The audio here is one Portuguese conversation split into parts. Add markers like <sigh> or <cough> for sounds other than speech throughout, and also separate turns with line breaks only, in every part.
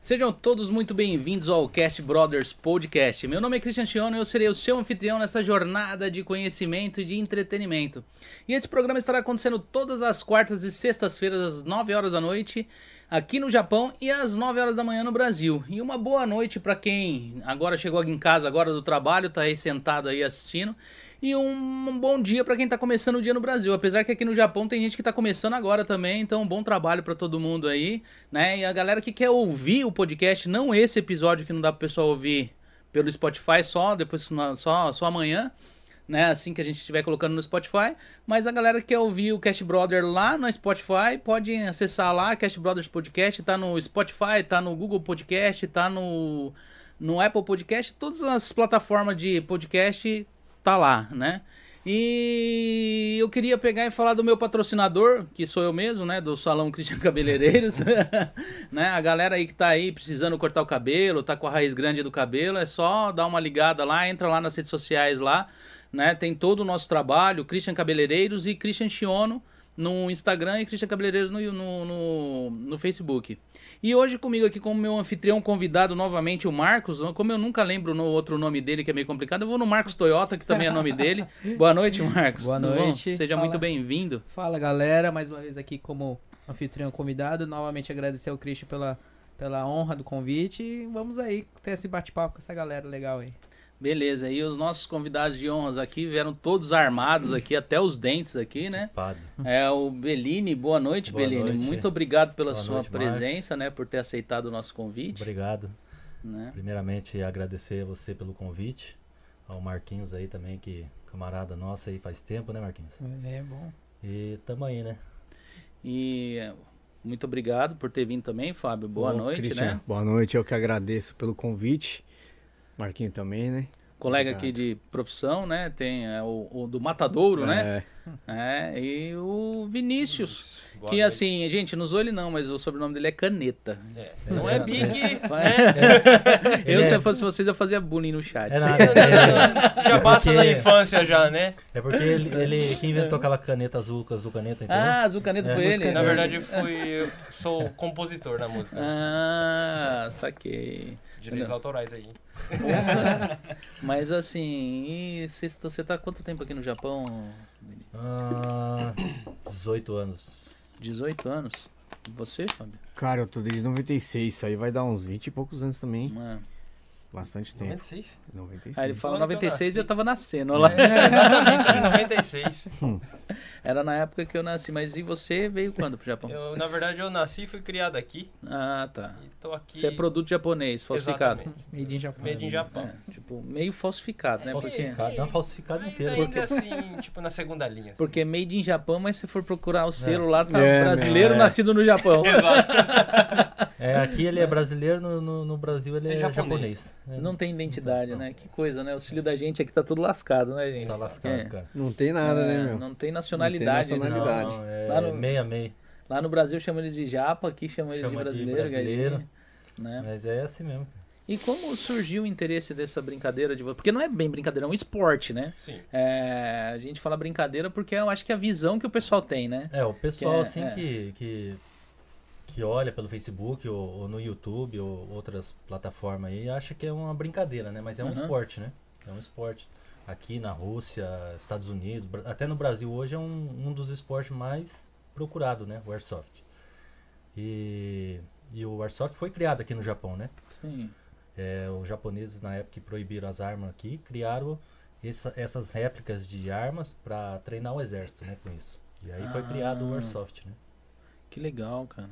Sejam todos muito bem-vindos ao Cast Brothers Podcast. Meu nome é Christian Chiano e eu serei o seu anfitrião nessa jornada de conhecimento e de entretenimento. E esse programa estará acontecendo todas as quartas e sextas-feiras às 9 horas da noite aqui no Japão e às 9 horas da manhã no Brasil. E uma boa noite para quem agora chegou em casa agora do trabalho, tá aí sentado aí assistindo. E um bom dia para quem tá começando o dia no Brasil. Apesar que aqui no Japão tem gente que tá começando agora também, então bom trabalho para todo mundo aí, né? E a galera que quer ouvir o podcast, não esse episódio que não dá pro pessoal ouvir pelo Spotify só, depois só, só amanhã, né? Assim que a gente estiver colocando no Spotify, mas a galera que quer ouvir o Cash Brother lá no Spotify, pode acessar lá Cash Brothers Podcast, tá no Spotify, tá no Google Podcast, tá no no Apple Podcast, todas as plataformas de podcast tá lá, né? E eu queria pegar e falar do meu patrocinador, que sou eu mesmo, né? Do Salão Cristian Cabeleireiros. <laughs> né? A galera aí que tá aí precisando cortar o cabelo, tá com a raiz grande do cabelo, é só dar uma ligada lá, entra lá nas redes sociais lá, né? Tem todo o nosso trabalho, Cristian Cabeleireiros e Cristian Chiono no Instagram e Cristian Cabeleireiros no, no, no, no, Facebook. E hoje comigo aqui como meu anfitrião convidado novamente, o Marcos. Como eu nunca lembro no outro nome dele, que é meio complicado, eu vou no Marcos Toyota, que também é nome <laughs> dele. Boa noite, Marcos.
Boa noite.
Seja Fala. muito bem-vindo.
Fala, galera. Mais uma vez aqui como anfitrião convidado. Novamente agradecer ao Cristian pela, pela honra do convite. E vamos aí ter esse bate-papo com essa galera legal aí.
Beleza, e os nossos convidados de honras aqui vieram todos armados aqui, até os dentes aqui, né? Tupado. É o Beline, boa noite, boa Beline. Noite. Muito obrigado pela boa sua noite, presença, Marcos. né? Por ter aceitado o nosso convite.
Obrigado. Né? Primeiramente, agradecer a você pelo convite, ao Marquinhos aí também, que camarada nossa aí faz tempo, né, Marquinhos?
É bom.
E tamo aí, né?
E muito obrigado por ter vindo também, Fábio. Boa bom, noite, Christian, né?
Boa noite, eu que agradeço pelo convite. Marquinho também, né?
Colega Obrigado. aqui de profissão, né? Tem é, o, o, do Matadouro, é. né? É, e o Vinícius. Boa que noite. assim, gente, não usou ele não, mas o sobrenome dele é <laughs> Caneta.
É. Não é, Big.
Eu, se eu fosse vocês, eu fazia bullying no
É
chat.
Nada, já passa porque... na infância, já, né?
né? É porque ele, ele que inventou aquela caneta azul, azul caneta, entendeu?
Ah, azul caneta foi ele?
Na verdade, fui, eu sou compositor da música.
Ah, saquei.
Direitos autorais aí.
Mas assim, você tá quanto tempo aqui no Japão?
Ah, 18 anos.
18 anos? Você, Fábio?
Cara, eu tô desde 96, isso aí vai dar uns 20 e poucos anos também. Mano. Bastante tempo.
96?
96.
Aí ele fala 96 e eu, eu tava nascendo lá.
É, exatamente, de 96.
<laughs> Era na época que eu nasci, mas e você veio quando pro Japão?
Eu, na verdade, eu nasci e fui criado aqui.
Ah, tá.
E tô aqui...
Você é produto japonês, falsificado. Exatamente.
Made in Japão.
Made in Japão.
É, tipo, meio falsificado, né?
Falsificado,
porque...
não, falsificado
mas
inteiro.
Porque... assim, tipo, na segunda linha. Assim.
Porque made in Japão, mas se for procurar o selo é. lá, tá yeah,
né?
brasileiro man. nascido no
<laughs>
Japão.
É.
Exato. É, aqui ele é brasileiro, no, no, no Brasil ele é, é japonês. tá japonês.
Não tem identidade, né? Que coisa, né? Os filhos da gente aqui tá tudo lascado, né, gente? É,
Tá lascado, é. cara.
Não tem nada, né, meu?
Não tem nacionalidade. né?
Não tem nacionalidade. Não,
é lá no, meia, meia.
Lá no Brasil chamam eles de japa, aqui chamam eles Chama de brasileiro, de brasileiro galinha,
né? Mas é assim mesmo.
E como surgiu o interesse dessa brincadeira de Porque não é bem brincadeira, é um esporte, né?
Sim.
É, a gente fala brincadeira porque eu acho que é a visão que o pessoal tem, né?
É, o pessoal, que assim, que, que que olha pelo Facebook ou, ou, no YouTube ou outras plataformas aí acha que é uma brincadeira, né? Mas é um uhum. esporte, né? É um esporte. Aqui na Rússia, Estados Unidos, até no Brasil hoje é um, um dos esportes mais procurado, né? O Airsoft. E, e o Airsoft foi criado aqui no Japão, né?
Sim.
É, os japoneses, na época que proibiram as armas aqui, criaram essa, essas réplicas de armas para treinar o exército, né? Com isso. E aí ah. foi criado o Airsoft, né?
Que legal, cara.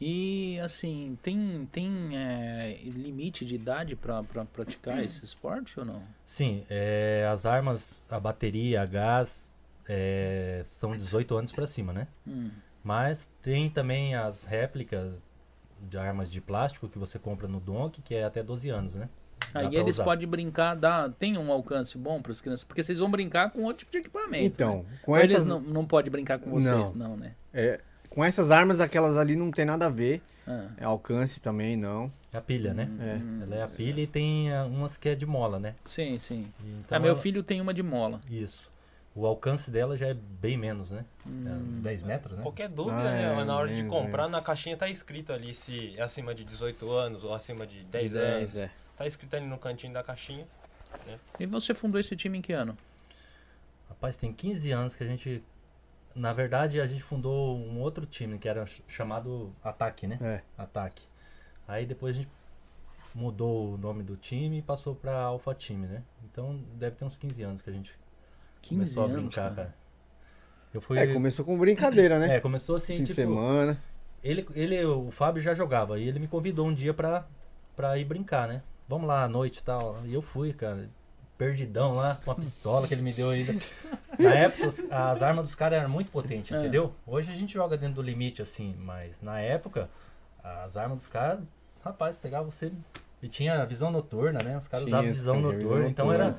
E assim, tem, tem é, limite de idade para pra praticar esse esporte ou não?
Sim, é, as armas, a bateria, a gás, é, são 18 anos para cima, né?
Hum.
Mas tem também as réplicas de armas de plástico que você compra no Donk, que é até 12 anos, né?
Dá Aí eles usar. podem brincar, dá, tem um alcance bom para as crianças, porque vocês vão brincar com outro tipo de equipamento.
Então,
né? com Ou essas... eles não, não podem brincar com vocês, não, não né?
É, com essas armas, aquelas ali não tem nada a ver. Ah. É alcance também, não.
É a pilha, né?
Hum,
É.
Ela é a pilha e tem umas que é de mola, né? Então
É Sim, sim. Então ah, meu ela... filho tem uma de mola.
Isso. o alcance dela já é bem menos, né?
Hum. 10 metros, né?
Qualquer dúvida,
Ah,
né?
é,
na hora
eu
de
lembro,
comprar,
mas-
na caixinha tá escrito ali se é acima de 18 anos ou acima de 10 anos.
é.
Tá escrito ali no cantinho da caixinha.
E você fundou esse time em que ano?
Rapaz, tem 15 anos que a gente. Na verdade, a gente fundou um outro time que era ch- chamado Ataque, né?
É.
Ataque. Aí depois a gente mudou o nome do time e passou pra Alpha Time, né? Então deve ter uns 15 anos que a gente
15
começou
anos.
a brincar, cara. Eu fui.
É, começou com brincadeira, né?
É, começou assim,
Fim de
tipo.
semana.
Ele, ele, o Fábio já jogava e ele me convidou um dia pra, pra ir brincar, né? Vamos lá à noite e tal. E eu fui, cara. Perdidão lá, com a pistola que ele me deu ainda. Na época, os- as armas dos caras eram muito potentes,
É.
entendeu? Hoje a gente joga dentro do limite, assim, mas na época, as armas dos caras, rapaz, pegava você. E tinha visão noturna, né? Os caras
Tinha,
usavam visão
tinha visão
noturna, então
noturna.
era.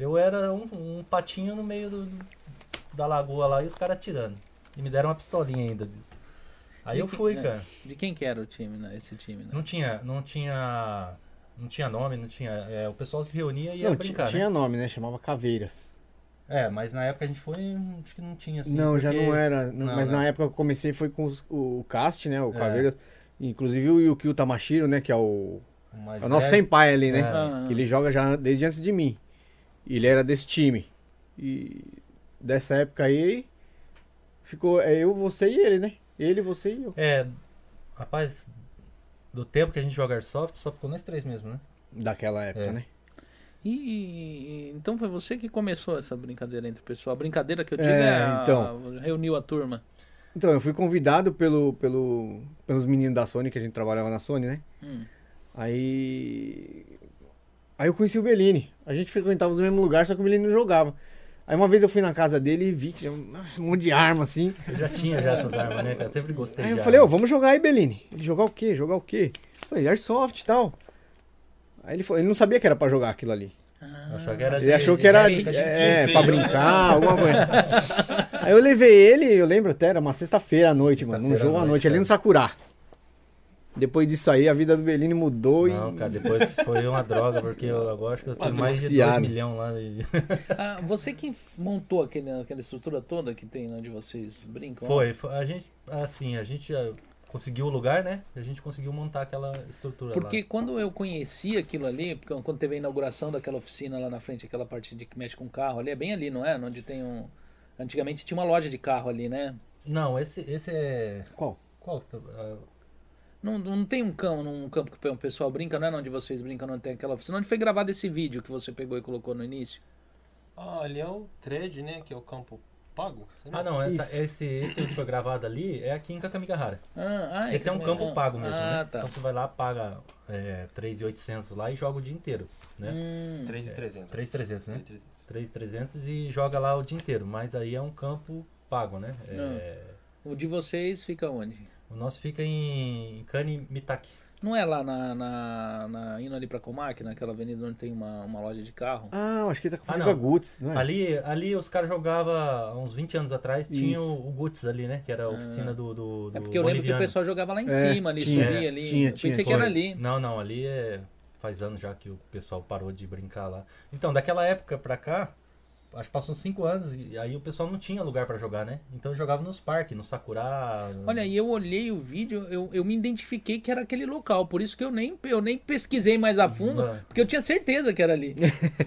Eu era um, um patinho no meio do, da lagoa lá e os caras atirando. E me deram uma pistolinha ainda. Aí
E
eu
que-
fui,
é.
cara.
De quem que era o time, né? Esse time, né?
Não tinha, não tinha, não tinha nome, não tinha. é, o pessoal se reunia e ia
Não, ti-
brincar. né?
tinha nome, né? Chamava Caveiras.
É, mas na época a gente foi, acho que não tinha assim.
não, já
porque-
não é. era. não,
Não,
mas
né?
na época que eu comecei foi com os- o, o cast, né? O
É.
Caveiras. Inclusive o Yukio Tamashiro, né? Que é o,
o mais
é o nosso
velho.
senpai ali, né?
É.
Ah,
Que Ele joga já desde antes de mim. E Ele era desse time. E dessa época aí ficou é eu, você e ele, né? Ele, você e eu.
É, rapaz, do tempo que a gente joga Airsoft, só ficou nós três mesmo, né?
Daquela época,
É.
né?
E, e- então foi você que começou essa brincadeira entre o pessoal. A brincadeira que eu digo
É,
é, a-
então.
reuniu a turma.
Então, eu fui convidado pelo, pelo, pelos meninos da Sony, que a gente trabalhava na Sony, né?
Hum.
Aí. Aí eu conheci o Bellini. A gente frequentava no mesmo lugar, só que o Bellini não jogava. Aí uma vez eu fui na casa dele e vi que tinha um nossa, um monte de arma assim.
Eu já tinha já essas armas, né? cara? Eu sempre gostei
Aí
de
eu falei, ô,
arma.
vamos jogar aí, Bellini. Ele jogar o quê? Jogar o quê? Eu falei, Airsoft e tal. Aí ele falou, ele não sabia que era pra jogar aquilo ali.
achou que era
Ele
de-
achou
de
que era
época de-
é,
<laughs>
pra brincar, alguma coisa. Aí eu levei ele, eu lembro até, era uma sexta-feira à noite, mano. Um
Sexta-feira à
jogo à
noite, é.
noite, ali no Sakura. Depois disso aí, a vida do Bellini mudou
Não,
e.
cara, depois foi uma droga, porque eu agora acho que eu tenho mais de 2
Viciado.
milhões lá. De...
Ah, você que montou aquele, aquela estrutura toda que tem onde vocês brincam? né?
Foi, foi, a gente, assim, a gente ah, conseguiu o lugar, né? E a gente conseguiu montar aquela estrutura lá.
Porque quando eu conheci aquilo ali, porque quando teve a inauguração daquela oficina lá na frente, aquela parte de que mexe com carro ali, é bem ali, não é? Onde tem um. Antigamente tinha uma loja de carro ali, né?
Não, esse, esse é.
Qual?
Qual? que você tá- ah,
Não, não tem um campo, um campo que o pessoal brinca, não é onde vocês brincam, não tem aquela oficina. Onde foi gravado esse vídeo que você pegou e colocou no início?
Ah, ali é o trade, né? Que é o campo pago. é sei lá.
Ah, não, essa- esse, esse que foi gravado ali é aqui em Kakamigahara.
Ah, ah,
Esse é um
também-
campo
ah,
pago mesmo,
ah,
né?
Tá.
Então você vai lá, paga é, 3,800 lá e joga o dia inteiro, né?
Hum,
3,300.
3,300, né?
3,300.
3,300 e joga lá o dia inteiro, mas aí é um campo pago, né?
Ah.
É,
o de vocês fica onde?
o nosso fica em Kanimitaki.
Não é lá na, na, na- indo ali pra Comac, naquela avenida onde tem uma, uma loja de carro?
Ah, eu acho que ele tá
Ah,
confundindo
não.
com a Guts, não é?
Ali, ali os caras jogavam, há uns 20 anos atrás, tinha
Isso. Ah.
o, o Guts ali, né? Que era a oficina do, Ah, do, do
É porque eu lembro que o
boliviano.
pessoal jogava lá em
É,
cima, ali,
tinha,
subia ali.
tinha,
eu pensei
tinha.
que era
Foi.
ali.
Não, não, ali é. Faz anos já que o pessoal parou de brincar lá. Então, daquela época pra cá, acho que passou uns 5 anos e aí o pessoal não tinha lugar pra jogar, né? Então eu jogava nos parques, no Sakura.
Olha, e eu olhei o vídeo, eu, eu me identifiquei que era aquele local, por isso que eu nem, eu nem pesquisei mais a fundo,
Mano.
porque eu tinha certeza que era ali.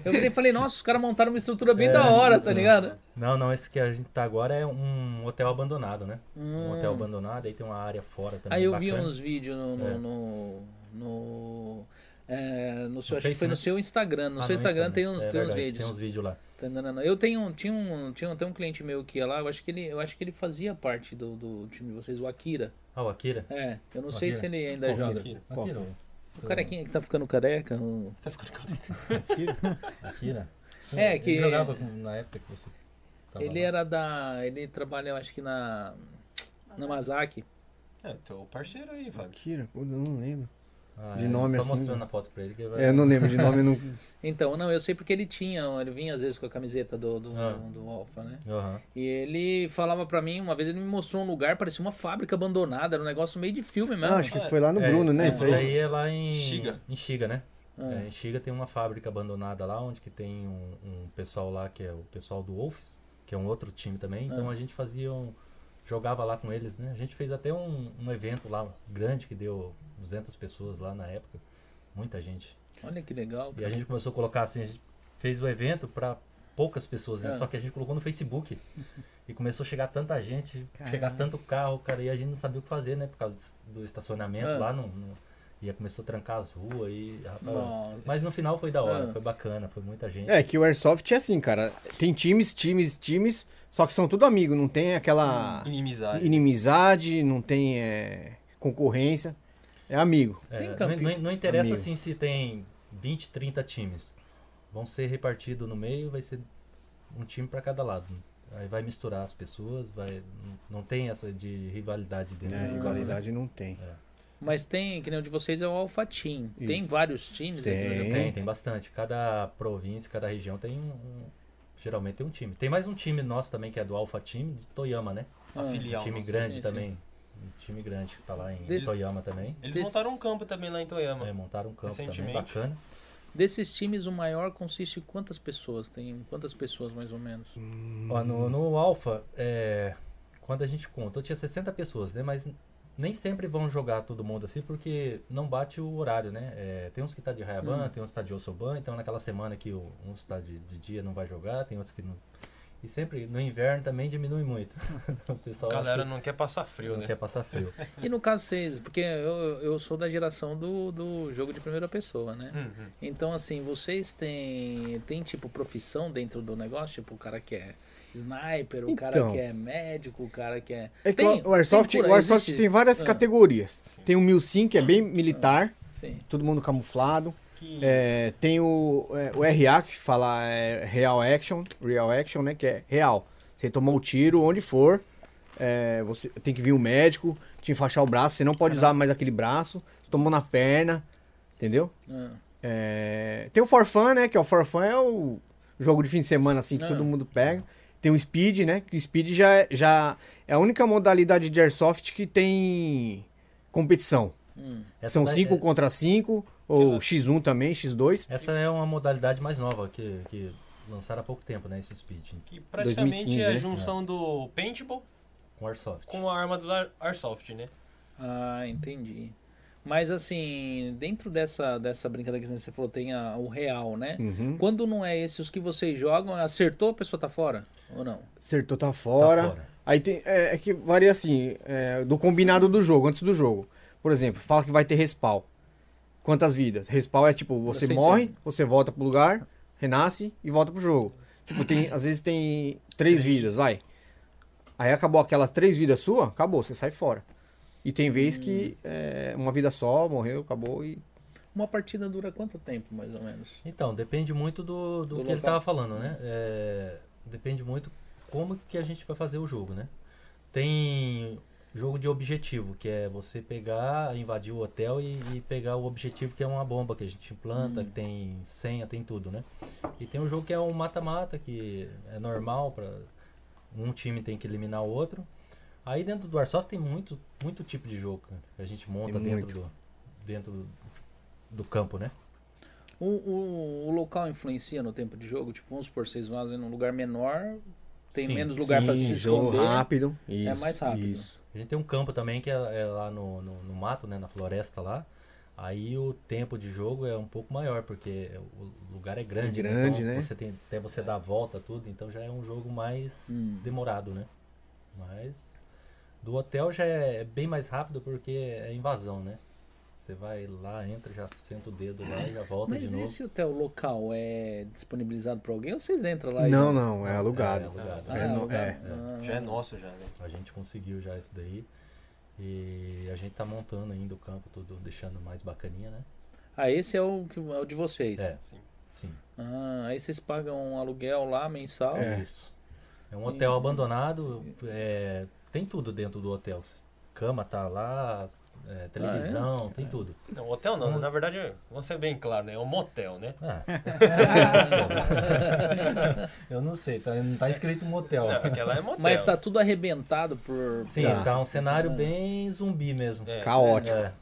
Eu virei e
<laughs>
falei, nossa, os caras montaram uma estrutura bem
É,
da hora, tá
é.
ligado?
Não, não, esse que a gente tá agora é um hotel abandonado, né?
Hum.
Um hotel abandonado, aí tem uma área fora também.
Aí eu vi
bacana.
uns vídeos no. no,
É.
no, no- é, no seu, acho
No
que
Face,
foi no
né?
seu Instagram.
Ah,
No seu Instagram tem uns,
é
tem uns
verdade,
vídeos.
Tem uns vídeos lá.
Tá entendendo? Eu tenho um, tinha um, tinha um, tem um cliente meu que ia lá, eu acho que ele, eu acho que ele fazia parte do, do time de vocês, o Akira.
Ah, o Akira.
É, eu não
O
sei
Akira? é
se ele ainda joga.
Akira?
Qual?
Akira.
O carequinha que tá ficando careca. o-
Tá ficando calmo.
Akira.
É, que-
Ele jogava com- na época que você. tava
Ele
lá.
era da. Ele trabalha, eu acho que na. Na Masaki.
É, teu parceiro aí, Fábio.
Akira? Pô, eu não lembro.
Ah,
de
é,
nome
só
assim,
mostrando
né?
a foto pra ele que ele vai.
É, eu não lembro de
<laughs>
nome, eu não.
Então, não, eu sei porque ele tinha. Ele vinha às vezes com a camiseta do, do,
Ah.
do Alpha, né?
Aham.
E ele falava pra mim, uma vez ele me mostrou um lugar, parecia uma fábrica abandonada, era um negócio meio de filme mesmo.
Ah, acho que foi lá no
É,
Bruno, né?
é,
Isso aí.
é lá em
Xiga.
Em Xiga, né?
É.
É, em Xiga tem uma fábrica abandonada lá, onde que tem um, um pessoal lá que é o pessoal do Wolfs, que que é um outro time também. Então
É.
a gente fazia um, jogava lá com eles, né? A gente fez até um, um evento lá grande que deu 200 pessoas lá na época, muita gente.
Olha que legal.
é. E a
Cara.
gente começou a colocar assim, a gente fez o evento pra poucas pessoas, né?
Ah.
Só que a gente colocou
<laughs>
no Facebook. E começou a chegar tanta gente,
Caraca.
chegar tanto carro, cara, e a gente não sabia o que fazer, né? Por causa do estacionamento
Ah.
lá, não, não- e aí começou a trancar as ruas e. rapaz,
Nossa.
Mas no final foi da hora,
Ah.
foi bacana, foi muita gente.
É, que o Airsoft é assim, cara. Tem times, times, times, só que são tudo amigo, não tem aquela
Inimizade.
inimizade, não tem é, concorrência. É amigo.
É,
Tem
não-
campi-
não, não interessa
Amigo.
assim se tem 20, 30 times. Vão ser repartidos no meio, vai ser um time pra cada lado. Aí vai misturar as pessoas, vai não- não tem essa de rivalidade
É,
dentro.
Né?
do jogo, né?
Rivalidade não tem.
Mas tem, que nem o de vocês é o Alpha Team. Tem
Isso.
vários times
Tem.
aqui.
Tem, tem, tem bastante. Cada província, cada região tem um, um- geralmente tem um time. Tem mais um time nosso também que é do Alpha Time de Toyama, né?
A
Ah,
filial.
um time
nossa.
grande
sim, sim.
também. Um time grande que tá lá em
Desse-
Toyama também.
Eles
Desse-
montaram um campo também lá em Toyama.
É, montaram um campo também
Recentemente.
bacana.
Desses times, o maior consiste em quantas pessoas? Tem quantas pessoas, mais ou menos?
Ó,
Uhum.
no, no Alpha, é, quando a gente contou, tinha 60 pessoas, né? Mas nem sempre vão jogar todo mundo assim, porque não bate o horário, né? É, tem uns que tá de Rayaban,
Hum.
tem uns que tá de Osoban, então naquela semana que o- uns tá de, de dia não vai jogar, tem uns que não. E sempre no inverno também diminui muito. <laughs> o
A
pessoal acha
galera
que
não quer passar frio,
não
né?
quer passar
<laughs>
frio.
E no caso vocês, porque eu, eu sou da geração do, do jogo de primeira pessoa, né?
Uhum.
Então, assim, vocês têm, têm tipo, profissão dentro do negócio? Tipo, o cara que é sniper, o cara
Então.
que é médico, o cara que é...
É que
Tem-
o Airsoft,
tem
tem,
por aí,
o Airsoft
existe?
tem várias
Ah.
categorias. Tem o 1005, que é bem militar,
Sim.
todo mundo camuflado.
Que...
É, tem o, é, o RA, que fala é, Real Action, Real Action, né? Que é real. Você tomou o tiro, onde for, é, você tem que vir um médico, te enfaixar o braço, você não pode usar mais aquele braço, você tomou na perna, entendeu?
Ah,
É, tem o Forfan, né? Que é o Forfan é o jogo de fim de semana, assim, que
Ah.
todo mundo pega. Tem o Speed, né? Que o Speed já, é- já é a única modalidade de Airsoft que tem competição.
hum.
São
da-
5
é-
contra 5, ou X1 também, X2.
Essa é uma modalidade mais nova que, que lançaram há pouco tempo, né? Esse speed
que praticamente
2015,
é a
né?
junção do paintball
com airsoft.
com a arma do Ar- Airsoft, né?
Ah, entendi. Mas, assim, dentro dessa, dessa brincadeira que você falou, tem a- o real, né?
Uhum.
Quando não é esses que vocês jogam, acertou, a pessoa tá fora? Ou não?
Acertou, tá
Tá
fora. Aí tem, é, é que varia assim, é, do combinado do jogo, antes do jogo. Por exemplo, fala que vai ter respawn. Quantas vidas? Respawn é tipo, você
sei,
morre,
sei.
você volta pro lugar, renasce e volta pro jogo. Tipo, tem, às vezes tem três vidas, vai. Aí acabou aquelas três vidas sua, acabou, você sai fora. E tem vez que é, uma vida só, morreu, acabou e.
Uma partida dura quanto tempo, mais ou menos?
Então, depende muito do,
Do
do que ele
local.
estava falando, né? É, depende muito como que a gente vai fazer o jogo, né? Tem jogo de objetivo, que é você pegar, invadir o hotel e, e pegar o objetivo que é uma bomba que a gente implanta, que tem senha, tem tudo, né? E tem um jogo que é um mata-mata, que é normal para um time tem que eliminar o outro. Aí dentro do Airsoft tem muito, muito tipo de jogo cara, que a gente monta
Tem
dentro
muito.
do, dentro do campo, né?
O, o- o local influencia no tempo de jogo? Tipo, vamos supor, vocês vão em um lugar menor, tem
Sim,
menos lugar pra se
Sim, jogo
esconder.
rápido. Isso,
mais rápido.
Isso.
A gente tem um campo também que é, é lá no, no, no mato, né? Na floresta lá. Aí o tempo de jogo é um pouco maior, porque o lugar é grande.
grande,
então
né?
Você tem, até você dar a volta, tudo. Então já é um jogo mais
Hum.
demorado, né? Mas do hotel já é bem mais rápido porque é invasão, né? Você vai lá, entra, já senta o dedo lá e já volta
Mas
de novo.
esse hotel local é disponibilizado pra alguém ou vocês entram lá e-
Não, não, é
É,
alugado.
alugado.
Ah,
é no-
lugar-
é.
Ah.
Já é nosso, já, né?
A gente conseguiu já isso daí. E a gente tá montando ainda o campo, tudo deixando mais bacaninha, né?
Ah, esse é o, que- é o de vocês.
É,
Sim.
sim.
Ah, aí vocês pagam um aluguel lá mensal.
É.
Isso. É um hotel
E-
abandonado, é, tem tudo dentro do hotel. Cama tá lá, é, televisão, tem tudo.
Não, hotel não, né? na verdade, vamos ser bem claro, né? É um motel, né?
Ah. <laughs> Eu não sei, tá- não tá escrito motel.
Não, aquela é motel.
Mas tá tudo arrebentado por.
Sim,
Tá.
tá. um cenário bem zumbi mesmo.
É,
Caótico.
É,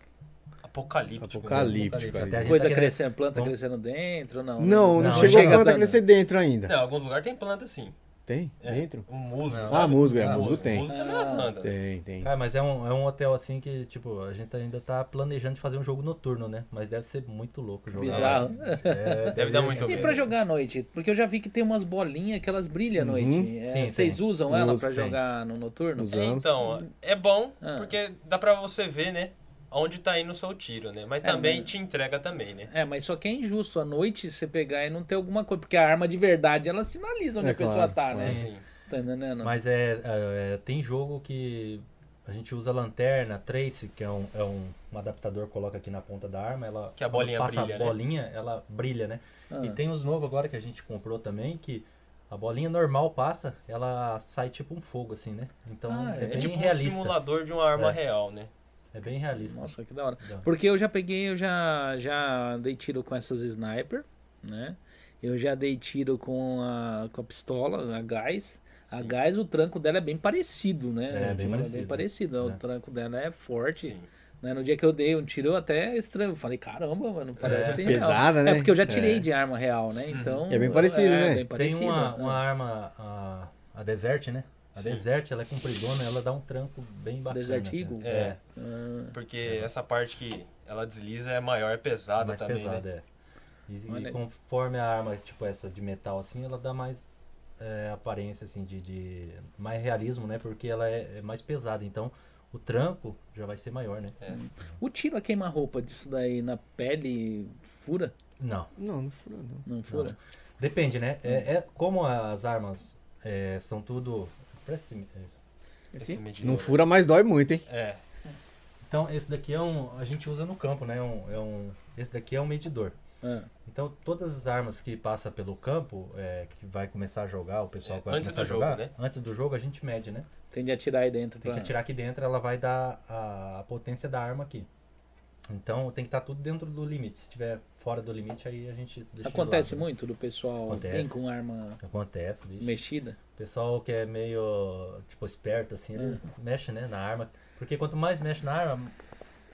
Apocalíptico.
Apocalíptico.
Até
ali.
a gente
Coisa
tá querendo-
crescendo, planta
Bom.
crescendo dentro, não?
Não, não,
Não,
chegou
chega
a planta
tanto.
crescer dentro ainda.
Não, alguns lugares tem planta sim.
tem?
É,
Dentro?
O musgo,
Ah,
sabe?
musgo, é, musgo tem.
Musgo também é uma banda. né?
Tem, tem.
Cara, mas é um, é um hotel assim que, tipo, a gente ainda tá planejando de fazer um jogo noturno, né? Mas deve ser muito louco jogar.
Bizarro.
É,
Deve dar muito
E
medo.
pra jogar à noite? Porque eu já vi que tem umas bolinhas que elas brilham à noite. É,
Sim,
vocês
tem.
usam ela
Uhum. Uso,
pra
tem.
jogar no noturno?
Usa.
É,
anos.
Então, é bom
Ah.
porque dá pra você ver, né? Onde tá indo o seu tiro, né? Mas
É,
também
mas-
te entrega também, né?
É, mas só que é injusto à noite você pegar e não ter alguma coisa. Porque a arma de verdade ela sinaliza onde
É
a pessoa
claro,
tá, né?
Sim.
Tá entendendo?
Mas é, é, é, tem jogo que a gente usa lanterna, trace, que é um, é um, um adaptador que coloca aqui na ponta da arma, ela
Que a bolinha
quando passa
brilha,
a
né?
bolinha, ela brilha, né?
Ah.
E tem os novos agora que a gente comprou também que a bolinha normal passa, ela sai tipo um fogo assim, né? Então
Ah,
é,
é
bem
É tipo um
realista.
simulador de uma arma
É.
real, né?
é bem realista.
Nossa, que da hora.
Da hora.
Porque eu já peguei, eu já, já dei tiro com essas sniper, né? Eu já dei tiro com a, com a pistola, a gás. A
Sim.
gás, o tranco dela é bem parecido, né?
É, bem
Ela
parecido.
parecido, O
É.
tranco dela é forte.
Sim.
né? No dia que eu dei um tiro, eu até estranho. Falei, caramba, mano, parece. real.
É, Pesada, né?
É porque eu já tirei
É.
de arma real, né? Então.
É bem parecido, né?
bem
Uhum. Tem
parecido.
uma,
né?
uma arma, a, a Desert, né? A
Sim.
Desert, ela é compridona, ela dá um tranco bem bacana.
Desert
cara.
Eagle?
É,
Ah,
Porque essa parte que ela desliza é maior, é pesada
mais
também,
pesada,
né?
é. E, e
Olha aí.
conforme a arma, tipo essa de metal, assim, ela dá mais é, aparência, assim, de, de- mais realismo, né? Porque ela é, é mais pesada, então o tranco já vai ser maior, né?
O tiro a queima-roupa disso daí na pele fura?
Não,
Não, não fura, não.
Não fura?
depende, né?
Hum.
É, é- como as armas é, são tudo... é parece-
é.
Esse medidor.
Não fura, mas dói muito, hein?
É,
Então, esse daqui é um... a gente usa no campo, né? É um- é um, esse daqui é um medidor.
Ah,
Então, todas as armas que passa pelo campo, é, que vai começar a jogar, o pessoal
É,
que vai
antes
começar
do
a jogar,
jogo, né?
antes do jogo a gente mede, né?
tem de atirar aí dentro
Tem
pra.
que atirar aqui dentro, ela vai dar a, a potência da arma aqui. Então, tem que estar tudo dentro do limite. Se estiver fora do limite, aí a gente deixa de
Acontece
lado, né?
muito do pessoal
Acontece.
tem com arma
Acontece, bicho.
mexida.
O pessoal que é meio, tipo, esperto, assim,
É.
eles mexem, né, na arma. Porque quanto mais mexe na arma,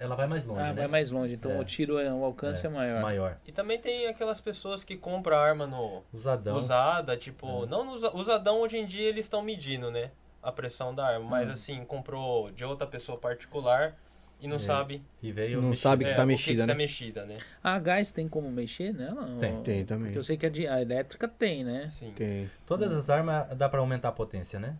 ela vai mais longe,
ah,
né?
vai mais longe, então
É.
o tiro é o alcance é, maior.
Maior.
e também tem aquelas pessoas que compram a arma no
Usadão.
usada,
É.
tipo, não no usa- usadão hoje em dia eles estão medindo, né? A pressão da arma,
Hum.
mas assim, comprou de outra pessoa particular e não
É.
sabe
E veio...
Não
mexido.
sabe que tá
o
mexida,
tá
né?
mexida, né?
A gás tem como mexer nela?
Tem,
Ou-
Tem também.
Porque eu sei que a, de- a elétrica tem, né?
Sim.
Tem.
Todas as armas dá pra aumentar a potência, né?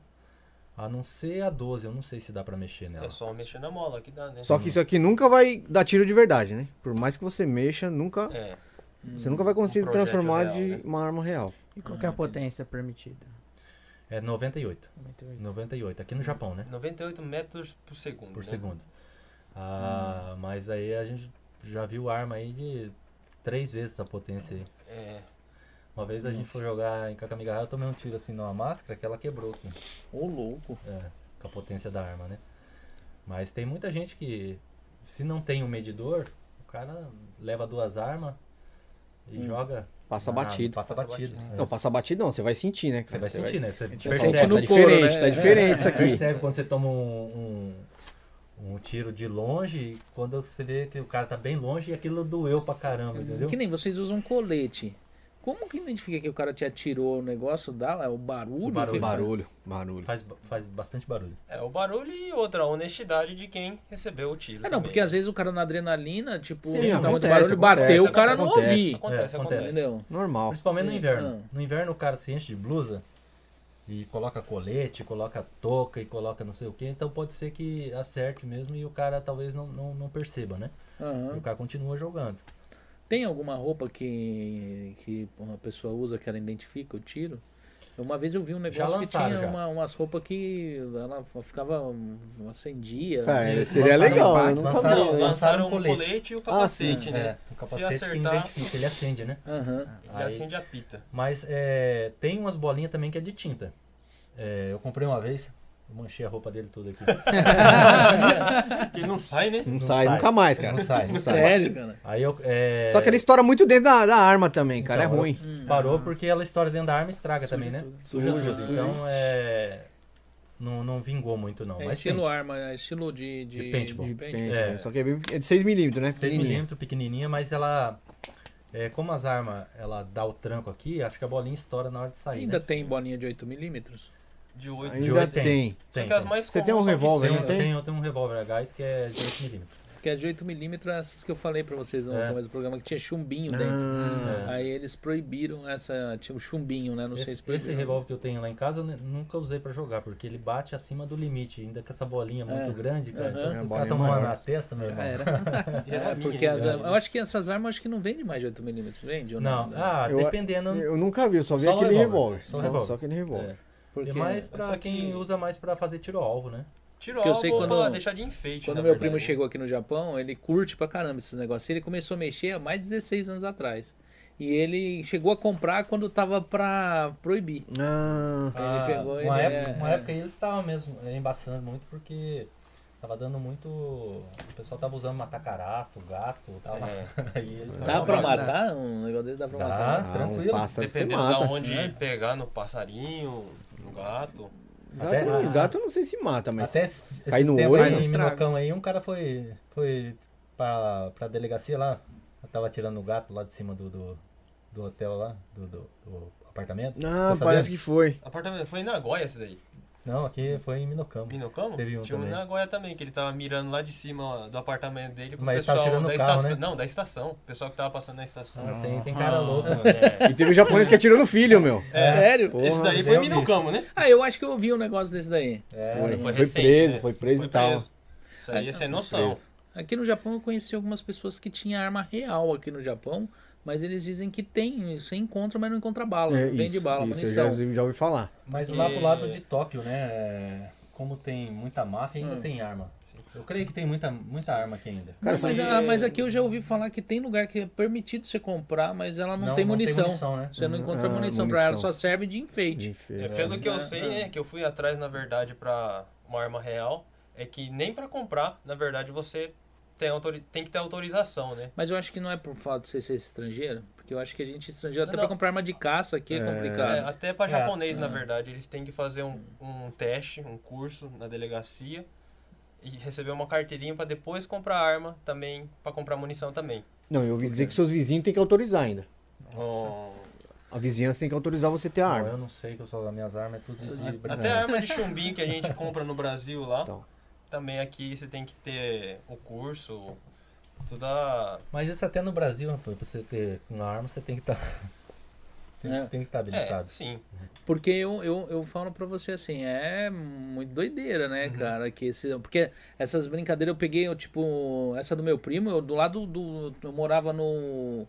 A não ser a 12, eu não sei se dá pra mexer nela.
É só mexer na mola que dá, né?
Só que isso aqui nunca vai dar tiro de verdade, né? Por mais que você mexa, nunca.
É,
Você nunca vai conseguir
Um projétil
transformar
real,
de
né?
uma arma real.
E qual que é a potência permitida?
É 98.
98.
98,
Hum.
aqui no Japão, né?
98 metros por segundo.
Por
né?
segundo. Ah, mas aí a gente já viu arma aí de três vezes a potência aí.
É.
Uma vez a gente foi jogar em Kakamigarra, eu tomei um tiro assim numa máscara que ela quebrou aqui,
Ô, louco.
é, com a potência da arma, né? Mas tem muita gente que, se não tem um medidor, o cara leva duas armas e joga.
Passa
na-
batido.
Hum. Ah, Passa
Passa
batido.
batido.
É.
Não, passa batido não, você vai sentir, né? que
Você vai sentir, né? Você
Vai...
percebe.
Tá
no couro,
diferente,
né?
tá diferente isso
Você
aqui.
percebe quando você toma um, um, um tiro de longe, e quando você vê que o cara tá bem longe e aquilo doeu pra caramba, entendeu?
Uhum. Que nem vocês usam colete. Como que identifica que o cara te atirou o negócio? Dá é o barulho?
O
que
barulho.
faz?
Barulho, barulho.
Faz, ba- faz bastante barulho.
É o barulho e outra, a honestidade de quem recebeu o tiro.
É, não,
também,
porque
né?
às vezes o cara na adrenalina, tipo,
Sim,
ele tava de
acontece,
barulho,
acontece,
bateu, o
acontece,
cara não
acontece.
ouvi.
Acontece,
É,
acontece.
Entendeu?
Normal.
Principalmente no inverno.
Ah.
No inverno o cara se enche de blusa e coloca colete, coloca touca e coloca não sei o que, então pode ser que acerte mesmo e o cara talvez não, não, não perceba, né?
Aham.
E o cara continua jogando.
Tem alguma roupa que, que uma pessoa usa que ela identifica o tiro? Uma vez eu vi um negócio
lançaram,
que tinha
já.
uma, umas roupas que ela ficava. hum, acendia.
Cara,
Eles
seria
lançaram
legal,
um
eu nunca
impacto,
vi.
Não,
lançaram,
lançaram
um
um
colete.
colete e o
Ah, sim,
capacete, né?
É, o capacete
acertar-
que identifica, ele acende, né?
Aham.
Ele
Aí-
acende a pita.
Mas é, tem umas bolinhas também que é de tinta. É, eu comprei uma vez, eu manchei a roupa dele toda aqui.
Ele não sai, né?
Não,
Não
sai,
sai.
nunca mais, cara.
Não sai, não
Sério, cara?
Aí eu. é,
Só que ele estoura muito dentro da, da arma também, cara.
Então,
é ruim.
Parou porque ela estoura dentro da arma e estraga também, né?
Suja
Hum.
tudo.
tudo.
Então é. Não, não vingou muito, não.
É
Mas
estilo arma, é estilo de. de,
De paintball.
de paintball.
Depende,
É.
né? Só que é bem- é de 6mm, né?
6mm, pequenininha, mas ela. É, como as armas, ela dá o tranco aqui, acho que a bolinha estoura na hora de sair.
Ainda
né?
tem bolinha de 8mm?
De 8
De
Ainda
oito
tem.
tem.
Só
Tem,
que as
tem.
mais
Você
comuns
tem um
são que
revólver,
Tem,
sempre-
não
eu, tenho, eu tenho um revólver a gás que é de 8mm.
Porque a de 8mm é essas que eu falei pra vocês no
É.
começo do programa, que tinha chumbinho dentro.
Ah,
É.
Aí eles proibiram essa. Tinha um chumbinho, né? Não sei se
Esse, esse
proibiram.
revólver que eu tenho lá em casa eu ne- nunca usei pra jogar, porque ele bate acima do limite, ainda com essa bolinha muito
É.
grande, cara.
Aham.
Então,
É,
se
a
o
bolinha
cara tomar uma
maior.
na testa, meu irmão.
Era.
É, porque as- eu acho que essas armas acho que não vende mais de 8mm, vende? Ou não,
Não, ah,
Eu-
dependendo.
Eu nunca vi, eu só vi
Só
aquele
revólver.
revólver.
Só
Só,
revólver.
só aquele revólver.
É.
porque
É mais
só
pra
que-
quem usa mais pra fazer tiro-alvo, né?
Tirou
Porque eu sei
algo
quando-
pra deixar de enfeite.
Quando
na
meu
verdade. né?
primo chegou aqui no Japão, ele curte pra caramba esses negócios. Ele começou a mexer há mais de 16 anos atrás. E ele chegou a comprar quando tava pra proibir.
Ah,
Aí ele pegou
uma,
ele
época,
é-
uma
é.
época eles estavam mesmo é, embaçando muito porque tava dando muito. O pessoal tava usando matacaraço, gato, tava. <laughs> Aí eles
É. Dá
tavam-
pra
dá.
matar um negócio dele? Dá pra matar?
Dá,
ah,
tranquilo.
Um pássaro você
Dependendo da
mata.
onde
né?
pegar no passarinho, no gato.
Gato,
Até-
não- gato eu não sei se mata, mas.
Até es- esses
cai no
tempos
olho,
aí,
mas
em
estraga.
Minhocão aí, um cara foi, foi pra, pra delegacia lá. Eu tava tirando o gato lá de cima do, do, do hotel lá, do, do- do apartamento.
Não,
Você tá sabendo?
parece que foi.
Apartamento foi em Nagoya esse daí.
Não, aqui foi em Minocamo.
Minocamo?
Teve um
Tinha um em
também.
Nagoya também, que ele tava mirando lá de cima do apartamento dele pro
Mas
pessoal
tava tirando
da
o carro,
estação.
né?
Não, da estação. O pessoal que tava passando na estação.
Ah, tem, tem cara <laughs> louco. mano.
É.
E teve o japonês que atirou no filho, meu.
Sério?
Pô.
Esse
Porra,
daí foi em
eu vi.
Minocamo, né?
É. Ah, eu acho que eu ouvi um negócio desse daí.
É,
foi,
foi
foi
recente,
preso,
né?
foi preso e tal.
Isso aí é sem noção.
Preso.
Aqui no Japão eu conheci algumas pessoas que tinham arma real aqui no Japão, mas eles dizem que tem, você encontra, mas não encontra bala,
É,
não vende
isso,
bala,
isso, eu
munição.
já, já ouvi falar.
Mas
Porque-
lá pro lado de Tóquio, né? é, Como tem muita máfia, ainda tem arma. Eu creio que tem muita, muita arma aqui ainda.
Cara,
mas,
são-
ah, mas aqui eu já ouvi falar que tem lugar que é permitido você comprar, mas ela não, tem, munição.
né?
Você não encontra
Ah,
munição, pra ela,
munição.
só
Uhum.
serve de enfeite.
De
É,
feira.
pelo que eu
É,
sei,
é.
né, que eu fui atrás, na verdade, pra uma arma real, é que nem pra comprar, na verdade, você tem, autori- tem que ter autorização, né?
Mas eu acho que não é por fato de você ser estrangeiro, porque eu acho que a gente é estrangeiro, até
Não,
pra
não.
comprar arma de caça aqui é,
É.
É,
complicado.
até pra
É.
japonês,
Hum.
na verdade, eles têm que fazer um, um teste, um curso na delegacia e receber uma carteirinha pra depois comprar arma também, pra comprar munição também.
Não, eu ouvi dizer que seus vizinhos têm que autorizar ainda.
Oh.
A vizinhança tem que autorizar você ter a
Não, é.
arma.
eu não sei que eu sou das minhas armas, é tudo de brincadeira.
Até a arma de chumbinho que a gente compra no Brasil lá,
Então.
também aqui você tem que ter o curso, toda...
Mas isso até no Brasil, rapaz, pra você ter uma arma, você tem que estar. <laughs> tem,
É.
tem que estar
É,
habilitado.
sim.
Porque eu, eu, eu falo pra você assim, é muito doideira, né, cara? Que esse, porque essas brincadeiras eu peguei, eu, tipo, essa do meu primo, eu do lado do. Eu morava no.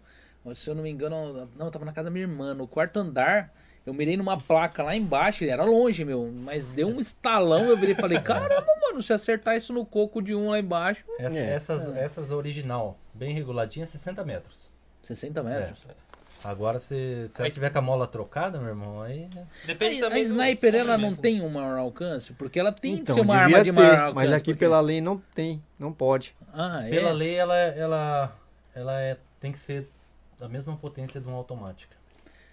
Se eu não me engano, não, eu tava na casa da minha irmã, no quarto andar. Eu mirei numa placa lá embaixo, era longe, meu, mas deu um estalão, eu virei e falei, caramba, mano, se acertar isso no coco de um lá embaixo,
Essa-
É.
Essas, essas original, bem reguladinha, 60 metros.
60 metros.
Agora, se, se ela tiver com a mola trocada, meu irmão, aí. né?
Depende
A,
também
a
do-
sniper, ela não
movimento.
tem um maior alcance, porque ela tem que
Então,
ser uma arma
devia
de
ter,
maior alcance.
Mas aqui
porque-
pela lei não tem, não pode.
Ah, é?
Pela lei, ela, ela, ela é, tem que ser da mesma potência de uma automática.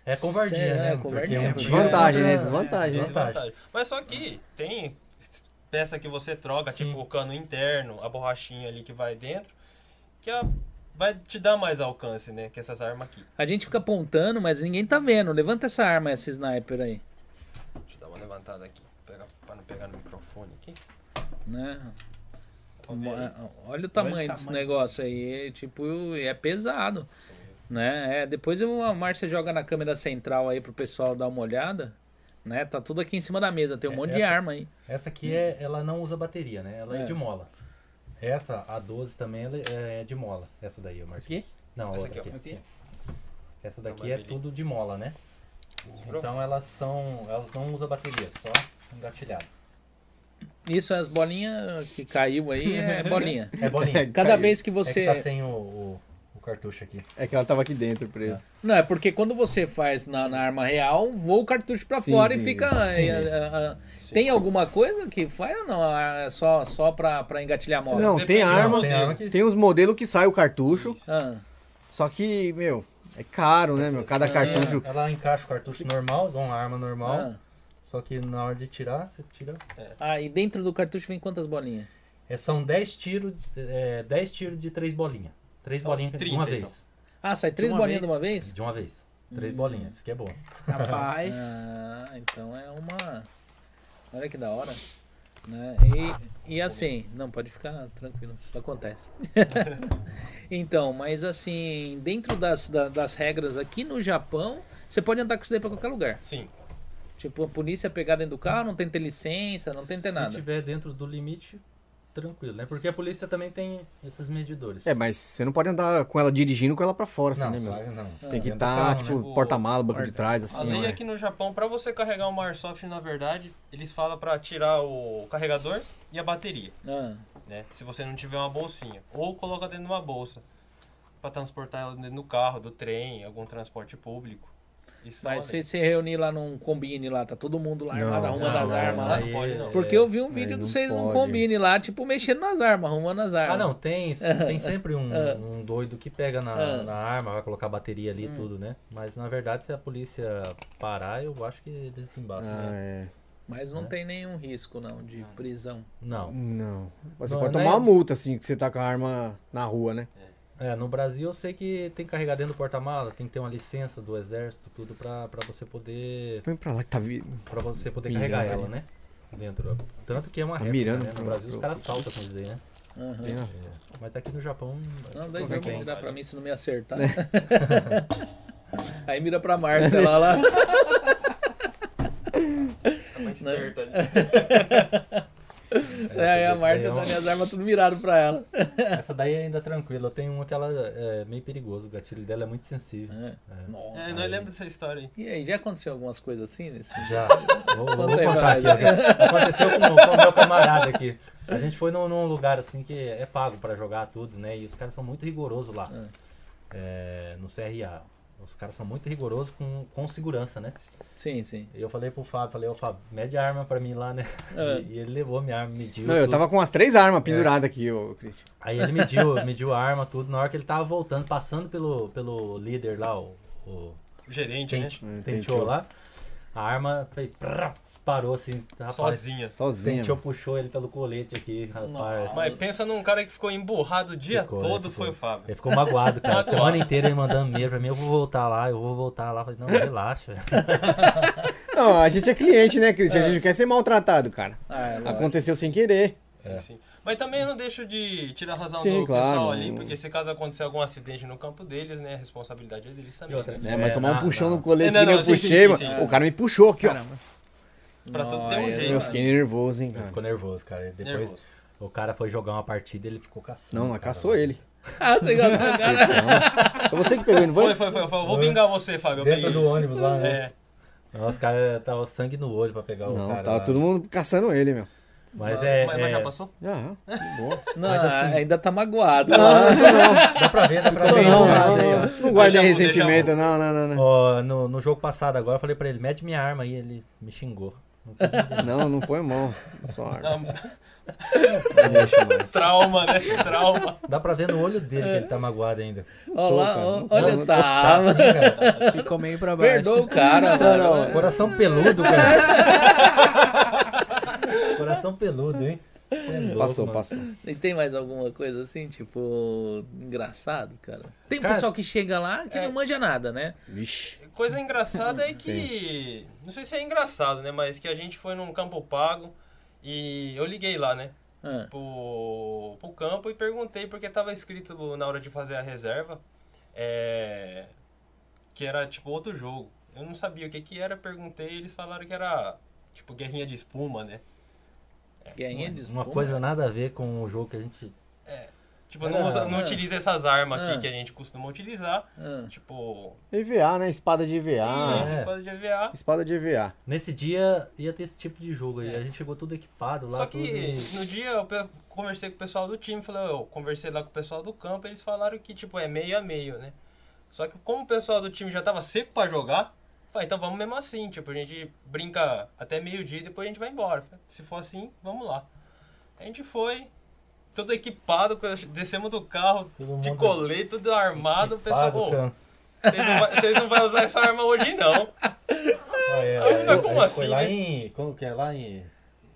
É covardia,
Sério,
né?
é covardia.
Porque um tiro
Desvantagem,
é
né?
outra-
Desvantagem. né?
Desvantagem.
Desvantagem. Mas só que tem peça que você troca,
Sim.
tipo o cano interno, a borrachinha ali que vai dentro, que a- vai te dar mais alcance, né? Que essas armas aqui.
A gente fica apontando, mas ninguém tá vendo. Levanta essa arma, essa sniper aí.
Deixa eu dar uma levantada aqui, pegar, pra não pegar no microfone aqui.
Né?
Vamos ver aí.
Olha o tamanho
Olha o
desse
tamanho
negócio aí. é, Tipo, é pesado. Né? É, depois eu, a Márcia joga na câmera central aí pro pessoal dar uma olhada. Né? Tá tudo aqui em cima da mesa. Tem um
É,
monte de
essa-
arma aí.
Essa aqui é, ela não usa bateria, né? Ela é,
É.
de mola. Essa, a 12 também, ela é de mola. Essa daí, eu marquei.
<laughs> Aqui?
Não, a
Essa
outra
é
aqui,
aqui.
Aqui?
ó.
Essa
tá
Então
daqui
vai
é
abrir.
tudo de mola, né? Então elas são. Elas não usam bateria, só engatilhado.
Isso, as bolinhas que caiu aí é bolinha.
<laughs>
É bolinha.
Cada
Caiu.
vez que
É
você.
que tá sem o, o, o cartucho aqui.
É que ela tava aqui dentro presa.
Não, é porque quando você faz na, na arma real, voa o cartucho pra
Sim,
fora e
sim,
fica.
sim.
a- a- a- Tem alguma coisa que faz ou não? Ah, É só, só pra, pra engatilhar a mola?
Não,
Depende
tem
do
arma,
modelo.
que
tem um uns modelos que sai o cartucho,
Ah,
só que, meu, é caro, né, meu?
É.
Cada cartucho.
Ela, ela encaixa o cartucho normal, igual uma arma normal.
ah.
Só que na hora de tirar, você tira.
Ah, e dentro do cartucho vem quantas bolinhas?
É, são 10 tiros, é, 10 tiros de 3 bolinhas. 3 bolinhas de uma
30,
vez.
Ah, sai três
uma
bolinhas de
vez.
uma vez?
De uma vez. Três
Hum.
bolinhas, isso que é bom.
Rapaz.
Ah, então é uma. Olha que da hora. Né? E, e assim, não, pode ficar tranquilo, isso acontece. <laughs> então, mas assim, dentro das, da- das regras aqui no Japão, você pode andar com isso daí pra qualquer lugar.
Sim.
Tipo, a polícia pegar dentro do carro, não tem que ter licença, não tem que ter
Se
nada.
tiver dentro do limite, tranquilo, né? Porque a polícia também tem esses medidores.
É, mas você não pode andar com ela dirigindo com ela pra fora, assim,
não,
né, meu?
sai- não.
Você tem
Dentro
que
do
estar,
carro, né?
tipo,
Tipo,
porta-mala, banco de
porta.
trás,
A
assim,
lei
ó.
é
aqui no Japão, pra você carregar uma Airsoft, na verdade, eles falam pra tirar o carregador e a bateria,
Ah,
né? Se você não tiver uma bolsinha. Ou coloca dentro de uma bolsa. Pra transportar ela dentro do carro, do trem, algum transporte público. Isso
mas
é uma
se
lei.
se reunir lá num combine lá, tá todo mundo lá armado,
Não,
arrumando
não,
as
não,
armas
não.
lá.
Aí- pode,
é-
não.
Porque eu vi um vídeo
não
de vocês num
pode.
combine lá, tipo, mexendo nas armas, arrumando as armas.
Ah, não, tem,
<laughs>
tem sempre um,
Ah.
um doido que pega na,
Ah.
na arma, vai colocar bateria ali e
Hum.
tudo, né? Mas na verdade, se a polícia parar, eu acho que eles embaçam.
Ah,
né?
é.
Mas não
né?
tem nenhum risco, não, de prisão.
Não.
Não. Mas você
Não,
pode
né?
tomar uma multa, assim, que você tá com a arma na rua, né?
É, no Brasil eu sei que tem que carregar dentro do porta-mala, tem que ter uma licença do exército, tudo pra, pra você poder.
Põe pra lá que tá vindo.
para você poder
Mirando
carregar
ali.
ela, né? Dentro. Tanto que é uma
Tá
réplica,
mirando
né?
pro-
No Brasil
pro-
os caras saltam com isso daí, né?
Aham.
Mas aqui no Japão.
Não, daí
qualquer
vai
quem.
virar pra mim se não me acertar. <laughs> Aí mira pra Márcia lá, lá.
Tá
<laughs>
mais
né?
certo ali.
Aí a
esse daí é
Márcia
um-
tá <laughs> minhas armas tudo mirado pra ela.
Essa daí é ainda tranquila. Eu tenho uma que ela é meio perigoso. O gatilho dela é muito sensível.
É.
É.
Nossa.
É, nós lembra dessa história aí.
E aí, já aconteceu algumas coisas assim nesse?
Já. Vou, vou
Conta aí,
contar aqui.
Ronaldo.
ó. Aconteceu com com o meu camarada aqui. A gente foi num, num lugar assim que é pago pra jogar tudo, né? E os caras são muito rigorosos lá.
Ah,
É, no CRA. Os caras são muito rigorosos com, com segurança, né?
Sim, sim.
E eu falei pro Fábio, falei, ô Fábio, mede a arma pra mim lá, né?
É.
Ah.
E, e ele levou a minha arma, mediu.
Não, eu
tudo.
tava com umas três armas penduradas aqui, ô, Christian.
Aí ele mediu, <laughs> mediu a arma, tudo. Na hora que ele tava voltando, passando pelo, pelo líder lá, o, o
O gerente, né?
Tent-
né?
Tentio lá, a arma fez. prrr, disparou assim, rapaz.
Sozinha.
Sozinho.
Tentio puxou ele pelo colete aqui, rapaz.
Mas pensa num cara que ficou emburrado o dia
Ficou, né?
todo,
ficou.
foi o Fábio.
Ele ficou magoado, cara.
<laughs> Magoado.
Semana inteira ele mandando e-mail pra mim, eu vou voltar lá, eu vou voltar lá. Eu Falei, não, relaxa.
Não, a gente é cliente, né, Christian? A gente não quer ser maltratado, cara.
Ah, é lógico.
Aconteceu sem querer.
É.
Sim, sim. Mas também eu não deixo de tirar a razão
Sim,
do
claro,
pessoal
não-
ali, porque se caso acontecer algum acidente no campo deles, né, a responsabilidade é deles também.
E outra,
né?
Né?
É,
Mas tomar um
não,
puxão
não.
no colete
É, não,
que nem
não,
eu
sim,
puxei,
sim,
mano.
sim.
o cara me puxou aqui, ó.
Caramba.
Pra tudo ter um
Nossa,
jeito.
Eu fiquei nervoso, hein,
Ele
cara.
ficou nervoso, cara. E Depois
Nervoso.
o cara foi jogar uma partida e ele ficou caçando.
Não, mas
cara. <laughs>
caçou ele.
Ah, você
<laughs>
gosta do cara?
Foi você que pegou, ele, não
Foi,
foi?
foi, foi. Eu vou vingar você, Fábio. Eu
Dentro
peguei.
do ônibus lá, né?
É,
Nossa, os caras tava sangue no olho pra pegar o
Não,
cara.
tava
lá.
todo mundo caçando ele, meu. Ah,
Mas é.
mas, mas já
é-
passou?
Já, de boa.
Não,
Mas assim-
ainda tá magoado.
Dá pra ver, dá pra
Não,
ver. né?
não,
Ó,
não, não, não guardei
Deixa eu-
ressentimento,
deixa
não, não, não, não.
ó, no, no jogo passado agora eu falei pra ele, mete minha arma aí, ele me xingou. Não quis me-
Não, não põe mão. Só arma.
Não,
Não mexe mais.
trauma, né? Trauma.
Dá pra ver no olho dele que ele tá magoado ainda.
Ó
tô,
lá,
cara.
ó,
Não,
olha,
não tô.
Tá
tá.
assim, cara.
Ficou meio pra baixo.
<laughs> Perdoa o cara, mano.
Não, não.
Coração peludo, cara. Coração peludo, hein? É louco,
Passou,
mano.
passou.
E tem mais alguma coisa assim, tipo, engraçado, cara? Tem um
Cara,
pessoal que chega lá que
é.
não manja nada, né?
Vixe.
Coisa
<laughs>
engraçada é que. Não sei se é engraçado, né? Mas que a gente foi num campo pago e eu liguei lá, né?
Ah,
pro, pro campo e perguntei porque tava escrito na hora de fazer a reserva é, que era tipo outro jogo. Eu não sabia o que que era, perguntei e eles falaram que era tipo guerrinha de espuma, né?
guerrinha de
Uma
espuma.
coisa nada a ver com o jogo que a gente.
Tipo, não,
Ah,
usa, não
ah.
utiliza essas armas
Ah.
aqui que a gente costuma utilizar.
Ah,
Tipo,
EVA, né? Espada de EVA.
isso,
é.
espada de EVA.
Espada de EVA.
Nesse dia ia ter esse tipo de jogo aí. A gente chegou tudo equipado lá.
É. Só
tudo
que
e-
no dia eu pe- conversei com o pessoal do time, falei, eu conversei lá com o pessoal do campo, eles falaram que tipo é meio a meio, né? Só que como o pessoal do time já tava seco pra jogar, falei, então vamos mesmo assim, tipo, a gente brinca até meio-dia e depois a gente vai embora. Falei, Se for assim, vamos lá. A gente foi, todo equipado, co- descemos do carro,
Todo
de
mundo
colete, tudo armado, o pessoal,
Equipado,
"Ô,
cara.
vocês não vai- vocês não vão usar essa arma hoje não.
Ah, é,
Ah,
é,
como
é, foi
assim,
lá
né?
em. Como que é? Lá em.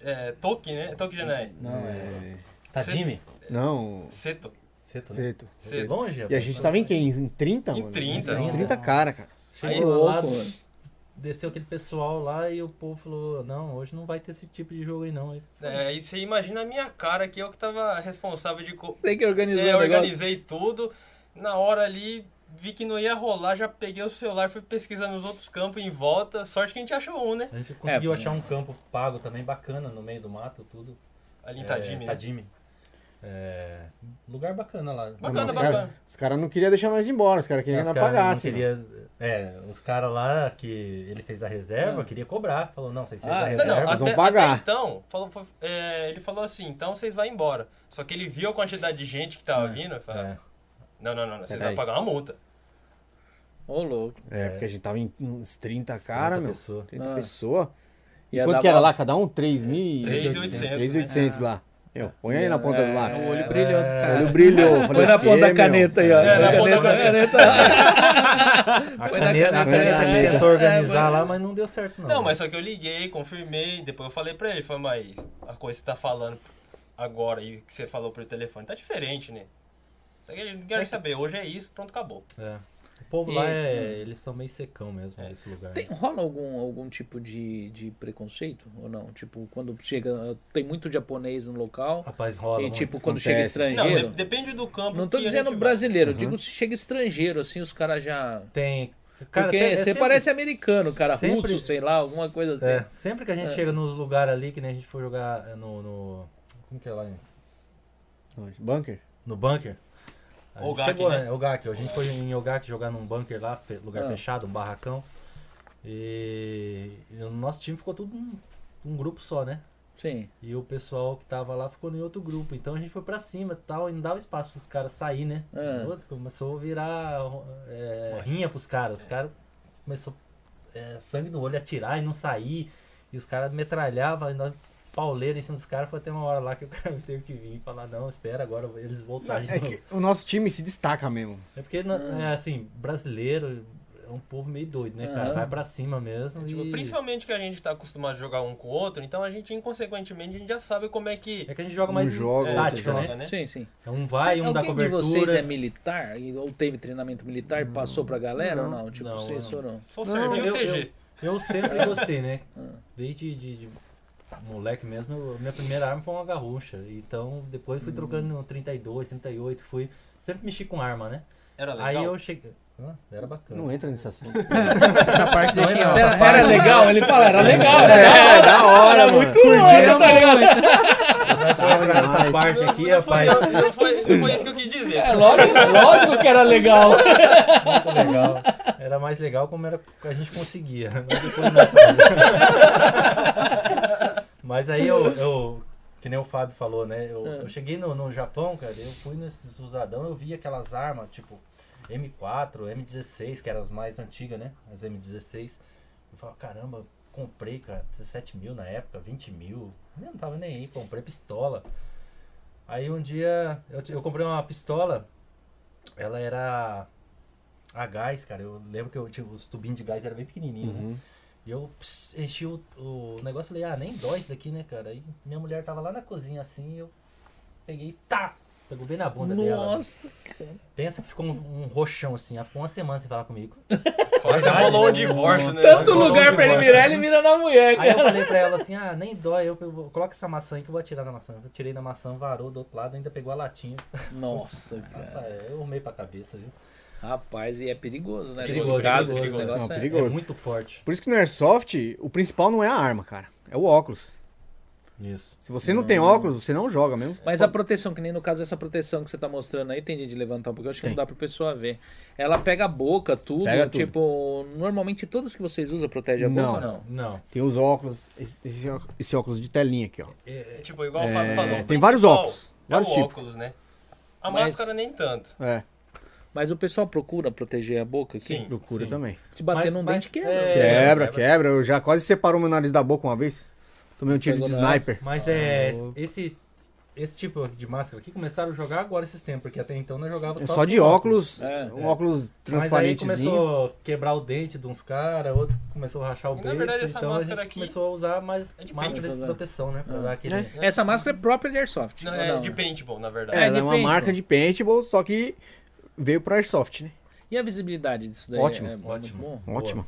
É, Toki, né? Toki Janai.
Não, é. Tajime?
Não.
Seto.
Seto, né?
Cedo.
Foi longe?
E a gente tava em quem? Em 30,
Em
mano?
30,
Em
ainda.
30 cara, cara.
Chegou
Aí,
lá,
tá louco, mano.
desceu aquele pessoal lá e o povo falou, não, hoje não vai ter esse tipo de jogo aí não. Aí,
É, e você imagina a minha cara, que eu que tava responsável de. co-
Você que organizou
É,
o negócio.
organizei tudo. Na hora ali, vi que não ia rolar, já peguei o celular, fui pesquisando os outros campos em volta. Sorte que a gente achou um, né?
A gente conseguiu
É,
achar um campo pago também, bacana, no meio do mato, tudo.
Ali em
É,
Tadime, né?
Tadime. É, lugar bacana lá.
Bacana,
Não, os
bacana.
cara- Os caras não queriam deixar nós ir embora, os caras queriam
Os
que nós
cara não
pagasse. mano.
queria, é, os caras lá que ele fez a reserva, queria cobrar. Falou, não, vocês fez
É. Ah,
a
é.
Não,
reserva.
não,
Eles
até,
vão pagar.
até então, falou, foi- é, ele falou assim, então vocês vão embora. Só que ele viu a quantidade de gente que tava vindo e falou,
É.
não, não, não, não, vocês vão
Peraí.
pagar uma multa.
Ô, louco.
É, porque a gente tava em uns 30 cara,
30
meu.
pessoa.
30
Ah.
pessoas. E
Ia
quanto
dar
que era
bala.
lá cada um? 3.800.
3.800,
né?
3.800 lá. Eu, põe aí na
É,
ponta do lápis.
é,
O olho
é.
brilhou dos
O
caras.
olho
<laughs>
brilhou.
Põe na ponta da caneta aí, ó.
É, na ponta da
caneta. <laughs>
A
Foi na
caneta, a
caneta,
caneta que
né? Caneta.
tentou organizar
É, foi-
lá, mas não deu certo não.
né?
Não, mas só que eu liguei, confirmei, depois eu falei pra ele, falei, mas a coisa que você tá falando agora e o que você falou pelo telefone tá diferente, né? Só que ele não quer saber, hoje é isso, pronto, acabou.
É. O povo
E-
lá, é, eles são meio secão mesmo,
É.
nesse lugar.
Tem, rola algum, algum tipo de, de preconceito ou não? Tipo, quando chega. Tem muito japonês no local.
Rapaz, rola
e,
muito.
tipo, quando chega
acontece.
Não,
estrangeiro.
de- depende do campo.
Não tô
que a
dizendo
gente vai.
brasileiro, eu digo se chega estrangeiro, assim, os caras já.
Tem... Cara,
Porque
se- é
você
sempre-
parece americano, cara,
sempre-
russo, sei lá, alguma coisa assim.
É, sempre que a gente chega nos lugares ali, que nem a gente for jogar é, no... no- como que é lá? em-
Bunker?
No bunker. A gente
Ogaki,
chegou,
né?
é, Ogaki. A gente foi em Ogaki jogar num bunker lá, fe- lugar
Ah.
fechado, um barracão. E, e o nosso time ficou tudo um, um grupo só, né?
Sim.
E o pessoal que tava lá ficou em outro grupo. Então a gente foi pra cima e tal, e não dava espaço pros caras sair, né?
Ah.
É.
O outro começou a virar é, rinha pros caras. Os caras começou é, sangue no olho, atirar e não sair. E os caras metralhavam, ainda pauleira em cima dos caras. Foi até uma hora lá que o cara <laughs> teve que vir e falar: Não, espera, agora eles voltarem. de
É
novo."
que o nosso time se destaca mesmo.
É porque, na-
Ah.
é, assim, brasileiro é um povo meio doido, né, cara?
Ah.
Aham.
Vai pra cima mesmo.
Tipo,
e-
principalmente que a gente tá acostumado a jogar um com o outro, então a gente, inconsequentemente, a gente já sabe como é que.
É que a gente joga
Um
mais
joga, outro
tática,
joga,
né?
né?
Sim, sim.
É Um vai,
Cê-
um dá
alguém de
cobertura.
vocês é militar? E- Ou teve treinamento militar e passou pra galera ou não? Tipo,
não,
vocês
não.
foram.
Só
Não,
serviu
eu-
o TG.
Eu sempre gostei,
<laughs>
né?
Ah.
Desde de, de moleque mesmo, eu- minha primeira arma foi uma garrucha. Então, depois
Hum.
fui trocando no 32, 38, fui... Sempre mexi com arma, né?
Era Ah, legal.
Aí eu cheguei... Hã? Era bacana.
Hum.
Não entra
<laughs>
nesse
<laughs>
assunto.
Essa parte deixa em
Não,
off.
Era, era legal? Ele fala, era legal. né?
é, da hora, mano.
Muito louco, tá ligado?
Essa parte aqui,
Não foi,
rapaz,
isso- não foi- não foi isso que eu quis dizer.
<laughs>
É, logo, logo que era legal.
muito legal. Era mais legal como era a gente conseguia. Mas depois não. é Mas aí eu, eu- que nem o Fábio falou, né? Eu, eu cheguei no, no Japão, cara, eu fui nesses usadão, eu vi aquelas armas, tipo M4, M16, que eram as mais antigas, né? As M16. Eu falava, caramba, comprei, cara, 17 mil na época, 20 mil. Eu não tava nem aí, comprei pistola. Aí um dia eu, t- eu comprei uma pistola, ela era a gás, cara. Eu lembro que eu tinha os tubinhos de gás era bem pequenininho, né? E eu pss, enchi o, o negócio e falei, ah, nem dói isso daqui, né, cara? Aí minha mulher tava lá na cozinha assim, eu peguei, e tá! Pegou bem na bunda dela.
Nossa.
Pensa que ficou um, um roxão assim, ela ficou uma semana sem
<laughs>
falar comigo.
Quase rolou um divórcio, né?
Tanto
Rolou um
lugar pra ele
divórcio.
virar, ele mira na mulher,
Aí eu
cara.
falei pra ela assim, ah, nem dói, eu, eu vou- coloca essa maçã aí que eu vou atirar na maçã. Eu tirei na maçã, varou do outro lado, ainda pegou a latinha.
Nossa, cara.
Rapaz, eu arrumei pra cabeça, viu?
Rapaz, e é perigoso, né?
Perigoso,
Dentro de casa,
perigoso,
esse
perigoso.
negócio
Não,
é-
perigoso.
É muito forte.
Por isso que no Airsoft, o principal não é a arma, cara. É o óculos.
Isso.
Se você não tem óculos, você não joga mesmo.
Hum. Mas a proteção, que nem no caso essa proteção que você tá mostrando aí, tem de levantar um pouquinho, acho que não dá pra pessoa ver. Ela pega a boca, tudo,
Pega tudo.
tipo, normalmente todas que vocês usam protege a
Não.
boca, não?
Não.
Tem os óculos, esse, esse ó- esse óculos de telinha aqui, ó.
É, Tipo, igual o Fábio
É,
falou. o
tem
principal
vários óculos,
É
vários
o
tipos.
óculos, né? A
Mas-
máscara nem tanto.
É,
Mas o pessoal procura proteger a boca aqui?
Sim.
procura
Sim.
também.
Se bater
Mas-
num
mas
um dente, quebra.
é-
Quebra,
quebra.
quebra, Eu já quase separou meu nariz da boca uma vez. Tomei um tiro de
Pegou na-
sniper.
Mas é.
louco.
Esse esse tipo de máscara aqui começaram a jogar agora esses tempos, porque até então não jogava
É
só,
só de
com
óculos,
É,
um óculos
Mas aí
transparentezinho.
começou a quebrar o dente de uns caras, outros começou a rachar o
E, na
beijo.
verdade, essa
então a gente
máscara aqui
começou a usar mais
é de
máscara
pente.
de proteção, né? Pra
Ah.
dar aquele.
É.
Essa máscara é própria de Airsoft.
Não,
ou
é
não,
de
né?
paintball, na verdade.
É,
É,
ela é
de
uma
paintball.
marca de paintball, só que veio pro Airsoft, né?
E a visibilidade disso daí?
Ótimo,
é muito
ótimo.
bom?
Boa.
Ótimo.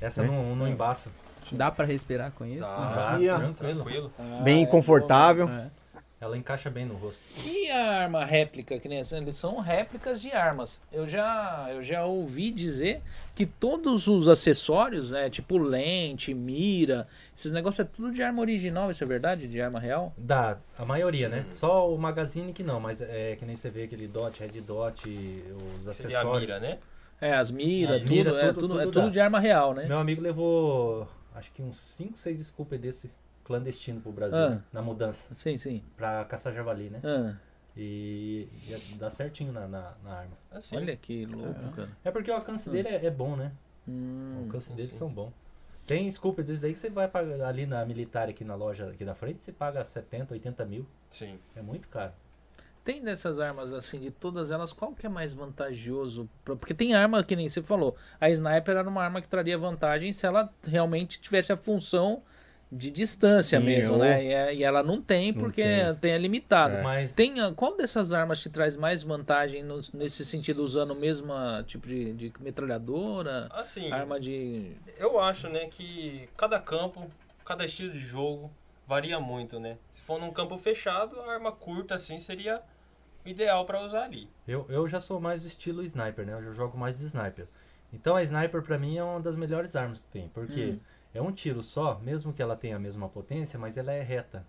Essa
É. Ah,
não, não embaça.
Dá pra respirar com isso?
Dá,
Nossa. Ia.
tranquilo.
Tranquilo.
Ah,
Bem
é
confortável.
É.
Ela encaixa bem no rosto.
bom. E a arma réplica, que nem essa? Eles são réplicas de armas. Eu já, eu já ouvi dizer que todos os acessórios, né, tipo lente, mira, esses negócios é tudo de arma original, isso é verdade? De arma real?
Dá, a maioria, né? Só o magazine que não, mas é que nem você vê aquele dot, red dot, os
Seria a
acessórios.
mira, né?
É, as miras,
As
tudo,
mira,
é,
tudo-
tudo,
tudo
é tudo
dá.
de arma real, né?
Meu amigo levou, acho que uns 5, 6 scoopers desse clandestino pro Brasil,
Ah.
né? na mudança,
Sim, sim.
pra caçar javali, né?
Ah,
E ia dar certinho na, na, na arma.
Assim.
olha que louco, cara.
É porque o alcance dele é, é bom, né? o
Ah. Hum,
alcance
sim,
deles
sim.
são bons. Tem scooper desse daí que você vai pagar ali na militar, aqui na loja aqui da frente, você paga 70, 80 mil.
Sim.
É muito caro.
Tem dessas armas assim, de todas elas, qual que é mais vantajoso? Pra- Porque tem arma que nem você falou. A sniper era uma arma que traria vantagem se ela realmente tivesse a função de distância
Sim,
mesmo,
eu-
né? E, é- e ela não tem
Não
porque
tem.
tem a limitada.
Mas
É. Tem, a- qual dessas armas te traz mais vantagem no- nesse sentido, usando o mesmo tipo de, de metralhadora,
Assim,
arma de.
eu acho, né, que cada campo, cada estilo de jogo varia muito, né? Se for num campo fechado, a arma curta, assim, seria ideal pra usar ali.
Eu, eu já sou mais do estilo sniper, né? Eu já jogo mais de sniper. Então a sniper pra mim é uma das melhores armas que tem, porque
Hum.
é um tiro só, mesmo que ela tenha a mesma potência, mas ela é reta.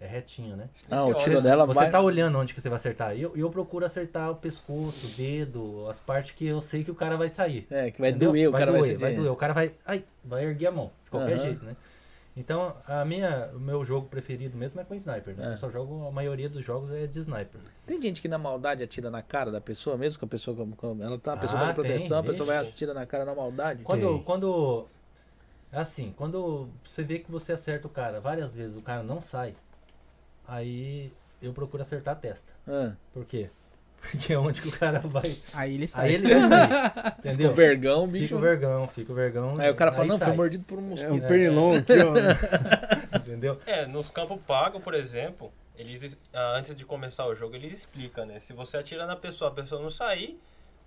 É retinho, né?
Ah, o
Esse
tiro
óleo-
dela
você
vai.
tá olhando onde que você vai acertar. E eu, eu procuro acertar o pescoço, o dedo, as partes que eu sei que o cara vai sair.
É, que vai
Entendeu?
doer, o cara
doer,
vai se
doer. O cara vai, ai, vai erguer a mão, de qualquer
Aham.
jeito, né? Então, a minha, o meu jogo preferido mesmo é com sniper, né?
É.
Eu só jogo, a maioria dos jogos é de sniper.
Tem gente que na maldade atira na cara da pessoa, mesmo que a pessoa como- como- ela tá, a pessoa
Ah,
tá com proteção,
tem,
a pessoa vai
vixe.
atira na cara na maldade.
Quando,
Tem.
quando. Assim, quando você vê que você acerta o cara várias vezes, o cara não sai. Aí eu procuro acertar a testa.
Ah,
Por quê? <laughs> Porque é onde que o cara vai.
Aí ele sai.
Aí ele vai sair.
<laughs> fica
Entendeu?
o vergão,
Fica
bicho.
o vergão, fica o vergão.
Aí o cara fala,
aí
não, foi
sai,
mordido por um
É
mosquito.
um pernilongo aqui, ó.
Entendeu?
É, nos campos pago, por exemplo, eles es- ah, antes de começar o jogo, eles explicam, né? Se você atira na pessoa, a pessoa não sair,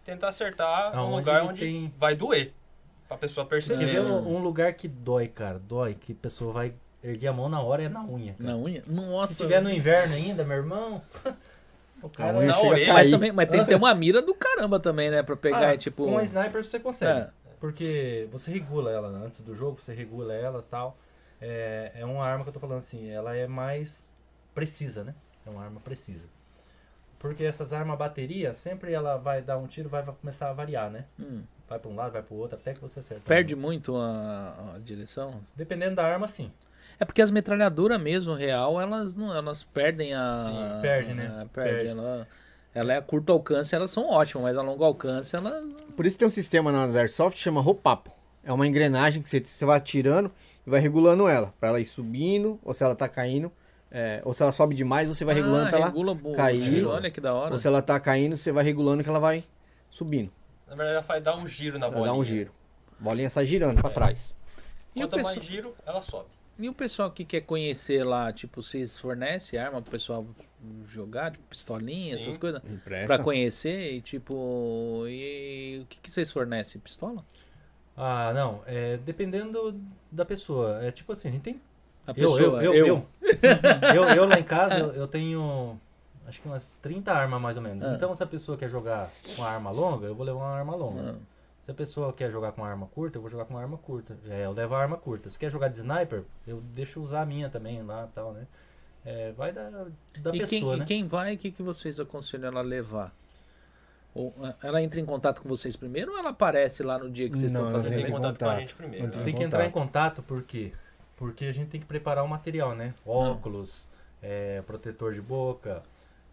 tenta acertar um
Aonde
lugar
que
onde
tem-
vai doer. Pra pessoa
Quer
perceber.
ver
É.
né?
um um lugar que dói, cara? Dói, que a pessoa vai erguer a mão na hora, é na unha.
um
cara.
Na unha? Nossa.
Se tiver no inverno ainda, meu irmão. <laughs> O cara
unha
na
chega a
orelha.
mas,
cair.
também, mas tem que ter uma mira do caramba também, né? Pra pegar
Ah,
e tipo.
Com a sniper você consegue.
É.
Porque você regula ela né? antes do jogo, você regula ela e tal. É, é uma arma que eu tô falando assim, ela é mais precisa, né? É uma arma precisa. Porque essas armas bateria, sempre ela vai dar um tiro, vai, vai começar a variar, né?
hum,
Vai pra um lado, vai pro outro, até que você acerta.
perde muito a, a direção.
Dependendo da arma, sim.
É porque as metralhadoras mesmo, real, elas não, elas perdem a.
Sim,
perde, né?
a- perde.
Perde.
Ela, ela é a curto alcance, elas são ótimas, mas a longo alcance, ela.
Por isso tem um sistema nas Airsoft que chama roupapo. É uma engrenagem que você, você vai atirando e vai regulando ela. Pra ela ir subindo, ou se ela tá caindo. é, ou se ela sobe demais, você vai regulando
ah,
pra ela.
regula o
cair.
tiro, Olha que da hora.
Ou se ela tá caindo, você vai regulando que ela vai subindo.
Na verdade, ela vai dar um giro na
Ela
bolinha.
dá um giro. A bolinha sai girando pra trás.
E o
Quanto mais
pessoal-
giro, ela sobe.
E o pessoal que quer conhecer lá, tipo, vocês fornecem arma pro pessoal jogar, tipo, pistolinha,
Sim.
essas coisas?
Empresta.
é
Pra conhecer e tipo. E o que, que vocês fornecem? Pistola?
Ah, não. É, dependendo da pessoa. É tipo assim, a gente tem
A
Eu, eu,
pessoa? <laughs>
eu, eu. eu, eu lá em casa, eu, eu tenho acho que umas 30 armas mais ou menos.
Ah.
Então, se a pessoa quer jogar com a arma longa, eu vou levar uma arma longa.
Ah,
Se a pessoa quer jogar com uma arma curta, eu vou jogar com uma arma curta. É, eu levo a arma curta. Se quer jogar de sniper, eu deixo usar a minha também lá e tal, né? É, vai da, da
e,
pessoa,
quem, e
né?
quem vai, o que, que vocês aconselham ela a levar? Ou, ah, ela entra em contato com vocês primeiro ou ela aparece lá no dia que vocês
Não,
estão
ela
Você
fazendo?
entra em
tem
evento?
contato com a
contato.
gente primeiro.
Entra
né?
Tem que
Em
entrar em contato por quê? Porque a gente tem que preparar o material, né? Óculos, é, protetor de boca,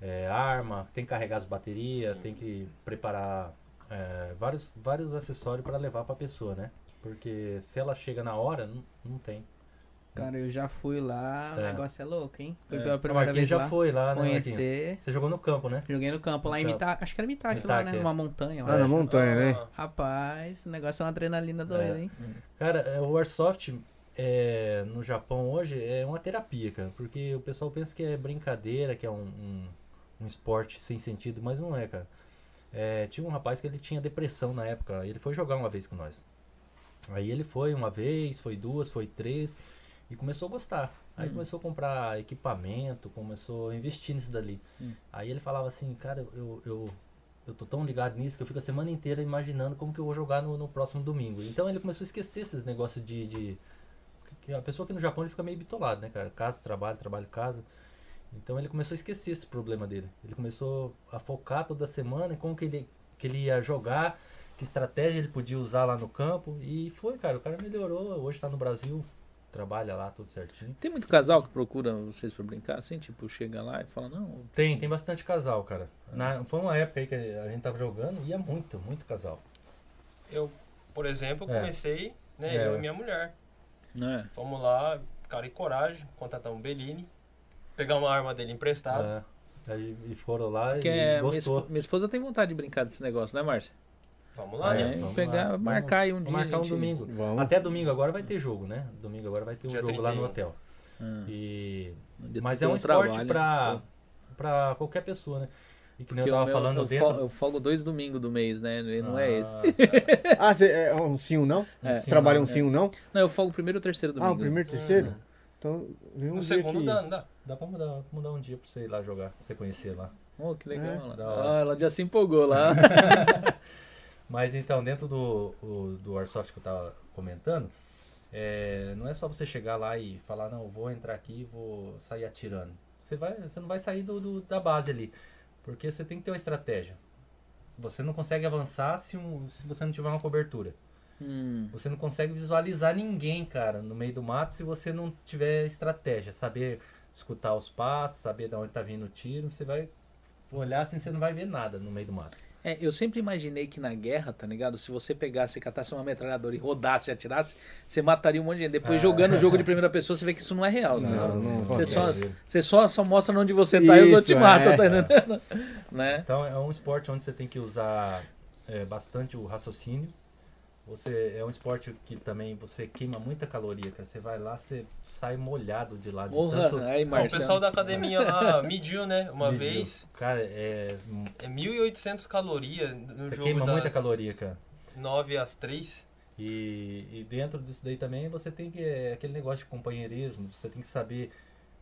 é, arma, tem que carregar as baterias,
Sim.
tem que preparar é, vários, vários acessórios para levar para a pessoa, né? Porque se ela chega na hora, não, não tem.
Cara, eu já fui lá, o
É.
negócio é louco, hein? Fui
É.
pela
O
primeira
Marquinhos
vez
já
lá.
foi lá, né, Marquinhos?
conhecer.
Você jogou no campo, né?
Joguei no campo lá em
Campo.
Mita... Acho que era Mitaque lá, né?
Mitaque, é.
Numa montanha, eu
Ah, na
acho.
montanha, né?
Ah,
Rapaz, o negócio é uma adrenalina doida,
É.
hein?
Cara, é, o Airsoft é, no Japão hoje é uma terapia, cara. Porque o pessoal pensa que é brincadeira, que é um, um, um esporte sem sentido, mas não é, cara. É, tinha um rapaz que ele tinha depressão na época. Ele foi jogar uma vez com nós. Aí ele foi uma vez, foi duas, foi três e começou a gostar. Aí
Hum.
começou a comprar equipamento, começou a investir nisso dali.
Sim.
Aí ele falava assim, cara, eu, eu, eu tô tão ligado nisso que eu fico a semana inteira imaginando como que eu vou jogar no, no próximo domingo. Então ele começou a esquecer esses negócios de. de- que a pessoa aqui no Japão ele fica meio bitolado, né, cara? Casa, trabalho, trabalho, casa. Então ele começou a esquecer esse problema dele. Ele começou a focar toda semana em como que ele, que ele ia jogar, que estratégia ele podia usar lá no campo. E foi, cara, o cara melhorou. Hoje tá no Brasil, trabalha lá, tudo certinho.
Tem muito casal que procura vocês pra brincar, assim? Tipo, chega lá e fala, não,
Tem, tem bastante casal, cara. Na- foi uma época aí que a gente tava jogando e ia muito, muito casal.
Eu, por exemplo,
É.
comecei, né?
É.
Eu e minha mulher.
né?
Fomos lá, cara e coragem, contratar um Bellini, pegar uma arma dele emprestada.
É. Aí- e foram lá
Porque
e
minha,
gostou.
espo- minha esposa tem vontade de brincar desse negócio, né, Márcia?
Vamos lá,
Ah, é?
né?
Aí,
vamos
pegar,
lá.
marcar aí um
Vamos
dia.
marcar um
gente-
domingo.
Vamos.
Até domingo agora vai ter jogo, né? Domingo agora vai ter um
Dia
jogo lá no
31.
hotel.
Ah,
E...
um dia
Mas
tu
é
tem
um esporte
trabalho,
pra,
pô.
pra qualquer pessoa, né? E que nem
Porque
eu
o
tava
meu-
falando
eu,
dentro.
fo- eu folgo dois domingos do mês, né? E Não
Ah,
é esse.
Ah, você é um sim ou não?
É.
Você trabalha um
né?
sim ou não?
Não, eu folgo o primeiro ou o terceiro domingo.
Ah, o primeiro, terceiro? Então, vem um
No
dia
segundo
aqui.
dá, não dá.
<laughs> Dá pra mudar, mudar um dia pra você ir lá jogar, pra você conhecer lá.
Oh, que legal.
É,
olha lá.
da hora.
Ah, ela já se empolgou
<laughs>
lá.
Mas então, dentro do, o- do Airsoft que eu tava comentando, é, não é só você chegar lá e falar, não, eu vou entrar aqui e vou sair atirando. Você, vai, você não vai sair do, do- da base ali. Porque você tem que ter uma estratégia. Você não consegue avançar se, um, se você não tiver uma cobertura.
Hum,
Você não consegue visualizar ninguém, cara, no meio do mato se você não tiver estratégia. Saber escutar os passos, saber de onde tá vindo o tiro. Você vai olhar assim, você não vai ver nada no meio do mato. né?
É, eu sempre imaginei que na guerra, tá ligado? Se você pegasse, catasse uma metralhadora e rodasse e atirasse, você mataria um monte de gente. Depois,
Ah.
jogando o jogo de primeira pessoa, você vê que isso não é real, tá ligado?
Não, não
Você só,
acontece.
você só, só mostra onde você tá e os outros te
Isso,
matam,
é.
tá entendendo? <laughs> Né?
Então é um esporte onde você tem que usar é, bastante o raciocínio. Você é um esporte que também você queima muita caloria, cara. Você vai lá, você sai molhado de lá de
Porra,
tanto. é,
aí,
Não, o pessoal
Marcelo.
da academia
<laughs>
lá mediu, né? Uma
Meu Deus.
vez.
Cara, é,
É 1.800 calorias no
você
jogo
queima
das
muita caloria, cara.
9 às 3.
E, e dentro disso daí também você tem que é, aquele negócio de companheirismo. Você tem que saber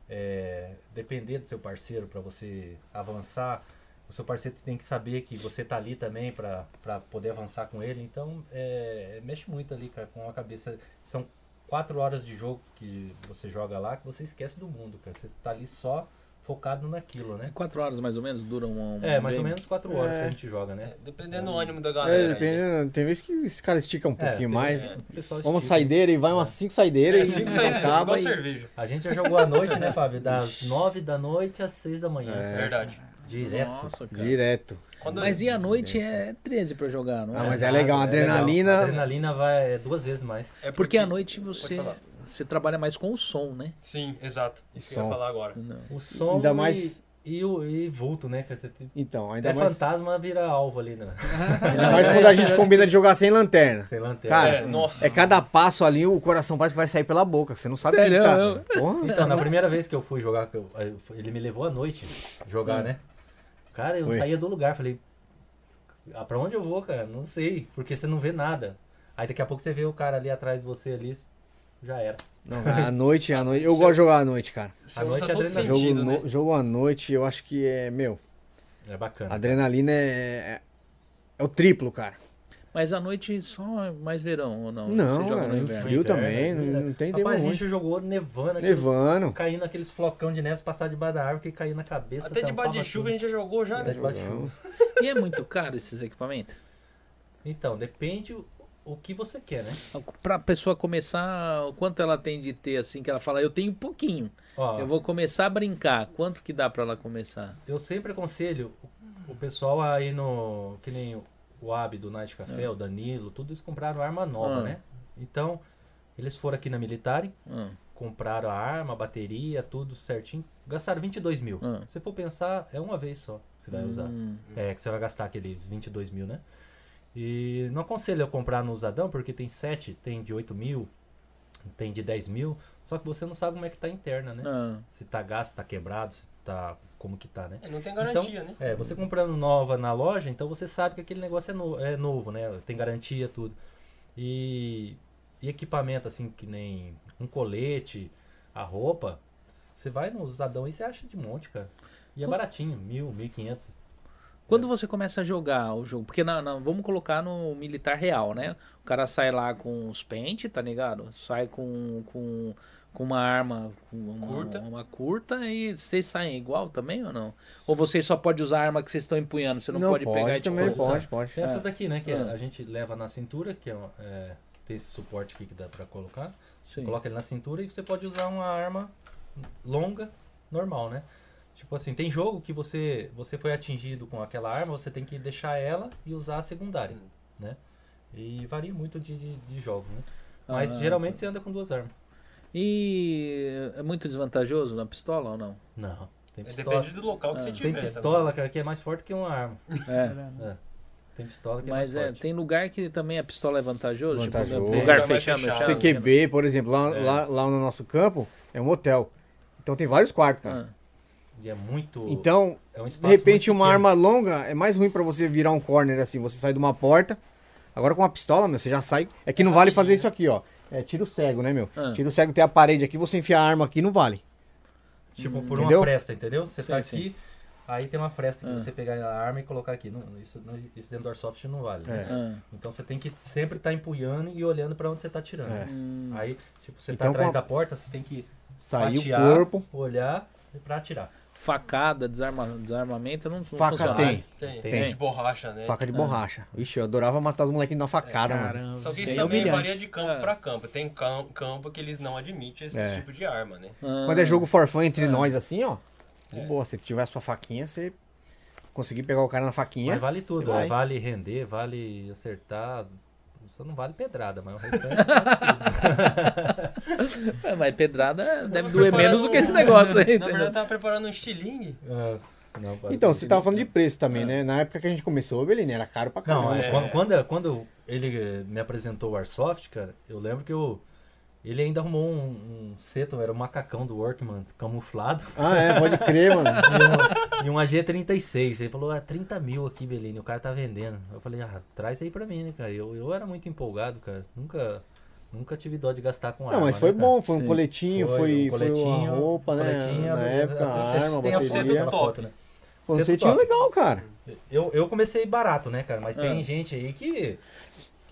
é, depender do seu parceiro para você avançar. O seu parceiro tem que saber que você tá ali também para poder avançar com ele. Então é, mexe muito ali, cara, com a cabeça. São quatro horas de jogo que você joga lá que você esquece do mundo, cara. Você tá ali só focado naquilo, né?
É Quatro horas mais ou menos dura um. um
É, mais ou
game.
menos quatro horas que
É.
a gente joga, né?
Dependendo do ânimo da
É,
galera. aí.
dependendo, tem vezes que esse cara estica um
É, tem-
pouquinho mais.
o pessoal
Vamos
estica.
saideira e vai umas cinco saideiras
É,
e
cinco saídas,
acaba.
igual
e-
cerveja.
A gente já jogou à noite, né, Fábio? Das 9 da noite às 6 da manhã.
É.
É. Verdade.
Direto.
Nossa, cara.
Direto.
Quando
Mas e à noite é 13 pra jogar, não
Ah,
é?
mas é legal, a adrenalina-
A adrenalina vai é duas vezes mais.
é
Porque à noite você,
falar.
você trabalha mais com o som, né?
Sim, exato. Isso que eu ia
Som.
falar agora.
Não.
O som
Ainda
e-
mais-
e, o e vulto, né? cara? Você tem-
Então, ainda
é
Até
mais.
fantasma vira alvo ali, né?
Ainda mais quando a gente combina de jogar sem lanterna.
<laughs> Sem lanterna.
Cara,
É, nossa.
É cada passo ali, o coração parece que vai sair pela boca. Você não sabe o que
Sério,
tá.
eu-
Porra.
Então, na primeira vez que eu fui jogar, que eu- eu fui- ele me levou à noite jogar, né? Cara, eu
Hum. Oi.
saía do lugar, falei, ah, pra onde eu vou, cara? Não sei, porque você não vê nada. Aí daqui a pouco você vê o cara ali atrás de você ali, já era.
Não, cara, à noite, é à noite. Eu gosto de jogar à noite, cara.
Você
à noite
usa
é
todo
adrenalina.
sentido,
Jogo,
né?
no- jogo à noite, eu acho que é. Meu,
É bacana.
a adrenalina é. É o triplo, cara.
Mas à noite só mais verão ou não? é,
Não,
Você joga
cara,
no
no
inverno.
frio
Inverno,
também.
inverno.
Não, não tem tempo
Rapaz, a
ruim.
gente jogou nevando aqui.
Nevando.
Caindo aqueles flocão de neve, passar debaixo da árvore que caiu na cabeça.
Até debaixo de
tampava
chuva a
tudo.
gente já jogou já,
Tá
Até
né?
debaixo tá de chuva.
E é muito caro esses equipamentos?
Então, depende o, o que você quer, né?
Pra pessoa começar, o quanto ela tem de ter, assim, que ela fala, eu tenho pouquinho,
Ó,
eu
eu,
vou começar a brincar. Quanto que dá pra ela começar?
sempre aconselho o, o pessoal aí no. Que nem o- o Ab do Night Café, o Danilo, tudo eles compraram arma nova,
Ah.
né? Então, eles foram aqui na Militar,
Ah,
compraram a arma, a bateria, tudo certinho, gastaram 22 mil.
Ah.
Se for pensar, é uma vez só que você vai usar.
Hum.
É, que você vai gastar aqueles 22 mil, né? E não aconselho eu comprar no usadão, porque tem 7, tem de 8 mil, tem de 10 mil, só que você não sabe como é que tá a interna, né?
Ah.
Se tá gasto, tá quebrado, se tá. como que tá, né?
É, não tem garantia, né?
É, você comprando nova na loja, então você sabe que aquele negócio é, no- é novo, né? Tem garantia, tudo. E, e equipamento, assim, que nem um colete, a roupa, você vai no usadão e você acha de monte, cara. E é
Qu-
baratinho, mil, mil e quinhentos.
Quando você começa a jogar o jogo, porque na, na- vamos colocar no militar real, né? O cara sai lá com os pentes, tá ligado? Sai com, com, com uma arma com uma,
Curta.
uma curta e vocês saem igual também ou não? Ou vocês só pode usar a arma que vocês estão empunhando, você não, pode, pegar e
também
tipo,
pode, pode.
Tem essas daqui, né? Que
Ah.
a gente leva na cintura, que é, uma- é, tem esse suporte aqui que dá pra colocar.
Sim.
Coloca ele na cintura e você pode usar uma arma longa, normal, né? Tipo assim, tem jogo que você, você foi atingido com aquela arma, você tem que deixar ela e usar a secundária,
Hum.
né? E varia muito de, de, de jogo, né?
Ah,
Mas geralmente
tá.
você anda com duas armas.
E é muito desvantajoso na pistola ou não?
Não. Tem pistola,
É, Depende do né? local que
Ah,
você
tem
tiver.
tem
também.
pistola cara, que é mais forte que uma arma.
É.
Tem pistola que
Mas
é mais
é,
forte.
tem lugar que também a pistola é vantajoso,
Vantajoso.
tipo lugar
Lugar mais
fechado,
fechado.
né?
fechado,
CQB, por exemplo, lá,
É.
lá, lá no nosso campo é um hotel. Então tem vários quartos, cara.
Ah,
E é muito...
Então,
é um
de
espaço
repente,
muito
uma
pequeno.
arma longa é mais ruim pra você virar um corner assim. Você sai de uma porta. Agora com uma pistola, meu, você já sai. É que não vale fazer isso aqui, ó. É tiro cego, né, meu?
Ah.
Tiro cego tem a parede aqui, você enfiar a arma aqui, não vale.
Tipo, por
Entendeu?
uma fresta, entendeu? Você tá
Sim,
aqui, aí tem uma fresta que
Ah.
você pegar a arma e colocar aqui. Não, isso, não- isso dentro do Airsoft não vale. né?
É.
ah,
Então você tem que sempre estar empunhando e olhando pra onde você tá tirando.
É.
hum.
Aí, tipo, você
Então,
tá atrás
com a-
da porta, você tem que
Sair
fatiar,
o corpo.
olhar e pra atirar.
facada, desarma, desarmamento, não, não
um
Faca
funciona.
tem.
Tem.
Tem.
tem. De borracha,
É.
né?
Faca de borracha. Vixe, eu adorava matar os molequinhos na facada, mano.
Caramba.
Só que
isso
isso
é
também
humilhante.
varia de campo
É.
pra campo. Tem cam- campo que eles não admitem esse
É.
tipo de arma, né?
Ah,
Quando é jogo forfã entre
É.
nós, assim, ó.
É.
Boa, se tiver a sua faquinha, você conseguir pegar o cara na faquinha.
Mas vale tudo.
Vai.
é, Vale render, vale acertar. Só não vale pedrada, mas o restante vale
<laughs>
tudo.
É, mas pedrada deve
Tava
É doer menos
preparando
do que esse
um-
negócio aí,
<laughs> Na verdade,
entendeu?
eu tava preparando um estilingue.
é. Não, vale
Então,
tudo.
você tava falando de preço também, né? Na época que a gente começou, Belina, era caro pra caramba.
Não, é,
É.
quan- quando, quando ele eh, me apresentou o Airsoft, cara, eu lembro que eu. Ele ainda arrumou um, um seto, era um macacão do Workman camuflado <laughs>
Ah, é, pode
<laughs>
crer, mano.
e um AG36. Ele falou, ah, 30 mil aqui, Belini, o cara tá vendendo. Eu falei, ah, traz aí pra mim, né, cara? Eu, eu era muito empolgado, cara. Nunca, nunca tive dó de gastar com arma.
Não, mas
né,
foi
cara?
bom, foi um
Sim.
coletinho, foi,
um
foi, uma roupa, né?
coletinha,
Na
a-
época,
a-
a
tem
arma,
a foto
bateria.
na foto, né?
Foi um
Seto
setinho
top.
legal, cara.
Eu, eu comecei barato, né, cara? Mas
É.
tem gente aí que,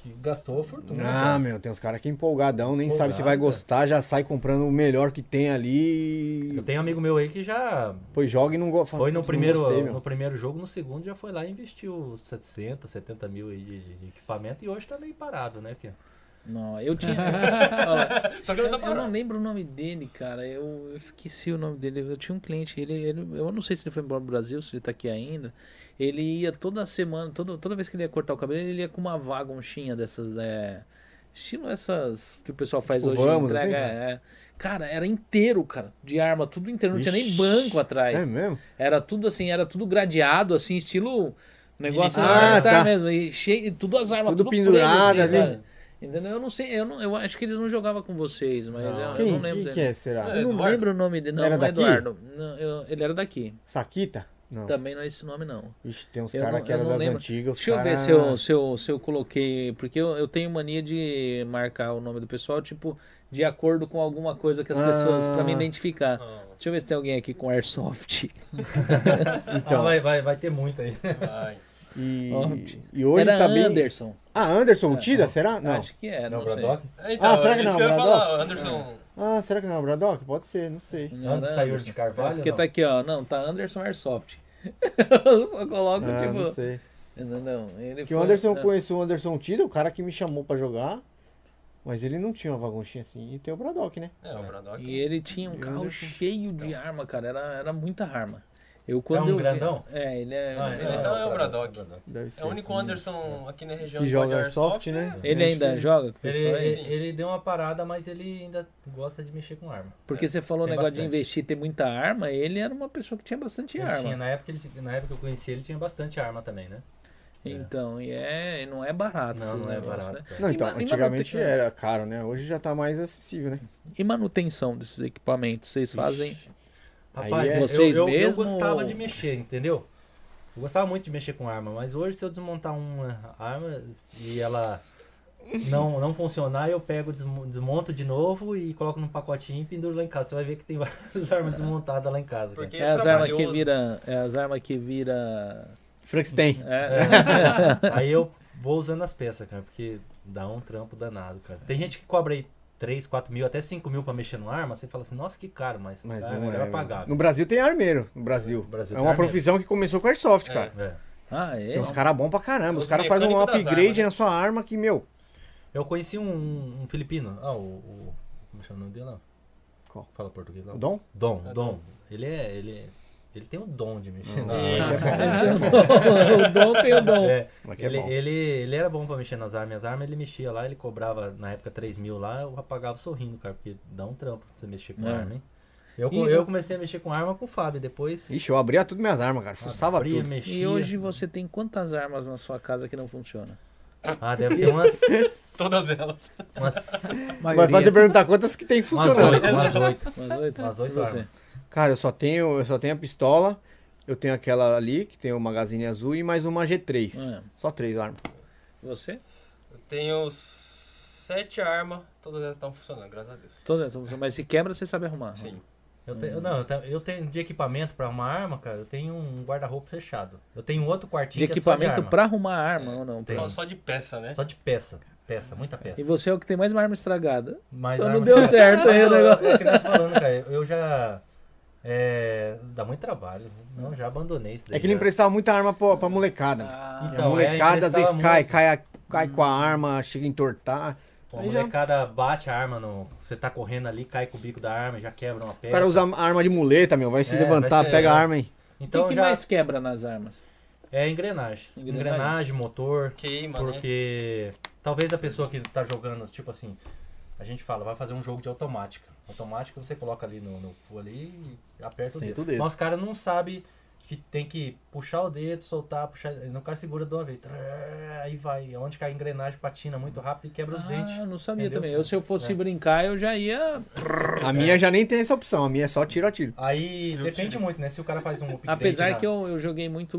que gastou a fortuna.
Ah,
cara.
meu, tem uns caras que empolgadão, nem sabe
Empolgado,
se
é.
vai
cara.
gostar, já sai comprando o melhor que tem ali.
Eu tenho um amigo meu aí que já
Depois joga e não gosta.
foi no primeiro,
Gostei,
no
meu.
primeiro jogo, no segundo já foi lá e investiu 60, 70 mil aí de, de- de equipamento e hoje tá meio parado, né? Que
Não, eu
<laughs>
tinha. Olha,
Só que
eu,
eu não tô
eu não
parando.
lembro o nome dele, cara. Eu eu esqueci o nome dele. Eu tinha um cliente, ele, ele- eu não sei se ele foi embora do Brasil, se ele tá aqui ainda. Ele ia toda semana, toda, toda vez que ele ia cortar o cabelo, ele ia com uma vagonchinha dessas. É, estilo essas que o pessoal faz
Tipo,
hoje.
vamos,
entrega,
assim?
é, é. Cara, era inteiro, cara, de arma, tudo inteiro. Não tinha nem
Ixi,
banco atrás.
É mesmo?
Era tudo assim, era tudo gradeado, assim, estilo negócio
Militar.
militar
Ah, tá.
mesmo. E cheio, tudo as armas,
Tudo
tudo,
pendurado,
preso, assim,
né?
sabe? Entendeu? Eu não sei, eu, não, eu acho que eles não jogavam com vocês, mas
Não.
eu- Ah, eu,
Quem
não lembro
que,
dele.
que é, será?
É.
Eu não
Eduardo?
lembro o nome dele, não,
Era
não é
daqui?
Eduardo. Não, eu- ele era daqui.
Saquita? Não.
Também não é esse nome, não.
Ixi, tem uns
Eu
caras
não-
que
eu
eram
não
das
lembro.
antigas. os
Deixa eu ver
cara-
se eu, se, eu, se eu coloquei. Porque eu, eu tenho mania de marcar o nome do pessoal, tipo, de acordo com alguma coisa que as
Ah.
pessoas. pra me identificar.
Não,
Deixa eu ver se tem alguém aqui com airsoft.
Ah,
Ah,
Então,
vai, vai, vai ter muito aí.
Ah,
vai.
e,
Ótimo.
e hoje
era
tá bem.
Anderson.
Ah, Anderson, o
É.
Tida, será? Não.
Acho que era. Não,
Não,
sei.
Bradock?
Então,
será
será
que
que
não,
isso que eu ia
Braddock?
falar, Anderson.
Ah, será que não é o Braddock? Pode ser, não sei.
Não,
Antes
não,
saiu
Anderson.
de Carvalho.
É porque
não?
tá aqui, ó. Não, tá Anderson Airsoft. <laughs> eu só coloco,
Ah, não
tipo.
sei.
Não, não. Ele
Que
foi-
o Anderson
um
é.
conheceu o Anderson Tida, o cara que me chamou pra jogar. Mas ele não tinha uma vagonchinha assim. E tem o Braddock, né?
É, o Braddock.
E ele tinha um
E
carro
Anderson.
cheio de arma, cara. Era, era muita arma. Eu quando
Então. É um
eu vi-
grandão?
É, ele é.
Ah,
ele
é-
é- então o Braddock.
Deve ser.
É o único Anderson aqui na região
que
de
joga
Padre
soft,
Airsoft,
né?
Ele ainda
Acho que-
joga com o
é Ele, é-
pessoal é aí?
Sim.
ele, ele deu uma parada, mas ele ainda gosta de mexer com arma.
Porque você falou o
tem
negócio de
bastante.
investir ter muita arma, ele era uma pessoa que tinha bastante
Ele
arma.
tinha, né? na, época, ele- na época que eu conheci ele, tinha bastante arma também, né?
Então, e é, não é barato
Não,
esses
não é
negócios,
barato.
né?
cara.
Não,
E
então,
ma- e
antigamente
manute-
era caro, né? Hoje já tá mais acessível, né?
E manutenção desses equipamentos, vocês fazem?
Aí
Rapaz,
é-
eu-
Vocês
eu, eu,
mesmo
gostava
ou-
de mexer, entendeu? Eu gostava muito de mexer com arma, mas hoje se eu desmontar uma arma e ela não, não funcionar, eu pego, desmo- desmonto de novo e coloco num pacotinho e penduro lá em casa. Você vai ver que tem <laughs> várias armas desmontadas lá em casa. cara.
Porque
É as armas que
trabalhoso.
vira, é as armas que vira,
Franks
Uhum.
tem.
é,
Aí eu vou usando as peças, cara, porque dá um trampo danado, cara. Tem gente que cobra aí 3, 4 mil, até 5 mil pra mexer numa arma, você fala assim, nossa, que caro, mas,
Mas
cara,
não
Ah, melhor
é,
pagar.
No Brasil tem armeiro, no Brasil.
No Brasil
é
tem
uma
armeiro.
profissão que começou com airsoft,
É.
cara.
É.
ah, é.
Tem <laughs> uns caras bons pra caramba. Os,
Os
caras fazem um
mecânicos das
upgrade
armas, né?
na sua arma que, meu.
Eu conheci um, um- um filipino. Ah, o, o. Como chama o nome dele lá?
Qual?
Fala português lá.
O Dom?
Dom,
É,
Dom. Ele é. Ele, ele tem o dom de
Hum.
mexer na
Ih,
arma.
<laughs>
<laughs>
o dom tem o dom.
Ah, É,
Mas que é
ele,
bom.
ele, ele era bom pra mexer nas armas. Minhas armas ele mexia lá, ele cobrava na época 3 mil lá, eu apagava sorrindo, cara, porque dá um trampo você mexer com
É.
arma, hein? Eu,
E-
eu comecei a mexer com arma com o Fábio, depois.
Ixi, eu abria tudo minhas armas, cara. Fuçava
abria,
tudo.
mexia.
E hoje você tem quantas armas na sua casa que não funciona?
Ah, deve ter umas.
<laughs>
Todas elas.
umas.
Vai fazer perguntar quantas que tem
umas
funcionando.
oito, umas oito.
Umas oito?
Umas oito
E você?
Cara, eu só tenho, eu só tenho a pistola. Eu tenho aquela ali, que tem o magazine azul, e mais uma G3.
É.
Só três armas.
Você?
Eu tenho sete armas, todas elas estão funcionando, graças a Deus.
Todas, mas se quebra, você sabe arrumar.
Sim.
Eu tenho, não, eu tenho- eu tenho de equipamento pra arrumar arma, cara, eu tenho um guarda-roupa fechado. Eu tenho outro
De
quartinho que é só
equipamento
arma. É,
pra arrumar a arma ou não?
Só,
Tem.
só de peça, né?
Só de peça, peça, muita peça.
E você é o que tem mais arma estragada.
Mas
Então não
arma-
deu certo aí
Mas
o
eu-
negócio.
É que eu tô falando, cara, eu já... é, dá muito trabalho, não, já abandonei isso daí.
É que ele
já.
emprestava muita arma pra, pra molecada. meu.
Ah,
a
Então, é,
molecada às vezes
emprestava
cai,
muito. Hum.
cai, a- cai com a arma, chega a entortar.
Pô, a
Aí já-
molecada bate a arma, no, você tá correndo ali, cai com o bico da arma, já quebra uma
O
peça.
cara usa a arma de muleta, meu. Vai se
É,
levantar,
vai ser-
pega a arma, hein?
o
Então
que
já
mais quebra nas armas?
é engrenagem.
Engrenagem.
Engrenagem, motor,
Queima, né?
porque talvez a pessoa que tá jogando, tipo assim, a gente fala, vai fazer um jogo de automática. Automática você coloca ali no, no full ali e aperta o
Senta
dedo.
o dedo.
Mas os caras não sabem que tem que puxar o dedo, soltar, puxar. No cara segura de uma vez. trrr, Aí vai. É Onde cai a engrenagem, patina muito rápido e quebra os
Ah,
dentes.
não sabia
entendeu?
também. Eu, se eu fosse
É.
brincar, eu já ia
A minha já nem tem essa opção. A minha é só tiro a tiro.
Aí
Eu
depende
tive-
muito, né? Se o cara faz um upgrade.
<laughs> Apesar
na-
que eu, eu joguei muito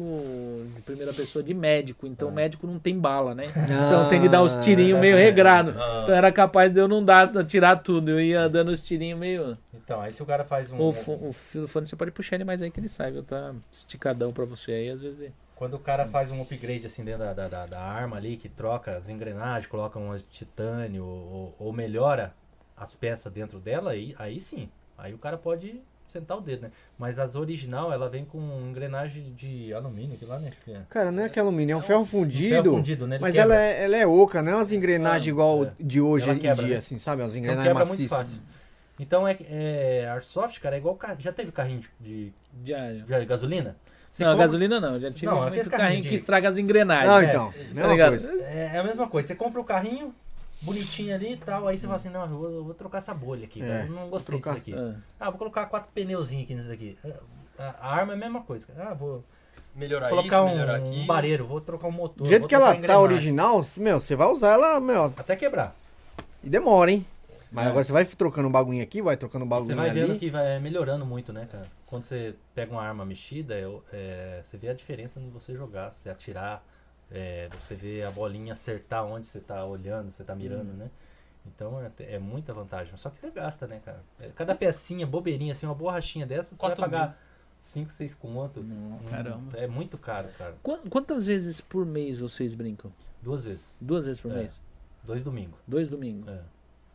de primeira pessoa de médico, então
Ah.
médico não tem bala, né?
Ah,
Então tem de dar os tirinhos meio
é.
regrado.
Ah.
Então era capaz de eu não dar, tirar tudo. Eu ia dando os tirinhos meio.
Então, aí se o cara faz um.
O, fo- o fone você pode puxar ele mais aí que ele sai, viu? Tá esticadão pra você aí, às vezes.
Quando o cara faz um upgrade assim dentro da, da, da- da arma ali, que troca as engrenagens, coloca umas de titânio ou, ou melhora as peças dentro dela, aí, aí sim. Aí o cara pode sentar o dedo, né? Mas as original, ela vem com engrenagem de alumínio, que lá, né? Que é
Cara, não é que é alumínio, é um ferro fundido.
ferro fundido, né? Ele
Mas
quebra.
ela é, ela é oca, não é umas engrenagens
Ah,
igual
é.
de hoje
Ela
em
quebra,
dia,
né?
assim, sabe? Umas
então
engrenagens
quebra muito
maciças.
fácil. Então é, é Airsoft, cara, é igual carro. Já teve carrinho de,
Diário.
de gasolina? Você
Não, a
compra-
gasolina não. eu Já tive
Não, é
muito
aqueles
carrinho,
carrinhos
que
de-
estraga as engrenagens.
Não,
É,
então.
tá
mesma
ligado?
coisa.
É a mesma coisa, você compra o carrinho bonitinho ali e tal, aí você fala assim, não, eu vou, eu vou trocar essa bolha aqui,
É,
cara, eu não gostei
trocar. É.
disso aqui.
Ah.
Ah, vou colocar quatro pneuzinhos aqui nisso daqui. Ah, A, a arma é a mesma coisa, cara. Ah, vou
Melhorar
colocar um,
isso, melhorar aqui.
um bareiro, vou trocar um motor.
Do jeito
vou
que
trocar
ela
a
tá
engrenagem.
original, meu, você vai usar ela, meu,
Até quebrar.
e demora, hein? Mas
É.
agora você vai trocando um bagulho aqui, vai trocando um
Você
bagulho
vai vendo
ali.
que vai melhorando muito, né, cara? Quando você pega uma arma mexida, eu- é, você vê a diferença no você jogar, você atirar, é, você vê a bolinha acertar onde você tá olhando, você tá
Uhum.
mirando, né? Então é, é muita vantagem. Só que você gasta, né, cara? É, Cada pecinha, bobeirinha, assim, uma borrachinha dessa, você
Quatro
vai pagar 5, 6 conto. Hum,
Caramba.
É muito caro, cara.
Quan- Quantas vezes por mês vocês brincam?
Duas vezes.
Duas vezes por
É.
mês?
Dois domingos.
Dois domingos.
É.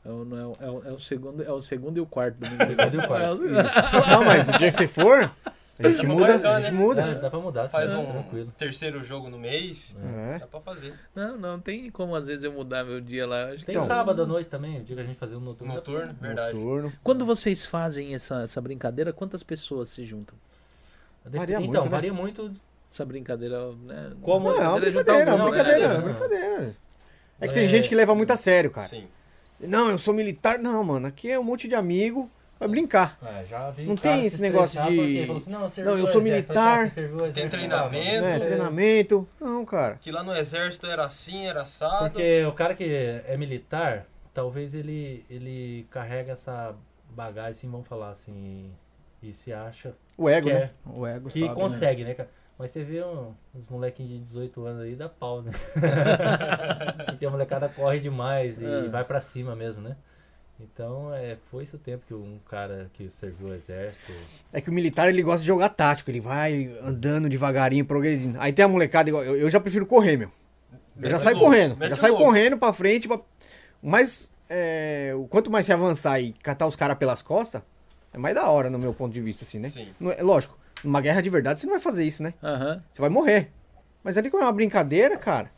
É o, não é o- é o- é o segundo, é o segundo e o quarto domingo.
<laughs> Segundo e o quarto.
É o-
Não, mas o dia que você for, a
<laughs>
gente
Vamos
muda,
marcar,
a gente
né?
muda.
Dá, dá pra mudar,
Faz
né?
sim, É,
um
tranquilo.
terceiro jogo no mês.
É.
Dá pra fazer.
Não, não tem como às vezes eu mudar meu dia lá. Eu acho que-
Tem
Então-
sábado à noite também, o dia que a gente fazer um noturno.
Noturno, verdade.
Noturno.
Quando vocês fazem essa, essa brincadeira, quantas pessoas se juntam?
Dep-
Varia muito,
então,
né?
varia muito.
Essa brincadeira, né?
Como-
Não, é uma brincadeira, é uma brincadeira, é uma brincadeira. É que tem
né? É.
gente que leva muito a sério, cara.
Sim.
Não, eu sou militar. Não, mano, aqui é um monte de amigo. Vai brincar.
Ah, já vi
Não
cara
tem
se
esse negócio
estressar
de-
porque falou assim, não, servi
Não, eu
o
sou
exército.
militar.
é, Falei, "Cara, você serviu o exército?"
treinamento.
Não,
É,
não, não.
treinamento. Não, cara.
Que lá no exército era assim, era assado.
Porque o cara que é militar, talvez ele, ele carrega essa bagagem, assim, vamos falar assim, e se acha
O ego,
que,
né?
é,
O ego
que
sobe, né?
consegue, né, cara? Mas você vê um- uns molequinhos de 18 anos aí, dá pau, né?
<laughs>
Porque a molecada corre demais e
É.
Ah.
vai pra cima mesmo, né? Então, é, foi esse o tempo que um cara que serviu o exército...
É que o militar ele gosta de jogar tático. Ele vai andando devagarinho, progredindo. Aí tem a molecada igual. Eu, eu já prefiro correr, meu. Eu já
Mete
saio
louco,
correndo.
mete
já saio
louco.
correndo pra frente. Pra... Mas é, o quanto mais se avançar e catar os caras pelas costas, é mais da hora, no meu ponto de vista, assim, né?
Sim.
Não é- lógico, numa guerra de verdade você não vai fazer isso, né?
Aham.
Você vai morrer. Mas ali como é uma brincadeira, cara.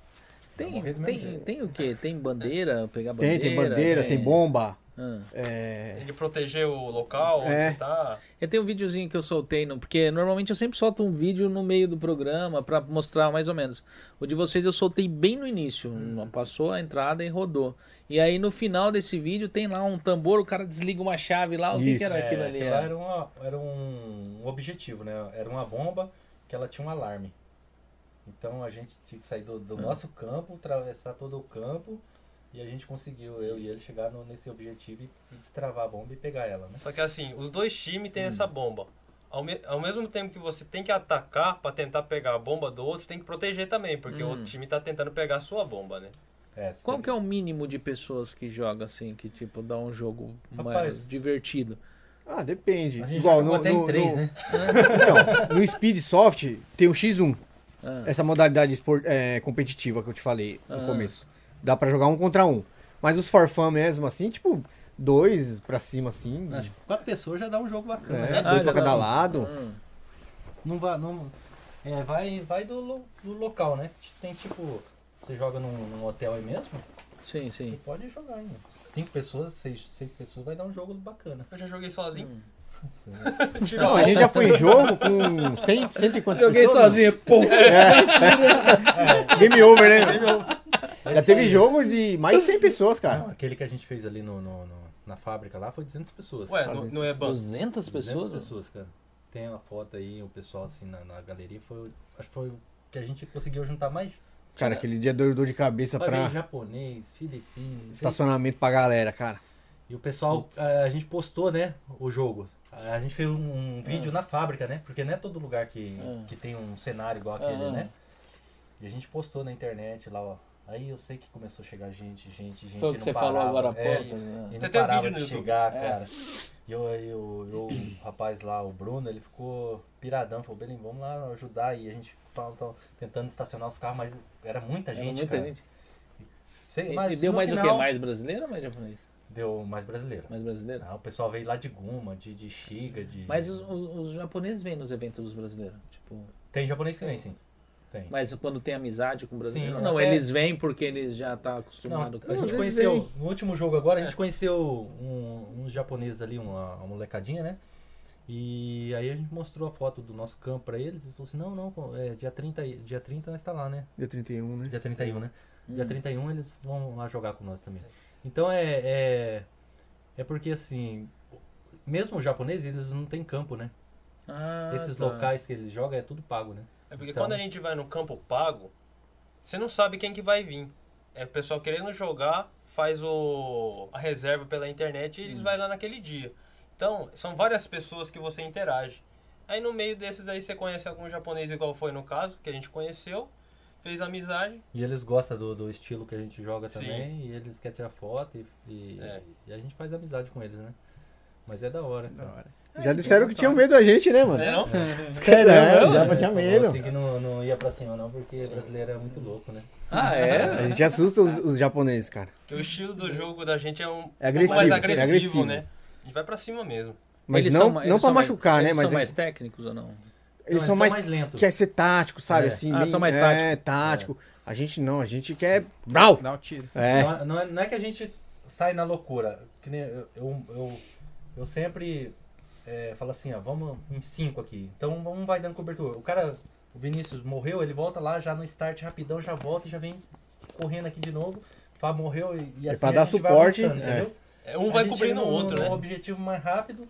Tem,
morrer do É mesmo
tem,
jeito.
tem o quê? Tem bandeira? Pegar
Tem,
bandeira?
tem bandeira, tem bomba.
Ah.
É...
Tem de proteger o local onde
É.
você tá.
Eu tenho um videozinho que eu soltei, no- porque normalmente eu sempre solto um vídeo no meio do programa pra mostrar mais ou menos. O de vocês eu soltei bem no início,
Hum.
passou a entrada e rodou. E aí no final desse vídeo tem lá um tambor, o cara desliga uma chave lá, o que, que
Isso.
era aquilo ali?
É,
É.
aquilo lá
Era?
Era, uma- era um objetivo, né? Era uma bomba que ela tinha um alarme. Então a gente tinha que sair do, do nosso campo, atravessar todo o campo e a gente conseguiu, eu e ele, chegar no- nesse objetivo e, e destravar a bomba e pegar ela, né?
Só que assim, os dois times têm essa bomba. Ao, me- ao mesmo tempo que você tem que atacar pra tentar pegar a bomba do outro, você tem que proteger também, porque o outro time tá tentando pegar a sua bomba, né?
É, você
Qual
tem
que é o mínimo de pessoas que joga assim, que tipo dá um jogo mais
Rapaz,
divertido?
Ah, depende.
A gente
Igual
já jogou
no,
até
no,
em três,
no,
né?
<laughs> não, no Speed Soft tem o X1.
Ah.
Essa modalidade espor- é, competitiva que eu te falei no
Ah.
começo. Dá pra jogar um contra um. Mas os farfã mesmo, assim, tipo, dois pra cima, assim.
Acho que quatro pessoas já dá um jogo bacana,
É,
né?
Ah,
dois
já
pra
dá
cada
um.
lado.
Não vai. Não, é, vai vai do, lo- do local, né? Tem tipo. Você joga num, num hotel aí mesmo?
Sim,
Você
sim.
pode jogar ainda. Cinco pessoas, seis, seis pessoas, vai dar um jogo bacana.
Eu já joguei sozinho.
<laughs>
Não, a gente já foi em jogo com 100, 100 e quantas
Joguei
pessoas.
sozinho, pô.
É,
É,
sozinho. <laughs> Game over, né? Já teve jogo de mais de
<laughs>
100 pessoas,
Não,
cara.
aquele que a gente fez ali no, no- no- na fábrica lá foi 200 pessoas.
Ué, não, não é ban.
200
200
pessoas? né?
pessoas, cara. Tem uma foto aí, o pessoal assim na, na galeria. Foi, acho que foi o que a gente conseguiu juntar mais.
Cara, aquele dia deu dor de cabeça
Vai ver
pra
japonês, filipino.
estacionamento pra galera, cara.
E o pessoal, a, a gente postou, né, o jogo. A, a gente fez um, um
É.
vídeo na fábrica, né? Porque não é todo lugar que,
Ah.
que tem um cenário igual aquele,
Ah.
né? E a gente postou na internet lá, ó. Aí eu sei que começou a chegar gente, gente, gente.
Foi o que
não
você falou
parava.
agora há
É,
pouco. né?
E
Tem
não
até
parava
vídeo no
de
YouTube.
chegar,
É.
cara. E eu, eu, eu- o rapaz lá, o Bruno, ele ficou piradão. Falou, Belim, vamos lá ajudar. E a gente tava, tava tentando estacionar os carros, mas era muita
Era
gente,
muita
cara.
gente.
Sei,
E-
mas
e deu
no
mais o
final,
quê? Mais brasileiro ou mais japonês?
Deu mais brasileiro.
Mais brasileiro?
Ah, o pessoal veio lá de Guma, de, de Shiga, de...
Mas os, os- os japoneses vêm nos eventos dos brasileiros. Tipo,
Tem japonês que vem, sim. Tem.
mas quando tem amizade com o brasileiro.
Sim,
não,
até-
eles vêm porque eles já tá
Não,
acostumado com
a
a
gente
gente.
conheceu, no último jogo agora, a
É.
gente conheceu um- uns japoneses ali, uma, uma molecadinha, né? E aí a gente mostrou a foto do nosso campo pra eles e falou assim, não, não, co- é, dia 30, aí- dia 30 nós tá lá, né?
Dia 31, né?
Dia 31, né? Dia
Hum.
31 eles vão lá jogar com nós também. Então é, é, é porque assim, mesmo os japoneses, eles não têm campo, né?
Ah,
Esses
tá.
locais que eles jogam é tudo pago, né?
É porque
Então.
quando a gente vai no campo pago, você não sabe quem que vai vir. É o pessoal querendo jogar, faz o a reserva pela internet e
Hum.
eles vai lá naquele dia. Então, são várias pessoas que você interage. Aí no meio desses aí você conhece algum japonês igual foi no caso, que a gente conheceu, fez amizade.
E eles gostam do, do estilo que a gente joga
Sim.
também, e eles querem tirar foto, e, e,
É.
e a gente faz amizade com eles, né? Mas é da hora.
Da hora.
Já disseram que tinham medo da gente, né, mano?
É.
Né não?
<laughs> Sério? né?
cara.
já
É,
tinha
falou
medo.
Assim que não, não ia pra cima não, porque brasileiro é muito louco, né?
Ah,
A
é?
gente assusta os, os japoneses, cara.
<laughs> Porque o estilo do jogo da gente é um
É
pouco mais
agressivo, é
agressivo,
agressivo.
né? A gente vai pra cima mesmo.
Mas
Eles
não,
são mais-
não
eles
pra
são mais-
machucar, né?
Eles
Mas
são
é-
mais técnicos ou não?
eles
Não,
são mais...
lentos.
Quer ser tático, sabe?
É.
Assim,
Ah,
bem-
são mais
É,
tático.
tático. A gente não, a gente quer... Brau!
Dá o tiro.
É.
Não, não é, não é que a gente sai na loucura. Que nem eu, eu, eu, eu sempre é, fala assim, ó, vamos em cinco aqui. Então um vai dando cobertura. O cara, o Vinícius morreu, ele volta lá já no start rapidão, já volta e já vem correndo aqui de novo. Fá morreu e, e assim
É pra
a
dar
gente vai
suporte,
avançando,
é.
entendeu?
É, Um
A
vai
gente
cobrindo o
chega num-
outro,
num
né?
objetivo mais rápido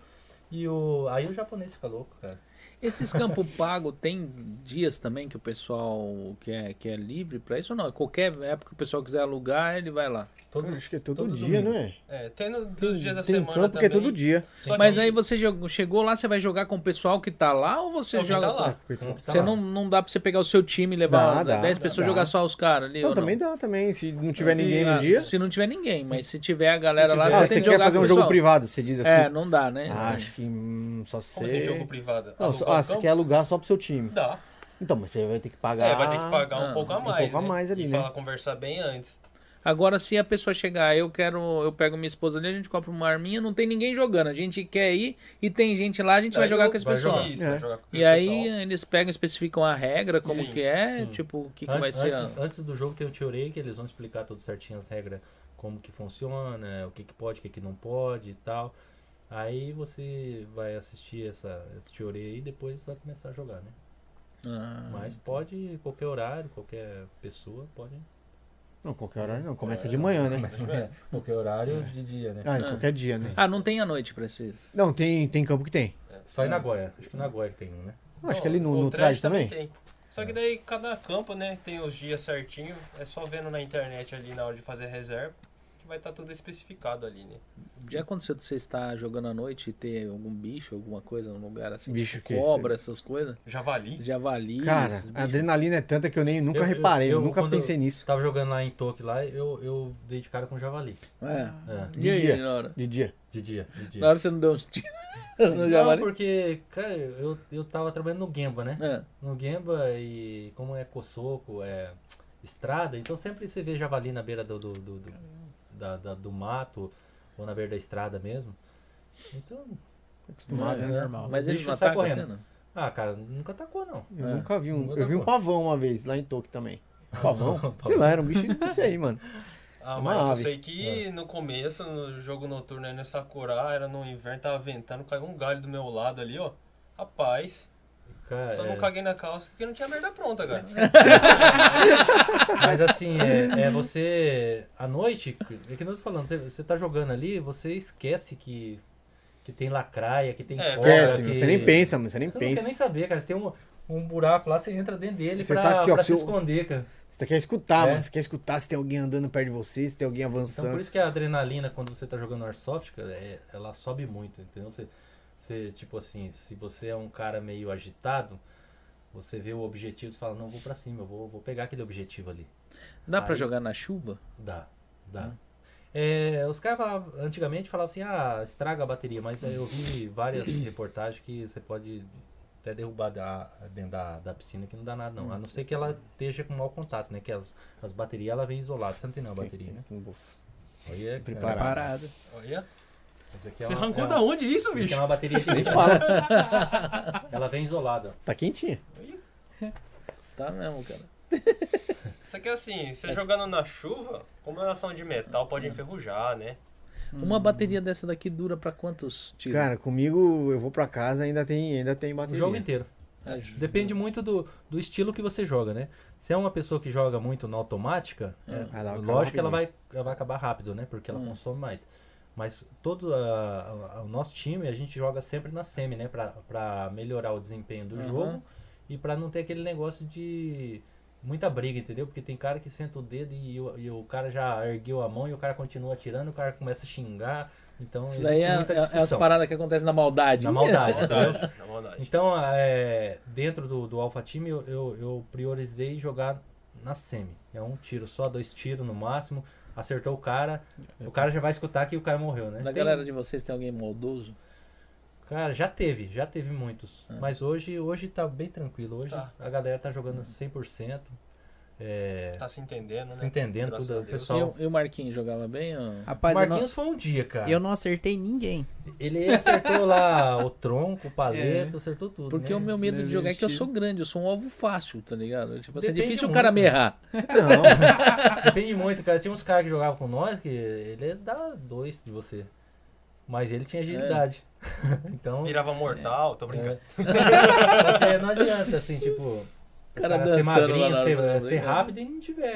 e o aí o japonês fica louco, cara.
Esses campo pago tem dias também que o pessoal que é, que é livre pra isso ou não? Qualquer época que o pessoal quiser alugar, ele vai lá.
Todos,
Acho que é todo, dia,
domingo.
né?
É, tem no, dos dias da
Tem
semana
campo que
também.
é todo dia.
Só que
Mas aí você jog- chegou lá, você vai jogar com o pessoal que tá lá ou você
Não, quem
joga
tá
com-
lá.
Então,
Como que tá
Você
lá?
não, não dá pra você pegar o seu time e levar
Dá, dá,
10
dá,
pessoas e
dá.
jogar só os caras ali?
Não,
ou
também dá também. Se não tiver ninguém
Ah,
no dia.
Se não tiver ninguém, mas se tiver a galera
Se
lá,
tiver-
você
Ah,
tem
Ah,
você
que
quer
jogar
fazer
com
um
o
jogo
pessoal.
privado, você diz assim.
É, não dá, né?
Ah, Acho que hum, só se
Como assim, jogo
você.
privado?
Não,
Alugar
só-
o
ah, você
campo?
quer alugar só pro seu time.
Dá.
Então, mas você vai ter que pagar.
É, vai ter que pagar
Ah,
um pouco a
um
mais.
pouco a
né?
mais ali,
e
né?
falar, conversar bem antes.
Agora, se a pessoa chegar, eu quero, eu pego minha esposa ali, a gente compra uma arminha, não tem ninguém jogando. A gente quer ir e tem gente lá, a gente vai
Aí
jogar
eu-
com esse
vai
pessoal.
jogar.
Isso, vai
É.
jogar com
E
o
aí
pessoal.
eles pegam, especificam a regra, como
Sim,
que é,
sim.
tipo, o que, que
An-
vai ser. a-
antes, antes do jogo tem o Tiorei, que eles vão explicar tudo certinho as regras, como que funciona, o que, que pode, o que, que não pode e tal. Aí você vai assistir essa, esse Tiorei aí e depois vai começar a jogar, né?
Ah.
Mas pode, qualquer horário, qualquer pessoa pode.
Não, qualquer horário não. Começa
É.
de manhã,
é,
né?
<laughs>
qualquer horário de dia, né?
Ah, em qualquer dia,
É.
né?
Ah, não tem à noite pra vocês.
Não, tem, tem campo que tem.
Só em Nagoya. Acho que Nagoya que tem um, né?
Ah, Acho
Não,
que ali
o
no, no traje também.
tem. Só que daí cada campo, né, tem os dias certinho. É só vendo na internet ali na hora de fazer reserva que vai estar tudo especificado ali, né?
Já aconteceu de você estar jogando à noite e ter algum bicho, alguma coisa, num lugar assim,
Bicho
tipo
que
cobra, essas coisas?
Javali.
Javali,
Cara,
esses
a
bichos.
adrenalina é tanta que eu nem nunca
Eu- eu-
reparei,
eu-
nunca
quando
pensei nisso.
Tava jogando lá em Tóquio lá, eu, eu dei de cara com javali.
É.
É,
E
De
aí,
dia.
na hora?
De dia.
de dia, de dia.
Na hora você <laughs> não deu uns tiros no
Não,
javali?
porque, cara, eu, eu tava trabalhando no Gemba, né?
É.
no Gemba e como é Cosoco, é estrada, então sempre você vê javali na beira do, do, do, do, da- da- do mato ou na beira da estrada mesmo. Então,
Acostumado,
É,
né?
normal.
Mas
O
eles
bicho
não
sai
atacam você,
correndo.
não?
ah, cara, nunca atacou não.
Eu
É.
nunca vi um.
Nunca
Eu vi um
tacou.
pavão uma vez, lá em Tóquio também. Pavão?
Ah, Pavão.
Sei lá, era um bicho desse aí, mano.
Ah,
Uma
mas eu
ave. É.
sei que no começo, no jogo noturno aí no Sakura, era no inverno, tava ventando, caiu um galho do meu lado ali, ó. Rapaz,
Cara,
só
é,
não caguei na calça porque não tinha merda pronta, cara.
<laughs> Mas assim, é, é você. À noite, é que eu tô falando, você, você tá jogando ali, você esquece que, que tem lacraia, que tem
É,
cobra,
Esquece,
que-
mano. Você nem pensa, mano. Você nem
Você não quer
pensa.
nem saber, cara. Você tem um, um buraco lá, você entra dentro dele
Você
pra,
tá aqui, ó,
pra se
seu-
esconder, cara.
Você quer escutar,
É.
mano. Você quer escutar se tem alguém andando perto de você, se tem alguém
Então por
avançando.
isso que a adrenalina quando você tá jogando Airsoft, cara, é- ela sobe muito, entendeu? Você, você, tipo assim, se você é um cara meio agitado, você vê o objetivo e fala, não, eu vou pra cima, eu vou, vou pegar aquele objetivo ali.
Dá pra
Aí-
jogar na chuva?
Dá, dá. É, os caras falavam- antigamente falavam assim, ah, estraga a bateria, mas eu vi várias reportagens que você pode até derrubar da, dentro da, da piscina que não dá nada não. A não ser que ela esteja com mau contato, né? Que as, as baterias ela vem isolada, você não tem não a bateria, né?
Não vou se
Aí é,
Preparado.
Parado.
Olha.
Essa aqui é
Você
uma-
arrancou
é
da
uma-
onde isso,
Tem
bicho?
uma bateria de lixo,
Fala,
ela vem isolada.
tá quentinha.
Tá mesmo, cara.
Isso aqui é assim, você jogando na chuva, como elas são de metal,
É.
pode enferrujar, né?
Uma bateria dessa daqui dura pra quantos tiros?
Cara, comigo eu vou pra casa ainda tem, ainda tem
O
bateria.
jogo inteiro.
Ah, ju-
Depende muito do, do estilo que você joga, né? Se é uma pessoa que joga muito na automática, é,
Ah, ela acaba
lógico que ela
rapidinho.
vai, ela vai acabar rápido, né? Porque ela
Hum.
consome mais. Mas todo a- a- o nosso time, a gente joga sempre na semi, né? Pra, pra melhorar o desempenho do
Uhum.
jogo e pra não ter aquele negócio de muita briga, entendeu? Porque tem cara que senta o dedo e, o- e o cara já ergueu a mão e o cara continua atirando, o cara começa a xingar. Então,
Isso
existe
daí é,
muita
é- é as né?
discussão.
paradas que acontecem na maldade.
Na maldade.
Na maldade, na maldade.
Então, é, dentro do, do Alpha Team, eu, eu, eu priorizei jogar na semi. É um tiro só, dois tiros no máximo. Acertou o cara, o cara já vai escutar que o cara morreu, né?
Na
Tem-
galera de vocês tem alguém maldoso?
Cara, já teve, já teve muitos.
Ah.
Mas hoje, hoje tá bem tranquilo. Hoje
É. Tá.
a galera tá jogando 100%. É,
Tá se entendendo, né?
se entendendo,
Graças
tudo,
a
o
Deus.
E
pessoal.
o, e o Marquinhos jogava bem? Ou...
Rapaz, eu não,
Marquinhos foi um dia, cara.
eu não acertei ninguém.
Ele acertou lá o tronco, o paleto, acertou tudo.
É. Porque
né?
o meu medo de
Deve
jogar é que eu
existir.
sou grande, eu sou um alvo fácil, tá ligado? Tipo assim, é
Depende
difícil o cara
muito.
me errar.
<laughs>
Não, é
é Depende muito, cara. Tinha uns caras que jogavam com nós que ele dá dois de você. Mas ele tinha agilidade.
É.
<laughs> então.
Virava mortal, tô brincando.
É, não adianta,
<laughs>
assim, tipo. O
tá Cara
cara, ser
dançando lá
magrinho,
na
ser, é,
hora do
ser
desenho, né?
rápido e não tiver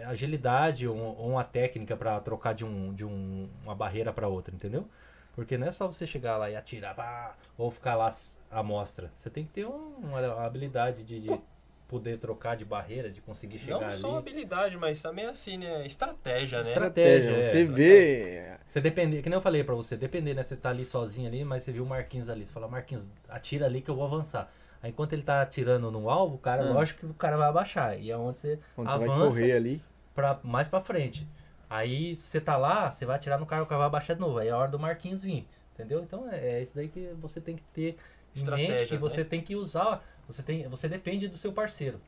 é, agilidade ou, ou uma técnica pra trocar de, um, de um- uma barreira pra outra, entendeu? Porque não é só você chegar lá e atirar pá, ou ficar lá s- à mostra. Você tem que ter um- uma, habilidade de, de poder trocar de barreira, de conseguir chegar
Não
ali.
só habilidade, mas também assim, né? Estratégia, né?
Estratégia, é,
Você
estratégia.
vê.
Você depender, que nem eu falei pra você, depender, né? Você tá ali sozinho ali, mas você viu o Marquinhos ali. Você fala, Marquinhos, atira ali que eu vou avançar. Aí enquanto ele tá atirando no alvo, o cara,
Ah.
lógico que o cara vai abaixar. E é onde você
Quando você vai
avança
correr ali.
pra, mais pra frente. Aí você tá lá, você vai atirar no cara, o cara vai abaixar de novo. Aí é a hora do Marquinhos vir. Entendeu? Então é, é isso daí que você tem que ter em mente,
Estratégias,
que você
né?
tem que usar. Você, tem, você depende do seu parceiro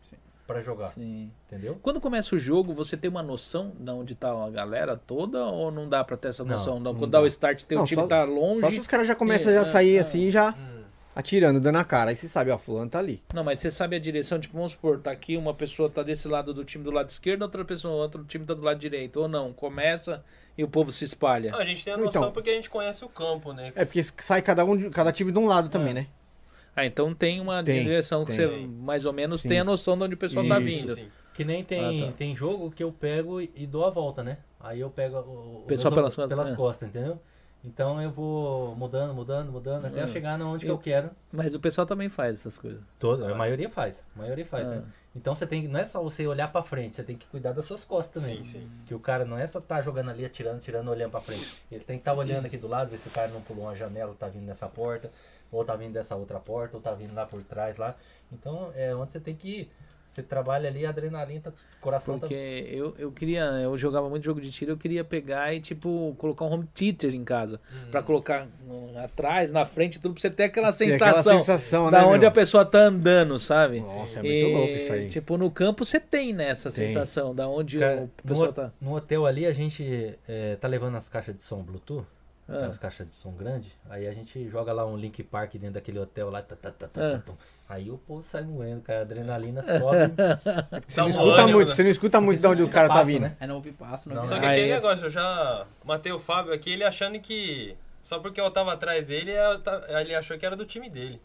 pra jogar.
Sim.
Entendeu?
Quando começa o jogo, você tem uma noção de onde tá a galera toda ou não dá pra ter essa
Não,
noção? Não,
não
Quando dá o start, teu
Não,
time
só-
tá
Um
Só se
longe.
os caras já começam
É,
já
é,
a sair
é.
assim, já
Hum.
atirando, dando a cara. Aí você sabe, ó, fulano tá ali.
Não, mas você sabe a direção, tipo, vamos supor, tá aqui, uma pessoa tá desse lado do time do lado esquerdo, outra pessoa, outro time tá do lado direito. Ou não, começa e o povo se espalha.
Ah, a gente tem a
Então.
noção porque a gente conhece o campo, né?
É porque sai cada um, de- cada time de um lado também,
É.
né?
Ah, então tem uma
Tem,
direção que
tem.
você mais ou menos
Sim.
tem a noção de onde o pessoal tá
Isso,
vindo.
sim.
Que nem tem,
Ah, tá.
tem jogo que eu pego e e dou a volta, né? Aí eu pego o, o
Pessoal
meus-
pelas costas, né?
costas, entendeu? Então eu vou mudando, mudando, mudando, até
Ah.
eu chegar na onde
Eu-
que eu quero.
Mas o pessoal também faz essas coisas.
é.
Todo, a maioria faz, a maioria faz,
Ah.
né? Então você tem, não é só você olhar pra frente, você tem que cuidar das suas costas também.
Sim, sim.
Que o cara não é só tá jogando ali, atirando, atirando, olhando pra frente. Ele tem que estar olhando aqui do lado, ver se o cara não pulou uma janela, tá vindo nessa porta, ou tá vindo dessa outra porta, ou tá vindo lá por trás lá. Então é onde você tem que ir. Você trabalha ali, a adrenalina, tá- o coração
Porque
tá-
eu, eu queria, eu jogava muito jogo de tiro, eu queria pegar e, tipo, colocar um home theater em casa. Pra colocar hum, atrás, na frente, tudo, pra você ter aquela
Tem
sensação,
aquela sensação,
da
né?
onde
meu?
a pessoa tá andando, sabe?
Nossa, é
E,
muito louco isso aí.
Tipo, no campo você tem, né, essa
Tem.
sensação da onde
um,
Cara,
o
no,
pessoal
ho-
tá.
no hotel ali a gente eh, tá levando as caixas de som Bluetooth,
Ah.
tem as caixas de som grande, aí a gente joga lá um Link Park dentro daquele hotel lá, tá, tá, tá, tá,
Ah.
tá, tum. aí o povo sai moendo, cara, a
<laughs>
adrenalina sobe.
Você não
Dá um
escuta
ânimo,
muito,
né?
você não escuta muito de onde o cara tá
Fácil,
vindo.
né?
Aí não ouvi passo, não,
Não,
ouvi
Só
nada.
que
Ah,
aquele
é.
negócio, eu já matei o Fábio aqui, ele achando que. Só porque eu tava atrás dele, eu ta- ele achou que era do time dele.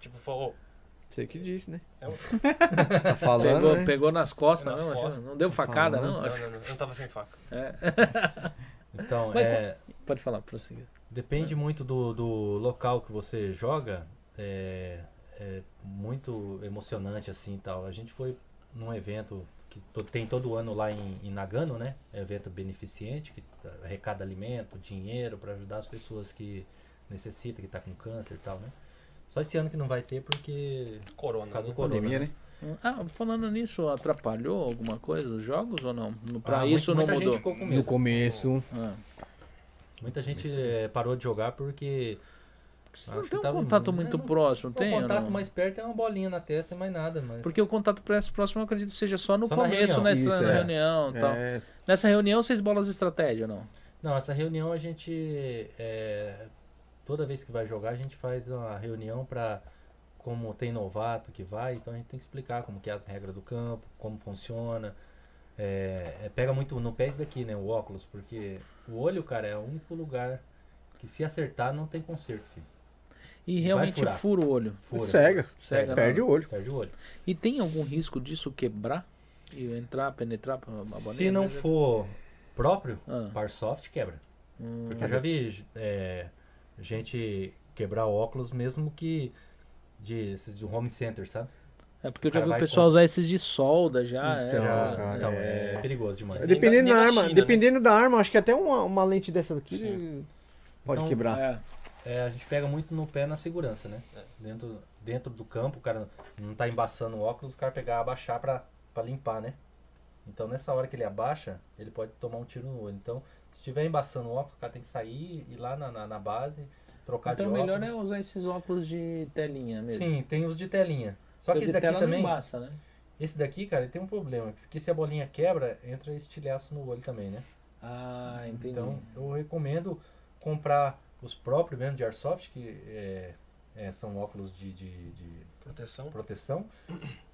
Tipo, falou,
Você que disse, né?
É um-
<laughs> Tá falando,
Pegou,
né?
pegou nas costas,
Nas
não, acho-
costas.
não deu facada,
falando.
não,
não,
acho.
não, não, eu não tava sem faca.
Então,
Mas
é,
Pode falar, prossiga. É.
depende muito do, do local que você joga, é, é muito emocionante assim e tal. A gente foi num evento que to- tem todo ano lá em, em Nagano, né? É um evento beneficente que tá, arrecada alimento, dinheiro para ajudar as pessoas que necessitam, que tá com câncer e tal, né? Só esse ano que não vai ter porque por
Corona.
causa do
Né?
corona.
Pandemia,
né?
né?
Ah, falando nisso, atrapalhou alguma coisa os jogos ou não? No- Pra
Ah, mu-
isso não
muita gente
mudou.
ficou com medo.
né? No começo.
Ah.
Muita gente eh, parou de jogar porque
Não
acho que
tem um
tava
contato
imune, né?
muito
Não-
próximo,
O
tem? ou
contato
não?
mais perto é uma bolinha na testa e mais nada, mas.
Porque o contato mais próximo, eu acredito, que seja só no
Só na
começo,
reunião.
nessa
Isso, é.
reunião e tal.
É,
Nessa reunião, vocês bolam as estratégias ou não?
Não, essa reunião a gente. é, Toda vez que vai jogar, a gente faz uma reunião pra. Como tem novato que vai, então a gente tem que explicar como que é as regras do campo, como funciona. É, é, pega muito no pé isso daqui, né? O óculos, porque o olho, cara, é o único lugar que se acertar não tem conserto, filho.
E realmente
furar.
fura o olho.
Fura.
cega.
né?
Cega,
Perde o olho.
Perde o olho.
E tem algum risco disso quebrar? E entrar, penetrar pra uma bolinha? né,
Se não for próprio,
Ah.
par soft quebra.
Hum,
Porque eu já vi é, gente quebrar óculos mesmo que de esses do home center, sabe?
é porque eu
o
já
cara
vi o
vai
pessoal
com-
usar esses de solda já. é,
Então,
já,
cara,
então,
é-
é... perigoso demais.
É
Dependendo
nem
da
na
arma,
China,
dependendo da arma, acho que até uma, uma lente dessa daqui
Sim.
pode
Então,
quebrar.
é.
É, a gente pega muito no pé na segurança, né?
É.
Dentro, dentro do campo, o cara não tá embaçando o óculos, o cara pegar, abaixar pra, pra limpar, né? Então nessa hora que ele abaixa, ele pode tomar um tiro no olho. Então, se estiver embaçando o óculos, o cara tem que sair, ir lá na, na, na base, trocar
Então o
de
melhor
óculos.
é usar esses óculos de telinha mesmo.
Sim, tem os de telinha. Só que
Porque de
esse daqui
tela
também.
Não embaça, né?
Esse daqui, cara, ele tem um problema, porque se a bolinha quebra, entra estilhaço no olho também, né?
Ah, entendi.
Então, eu recomendo comprar os próprios mesmo de Airsoft, que é, é, são óculos de, de, de
Proteção.
proteção.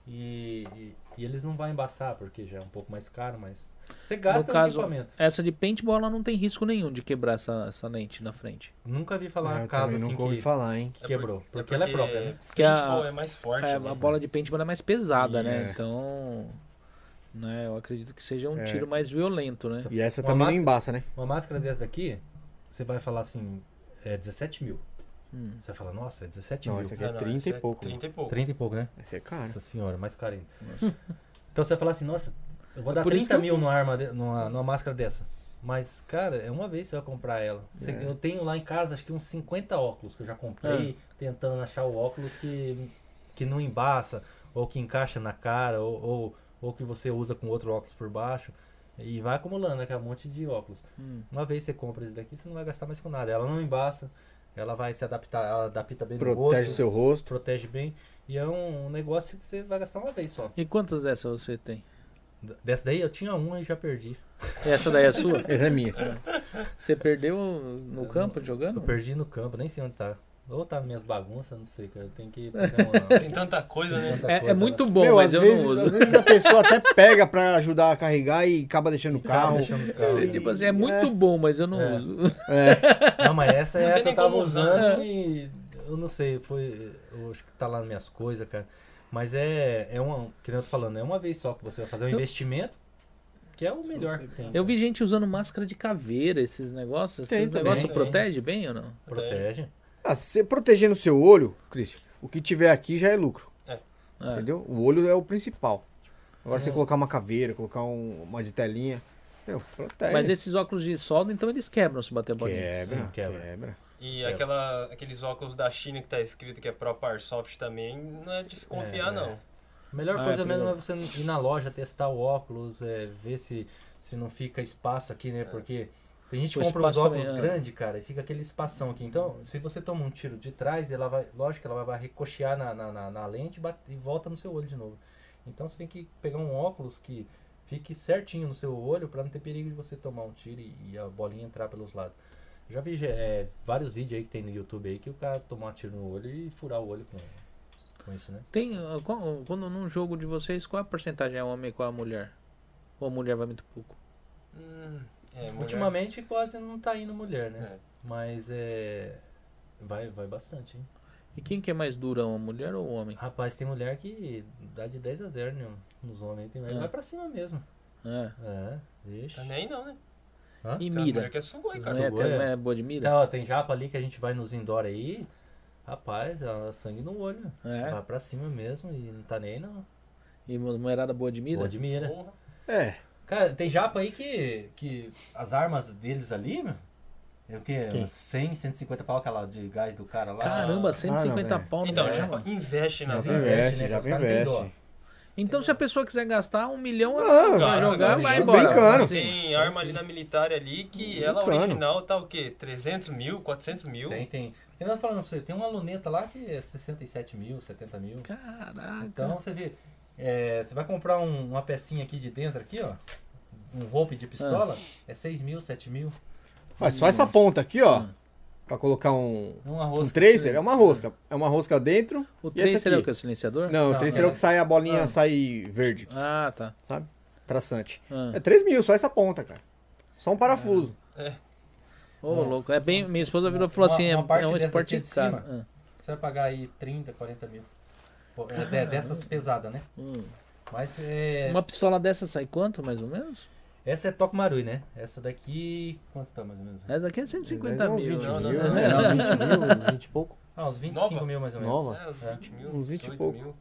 E, e- e eles não vão embaçar, porque já é um pouco mais caro, mas. Você gasta
no caso,
o equipamento.
essa de paintball ela não tem risco nenhum de quebrar essa, essa lente na frente.
Nunca vi falar
É, eu
caso
também
assim
nunca ouvi
que,
falar, hein?
que quebrou. porque, ela é própria, né?
Que a-
paintball é mais forte.
É,
né?
a bola de paintball é mais pesada, né?
É.
Então, né, eu acredito que seja um
É.
tiro mais violento, né?
E essa
Uma
também
máscara-
não embaça, né?
Uma máscara dessa daqui, você vai falar assim, é 17 mil.
Hum.
Você vai falar, nossa, é 17
Não,
mil.
esse aqui
Ah,
é
não,
30
esse
e pouco.
30 e pouco.
30 e pouco, né?
Essa é cara.
Nossa senhora, mais caro ainda. <laughs> Então você vai falar assim, nossa, eu vou dar
por isso
30
que
mil numa, arma de- numa, numa máscara dessa. Mas, cara, é uma vez que você vai comprar ela. Você-
É.
Eu tenho lá em casa, acho que uns 50 óculos que eu já comprei,
Ah.
tentando achar o óculos que, que não embaça, ou que encaixa na cara, ou, ou, ou que você usa com outro óculos por baixo. E vai acumulando, né? que é um monte de óculos.
Hum.
Uma vez você compra esse daqui, você não vai gastar mais com nada. Ela não embaça, ela vai se adaptar, ela adapta bem no rosto,
Protege o seu rosto.
protege bem. E é um negócio que você vai gastar uma vez só.
E quantas dessas você tem?
D- Dessa daí eu tinha uma e já perdi.
Essa daí é sua?
Essa é minha.
Você perdeu no campo jogando?
Eu perdi no campo, nem sei onde tá. Ou tá nas minhas bagunças, não sei, cara. Eu tenho <laughs> que fazer uma.
Tem tanta coisa, né?
tanta
É,
coisa,
é muito
né?
bom,
Meu,
mas
às
eu
vezes,
não
às
uso.
vezes a pessoa até pega pra ajudar a carregar e acaba deixando o
Acaba
carro.
deixando os carros.
<laughs>
vezes-
Tipo assim, é muito bom, mas eu não
É.
uso. <laughs>
É,
né? Não, mas essa
Não
é
tem
a que eu
nem
tava
como usar,
usando e eu não sei, foi. Eu acho que tá lá nas minhas coisas, cara. Mas é, é uma. Que nem eu tô falando, é uma vez só que você vai fazer um
Eu-
investimento, que é o melhor que tem.
Eu vi gente usando máscara de caveira, esses negócios.
Tem
esses
também.
negócios
Tem.
protege bem ou não?
Protege.
Ah, se você protegendo o seu olho, Cristian, o que tiver aqui já é lucro,
É.
entendeu? O olho é o principal. Agora você colocar uma caveira, colocar um- uma de telinha, meu, protege.
Mas esses óculos de solda, então eles quebram se bater a bolinha.
quebra,
Sim, quebra.
quebra.
E aquela, aqueles óculos da China que tá escrito que é Pro Parsoft também, não é de se confiar,
É,
não.
A melhor
Ah, é
coisa mesmo é
perigoso.
você ir na loja, testar o óculos, é, ver se, se não fica espaço aqui, né? Porque tem gente que
É. O
compra uns
espaço também,
óculos
é.
grandes, cara, e fica aquele espação aqui. Então, se você toma um tiro de trás, ela vai, lógico que ela vai ricochear na, na, na- na lente e, bate- e volta no seu olho de novo. Então, você tem que pegar um óculos que fique certinho no seu olho pra não ter perigo de você tomar um tiro e, e a bolinha entrar pelos lados. Já vi é, vários vídeos aí que tem no YouTube aí que o cara tomar um tiro no olho e furar o olho com, com isso, né?
Tem, uh, qual- quando num jogo de vocês, qual a porcentagem é homem e qual a mulher? Ou a mulher vai muito pouco?
Hum, é, mulher-
Ultimamente quase não tá indo mulher, né?
É.
Mas é. Vai, vai bastante, hein?
E quem que é mais durão, a mulher ou o homem?
Rapaz, tem mulher que dá de 10 a 0 né, nos homens. Tem mulher que
É.
vai pra cima mesmo.
É.
É, deixa.
Tá nem aí não, né?
E
Tem umas
mira.
mulher que é sugoi,
Não
cara.
é,
Sugoi,
tem-
é.
não é boa de
Tá,
mira?
ó, tem japa ali que a gente vai nos indoor aí. Rapaz, ela sangue no olho.
É.
Vai pra cima mesmo e não tá nem aí, não.
E mu- mulherada boa de mira?
Boa de mira.
Porra.
É,
Cara, tem japa aí que, que as armas deles ali, meu. É o quê?
Quem?
Umas 100, 150 pau aquela de gás do cara lá.
Caramba, 150
velho.
pau no
Então,
cara.
já investe na
Mas
já
arma.
investe,
né,
já
os caras têm dó.
investe.
Então, se a pessoa quiser gastar um milhão
Não, um
pra
não,
jogar,
não,
vai
não,
embora.
brincando.
Sim.
Tem arma ali na militar ali que ela
Brincando.
original tá o quê? 300 mil, 400 mil?
Tem, tem. E nós falando pra você, tem uma luneta lá que é 67 mil, 70 mil.
Caraca.
Então você vê, é, você vai comprar um- uma pecinha aqui de dentro, aqui, ó. Um roupe de pistola, é 6 mil, 7 mil.
Mas só essa ponta aqui, ó, pra colocar um,
Uma
um
rosca.
tracer, é uma rosca. É uma rosca dentro.
o
e essa
3 seria o
aqui?
que? O silenciador?
Não,
Não, o tracer
é.
é o que sai, a bolinha
Ah.
sai verde,
Ah, tá.
sabe? Traçante.
Ah.
É 3 mil, só essa ponta, cara. Só um parafuso.
Ô,
São-
louco. É bem,
são-
minha esposa virou e
uma-
falou assim: é-
uma parte
é um
dessa
esporte
aqui de
caro. Ah,
Você vai pagar aí 30, 40 mil. Pô, é, de- dessas pesadas, né?
Ah, hum.
Mas é,
Uma pistola dessa sai quanto, mais ou menos?
essa é Toque Marui, né? Essa daqui, quanto tá mais ou menos?
Essa daqui é 150
Uns
mil.
20
Não, não,
mil,
não.
né? Uns 20 mil, uns 20 e pouco.
Ah, uns 25
Nova?
mil mais ou menos.
Nova?
É, uns 20 mil,
Uns 20 e
18
pouco.
mil.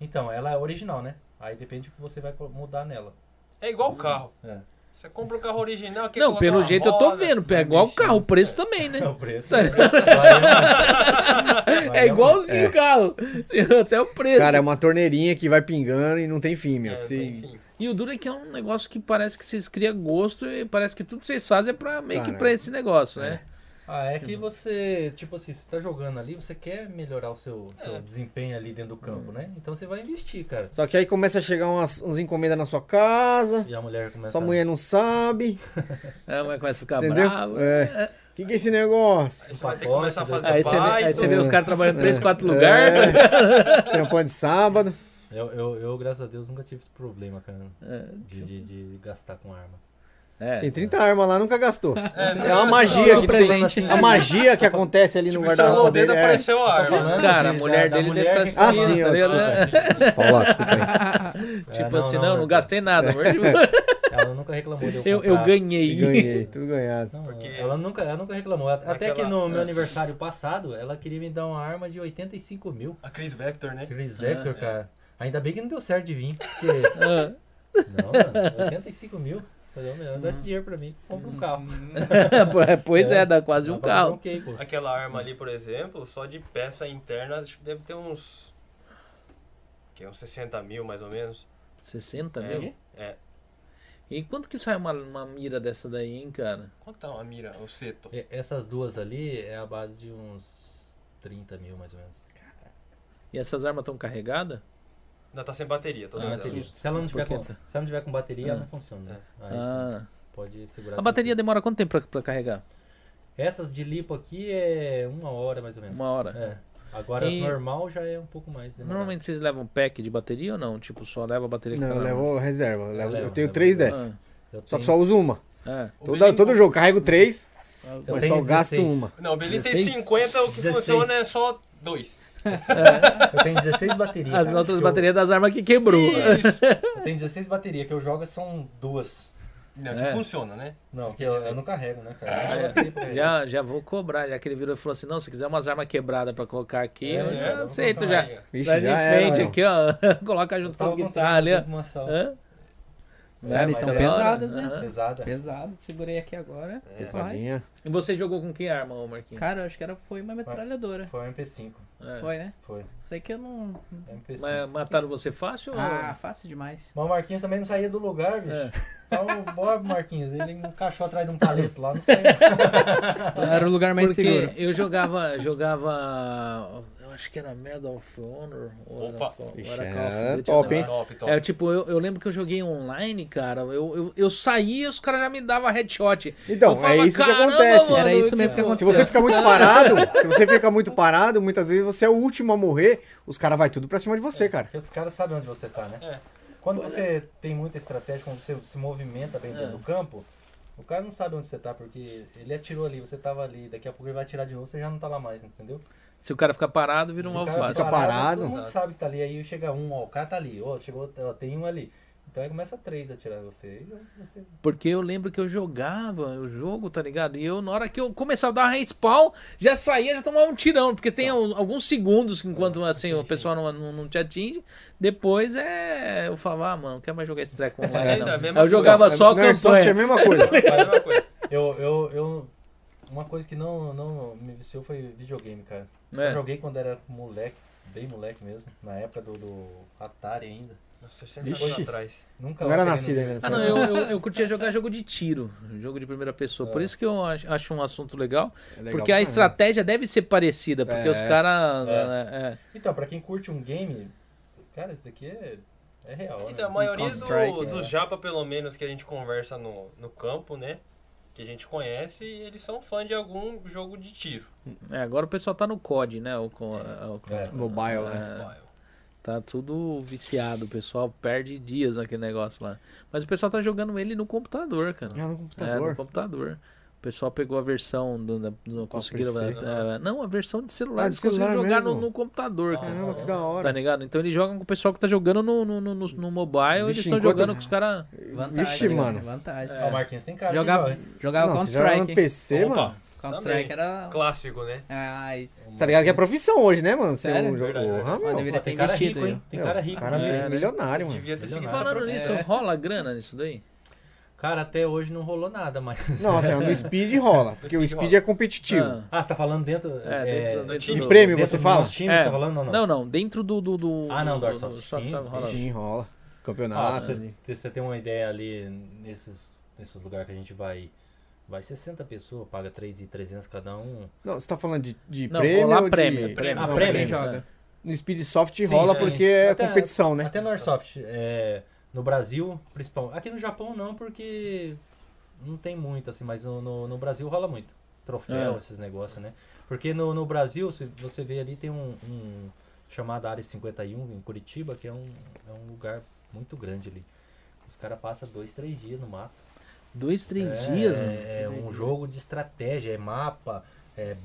Então, ela é original, né? Aí depende do que você vai co- mudar nela.
É igual o carro.
É.
Você compra o carro original, quer
Não,
colocar
pelo
uma
jeito eu tô
roda, né?
vendo. É
vai
igual o
mexer.
carro, o preço também, né?
É o <laughs> preço.
Tá.
né? Varia muito.
É igualzinho
É.
o carro. <laughs> Até o preço.
Cara, é uma torneirinha que vai pingando e não tem fim,
É,
meu. Se-
enfim.
E o duro é que é um negócio que parece que vocês criam gosto e parece que tudo que vocês fazem é pra, meio que
Cara,
pra esse negócio, né?
Ah, é que você, tipo assim, você tá jogando ali, você quer melhorar o seu, seu
É.
desempenho ali dentro do campo, né? Então você vai investir, cara.
Só que aí começa a chegar umas, uns encomendas na sua casa,
E a mulher começa
sua mulher não sabe,
A mulher É, começa a ficar
entendeu?
brava.
É. que, que é esse negócio?
Aí você vai ter que
pacote,
começar a fazer
Aí você, aí você vê os caras trabalhando 3, 4 lugares.
É, trampão de sábado.
Eu, eu, eu, graças a Deus, nunca tive esse problema, cara.
É.
De, de, de gastar com arma.
É.
Tem 30 armas lá, nunca gastou. É, uma magia que tem.
presente.
A magia que acontece ali no
Tipo, estralou
guarda-roupa
o dedo,
dele. É.
apareceu
Tá
a arma, né?
Ah, Cara, a
Da-
mulher
da
dele
mulher
deve
que-
estar assistindo,
Ah, sim,
tá
ó,
ligado?
Paula, desculpa aí.
<laughs> Tipo
É, não,
assim, não,
não,
não,
eu-
gastei nada.
Ela nunca reclamou de eu
Eu, eu
comprar.
ganhei.
Ganhei, tudo ganhado.
Não,
Porque-
ela, nunca, ela nunca reclamou. Até
Naquela-
que no meu
É.
aniversário passado, ela queria me dar uma arma de 85 mil.
A Chris Vector, né?
Chris
Ah,
Vector,
é.
cara. Ainda bem que não deu certo de vir. Porque...
Ah.
não, mano, 85 mil. Falei, ô, melhor, dá
Hum.
esse dinheiro pra mim. Compra um carro.
<laughs> pois é,
É.
dá quase Hum, um
Dá pra
carro.
comprar um carro, pô.
Aquela arma ali, por exemplo, só de peça interna, acho que deve ter uns. Que é uns 60 mil mais ou menos.
60
É.
mil?
É.
E quanto que sai uma, uma mira dessa daí, hein, cara?
Quanto tá uma mira? O seto.
E- Essas duas ali é a base de uns 30 mil, mais ou menos.
E essas armas estão carregadas?
Não, tá sem bateria, todas
Sem
elas.
bateria. Se ela não tiver
Porque
com,
tá-
se ela não tiver com bateria, ela
Ah.
não funciona. né? Aí sim,
Ah.
pode segurar.
A bateria
tudo.
demora quanto tempo pra, pra carregar?
Essas de lipo aqui é uma hora, mais ou menos.
Uma hora.
É. Agora as
E-
normal já é um pouco mais. demorado.
Normalmente vocês levam pack de bateria ou não? Tipo, só leva a bateria que
Não,
tá
eu
na
levo reserva. Eu, levo-
Leva,
eu tenho
leva.
3
mão?
dessas.
Eu
Só que
tenho-
só uso uma.
Ah,
O
Toda,
Belin-
todo jogo carrego 3,
eu
mas
tenho
só gasto
16.
uma.
Não, o Belin tem
16?
50, o que
16.
funciona é só <laughs> dois.
<laughs> Eu tenho 16 baterias.
é. As
cara,
outras
que eu- É.
baterias das armas que quebrou.
É. Isso.
Eu tenho 16 baterias, que eu jogo são duas.
Não, que
É.
funciona, né?
Não, que eu, eu não carrego, né, cara?
Ah, é.
Eu não carrego.
<laughs> Já, já vou cobrar, já que ele virou e falou assim, não, se quiser umas armas quebradas pra colocar aqui,
É,
eu
é,
já
vamos
aceito
colocar
já.
Aí, ó.
Vixe,
Vai
já
de
era.
frente
meu.
aqui, ó. <laughs> Coloca junto com
Tava
as
contando
guitarras ali, ó.
com né? uma sala.
Hã?
Cara, eles
mas
são
é da hora,
pesadas, né?
Aham.
Pesada.
Pesado, segurei aqui agora. Vai.
Pesadinha.
E você jogou com que arma, ô Marquinhos?
Cara, eu acho que era, foi uma metralhadora.
Foi um MP5.
É.
Foi, né?
Foi.
Sei que eu não.
MP5.
Mas é- mataram você fácil? ou-
Ah, fácil demais.
Mas o Marquinhos também não saía do lugar, bicho.
É. <laughs>
Então, bora, Marquinhos. Ele encaixou atrás de um paleto lá, não saiu.
Era o lugar mais
Porque
seguro.
eu jogava, jogava, eu acho que era Medal of Honor ou era
Opa.
Call-
Ixi,
era Call of
é
Duty,
top,
eu
hein?
lembro.
Top, top.
É, tipo, eu, eu lembro que eu joguei online, cara, eu, eu, eu saía e os caras já me davam headshot.
Então,
Eu
é
falava,
isso que
"Caramba,
acontece.
mano,
Era isso mesmo que
tipo,
Se
aconteceu.
você ficar muito parado, se você ficar muito parado, muitas vezes você é o último a morrer, os caras vai tudo pra cima de você, cara.
Porque os caras sabem onde você tá, né?
É.
Quando você tem muita estratégia, quando você se movimenta bem dentro
É.
do campo, o cara não sabe onde você tá, porque ele atirou ali, você tava ali, daqui a pouco ele vai atirar de novo, você já não tá lá mais, entendeu?
Se o cara ficar parado, vira um
Se o cara
alface.
fica- parado.
Todo mundo sabe que tá ali, aí chega um, ó, o cara tá ali, ó, chegou, ó, tem um ali. Então aí começa três a atirar em você. E você...
Porque eu lembro que eu jogava o jogo, tá ligado? E eu, na hora que eu começava a dar respawn, já saía, já tomava um tirão. Porque tem al- alguns segundos que enquanto assim,
sim,
o pessoal não, não, não te atinge. Depois é. Eu falava, ah, mano, não quero mais jogar esse treco
É,
online. Não.
ainda é a
Aí
mesma
eu jogava
Não,
só a
no Airsoft é a
campanha.
mesma
<laughs>
coisa.
Faz a mesma coisa.
Eu, eu, eu. Uma coisa que não, não me viciou foi videogame, cara.
É.
Eu joguei quando era moleque, bem moleque mesmo, na época do, do Atari ainda.
Nossa, 60 anos
Vixe.
atrás.
Nunca
Não
mais
era
peguei
nascido
no-
ainda. né?
Ah, não, eu, eu, eu curtia jogar jogo de tiro, jogo de primeira pessoa. Por isso que eu ach- acho um assunto legal. porque é a estratégia deve ser parecida, porque
É.
os caras.
É.
é,
Então, pra quem curte um game, cara, isso daqui é, é real.
Então, a
né?
maioria do-
Counter-Strike,
dos
é.
japa, pelo menos, que a gente conversa no, no campo, né? Que a gente conhece, eles são fã de algum jogo de tiro.
é, agora o pessoal tá no COD, né? O, co- o,
É.
Mobile, né?
é.
Mobile.
Tá tudo viciado, o pessoal perde dias naquele negócio lá. Mas o pessoal tá jogando ele no computador, cara.
Ah, no
É, no
computador.
computador. O pessoal pegou a versão do, da- não conseguiram.
PC?
é, não, a versão de celular.
Ah, de
eles conseguiram
celular
jogar no,
mesmo?
no computador, cara.
Caramba, que da
Tá
hora.
ligado? Então eles jogam com o pessoal que tá jogando no, no, no, no- no mobile, eles
Vixe,
estão
enquanto-
jogando com os caras.
Vantagem.
Vixe,
né?
mano.
Vantagem.
Ah, o Marquinhos tem cara. que
Jogava,
joga, hein?
jogava
Não, você joga no
Counter-Strike.
PC,
Opa,
mano.
Counter-Strike
Também.
era.
Clássico, né?
Ai,
Você Tá ligado que é profissão hoje, né, mano? Ser
Sério?
um jogo.
Verdade,
Porra,
eu
meu.
deveria ter
tem cara
investido
rico,
aí.
hein? Tem
Meu,
cara rico.
cara
né?
mesmo.
mil- milionário, mano.
Devia ter seguido essa
Falando
profissão.
nisso,
É.
rola grana nisso daí?
Cara, até hoje não rolou nada, mas.
Não, assim, ó, no Speed rola. Porque o
Speed
Speed
rola.
é competitivo.
Ah,
Ah, você tá falando dentro.
É, dentro- dentro
time.
do-
De prêmio,
dentro
você
do
fala?
nosso time,
É.
tá falando ou não?
Não, não, dentro do. do, do
Ah, não, do Airsoft,
Airsoft,
sim,
sabe, rola.
Sim, rola.
Ah,
Campeonato.
você, você tem uma ideia ali nesses, nesses lugares que a gente vai. Vai 60 pessoas, paga 3,300 cada um.
Não, você tá falando de, de
Não,
prêmio
rolar
ou de...
prêmio,
prêmio.
Não,
Ah, prêmio.
né?
Quem joga?
No Speed Soft
Sim,
rola
sim.
porque é
Até-
competição, né?
Até no Airsoft, é, no Brasil, principal. Aqui no Japão não, porque não tem muito, assim, mas no, no, no Brasil rola muito. troféu,
É.
esses negócios, né? Porque no, no Brasil, se você vê ali, tem um, um chamado Área 51 em Curitiba, que é um, é um lugar muito grande ali. Os caras passam dois, três dias no mato.
Dois, três
é,
dias, mano.
É um jogo de estratégia, é mapa, é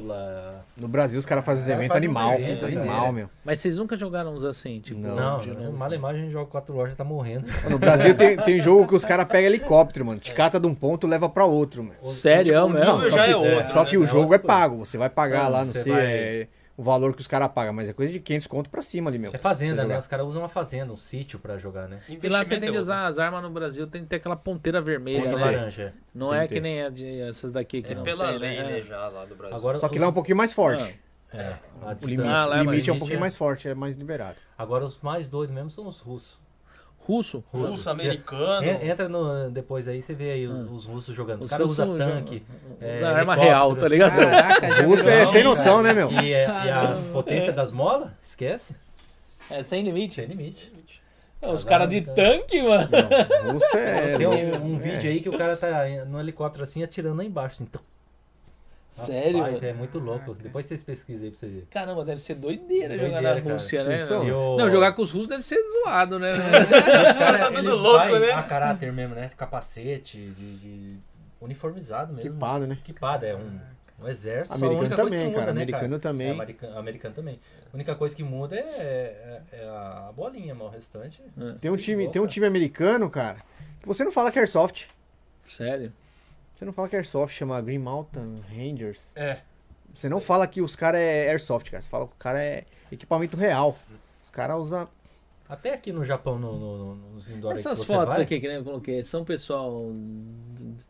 bússola.
No Brasil os caras fazem os
É,
eventos
faz uns
animal.
eventos,
animal,
né?
meu.
Mas vocês nunca jogaram uns assim, tipo,
Não,
Não,
de
não
novo?
Malemar a gente joga 4 horas e tá morrendo.
No Brasil tem, tem jogo que os caras pegam helicóptero, mano. Te cata de um ponto leva pra outro, mano.
Sério,
Tipo,
é mesmo?
nível já
que,
é outro,
Só
né?
que o
É
jogo
outra
é pago. Você vai pagar
Não,
lá, não
você
sei
vai-
é, o valor que os caras pagam, mas é coisa de 500 conto pra cima ali, meu.
É fazenda,
Você
né?
jogar.
Os caras usam uma fazenda, um sítio pra jogar, né?
E lá você
Investimento
tem que
é
usar as armas no Brasil, tem que ter aquela ponteira vermelha,
Ponta
né?
laranja.
Não
Tem
é
que
que
ter.
nem a de essas daqui que
outro.
não
Pela
tem,
lei, né,
É.
já lá do Brasil.
Agora,
Só que
os-
lá é um pouquinho mais forte.
É, a
O
distância-
limite,
Ah, lá
o
é
limite
mais-
é um pouquinho
é.
mais forte, é mais liberado.
Agora os mais doidos mesmo são os russos.
é Russo? É,
Russo, americano.
En- Entra no, depois aí, você vê aí os, os russos jogando. Os,
Ah, Os
caras
russos
usam
jogam-
tanque. é,
Usa arma
helicóptero.
real, tá ligado?
Caraca, já
O russo é
virou- um
sem noção, né, meu?
E,
<laughs>
é- e as potências das molas, esquece.
<laughs> É sem limite.
Sem limite.
É,
Tá
os caras de tanque, mano.
O russo é.
Tem um, um
é.
vídeo aí que o cara tá em- no helicóptero assim, atirando lá embaixo. Então,
Sério,
Rapaz,
mano?
é muito louco. Depois vocês pesquisam aí pra você ver.
Caramba, deve ser doideira,
Doideira,
jogar na
cara. é um
Rússia, né?
Pensou?
mano?
E o-
Não, jogar com os russos deve ser zoado,
<laughs>
né?
Os caras
é,
tá tudo
eles
louco,
vai
né?
A caráter mesmo, né? Capacete, de, de- uniformizado mesmo.
Equipado, né?
Equipado, é um, um exército. só a
Americano
única coisa
também,
que muda,
cara.
né,
Americano
É,
também.
americano, americano também. A única coisa que muda é, é- é a bolinha, mas o restante.
Tem um time,
Igual,
tem um
cara.
time americano, cara, que você não fala que é Airsoft.
Sério?
Você não fala que é Airsoft, chama Green Mountain Rangers.
É.
Você não fala que os caras é Airsoft, cara. Você fala que o cara é equipamento real. Os caras usam.
Até aqui no Japão, no, no- no- nos indoor que
Essas
você
fotos
vai,
aqui que nem eu coloquei, são pessoal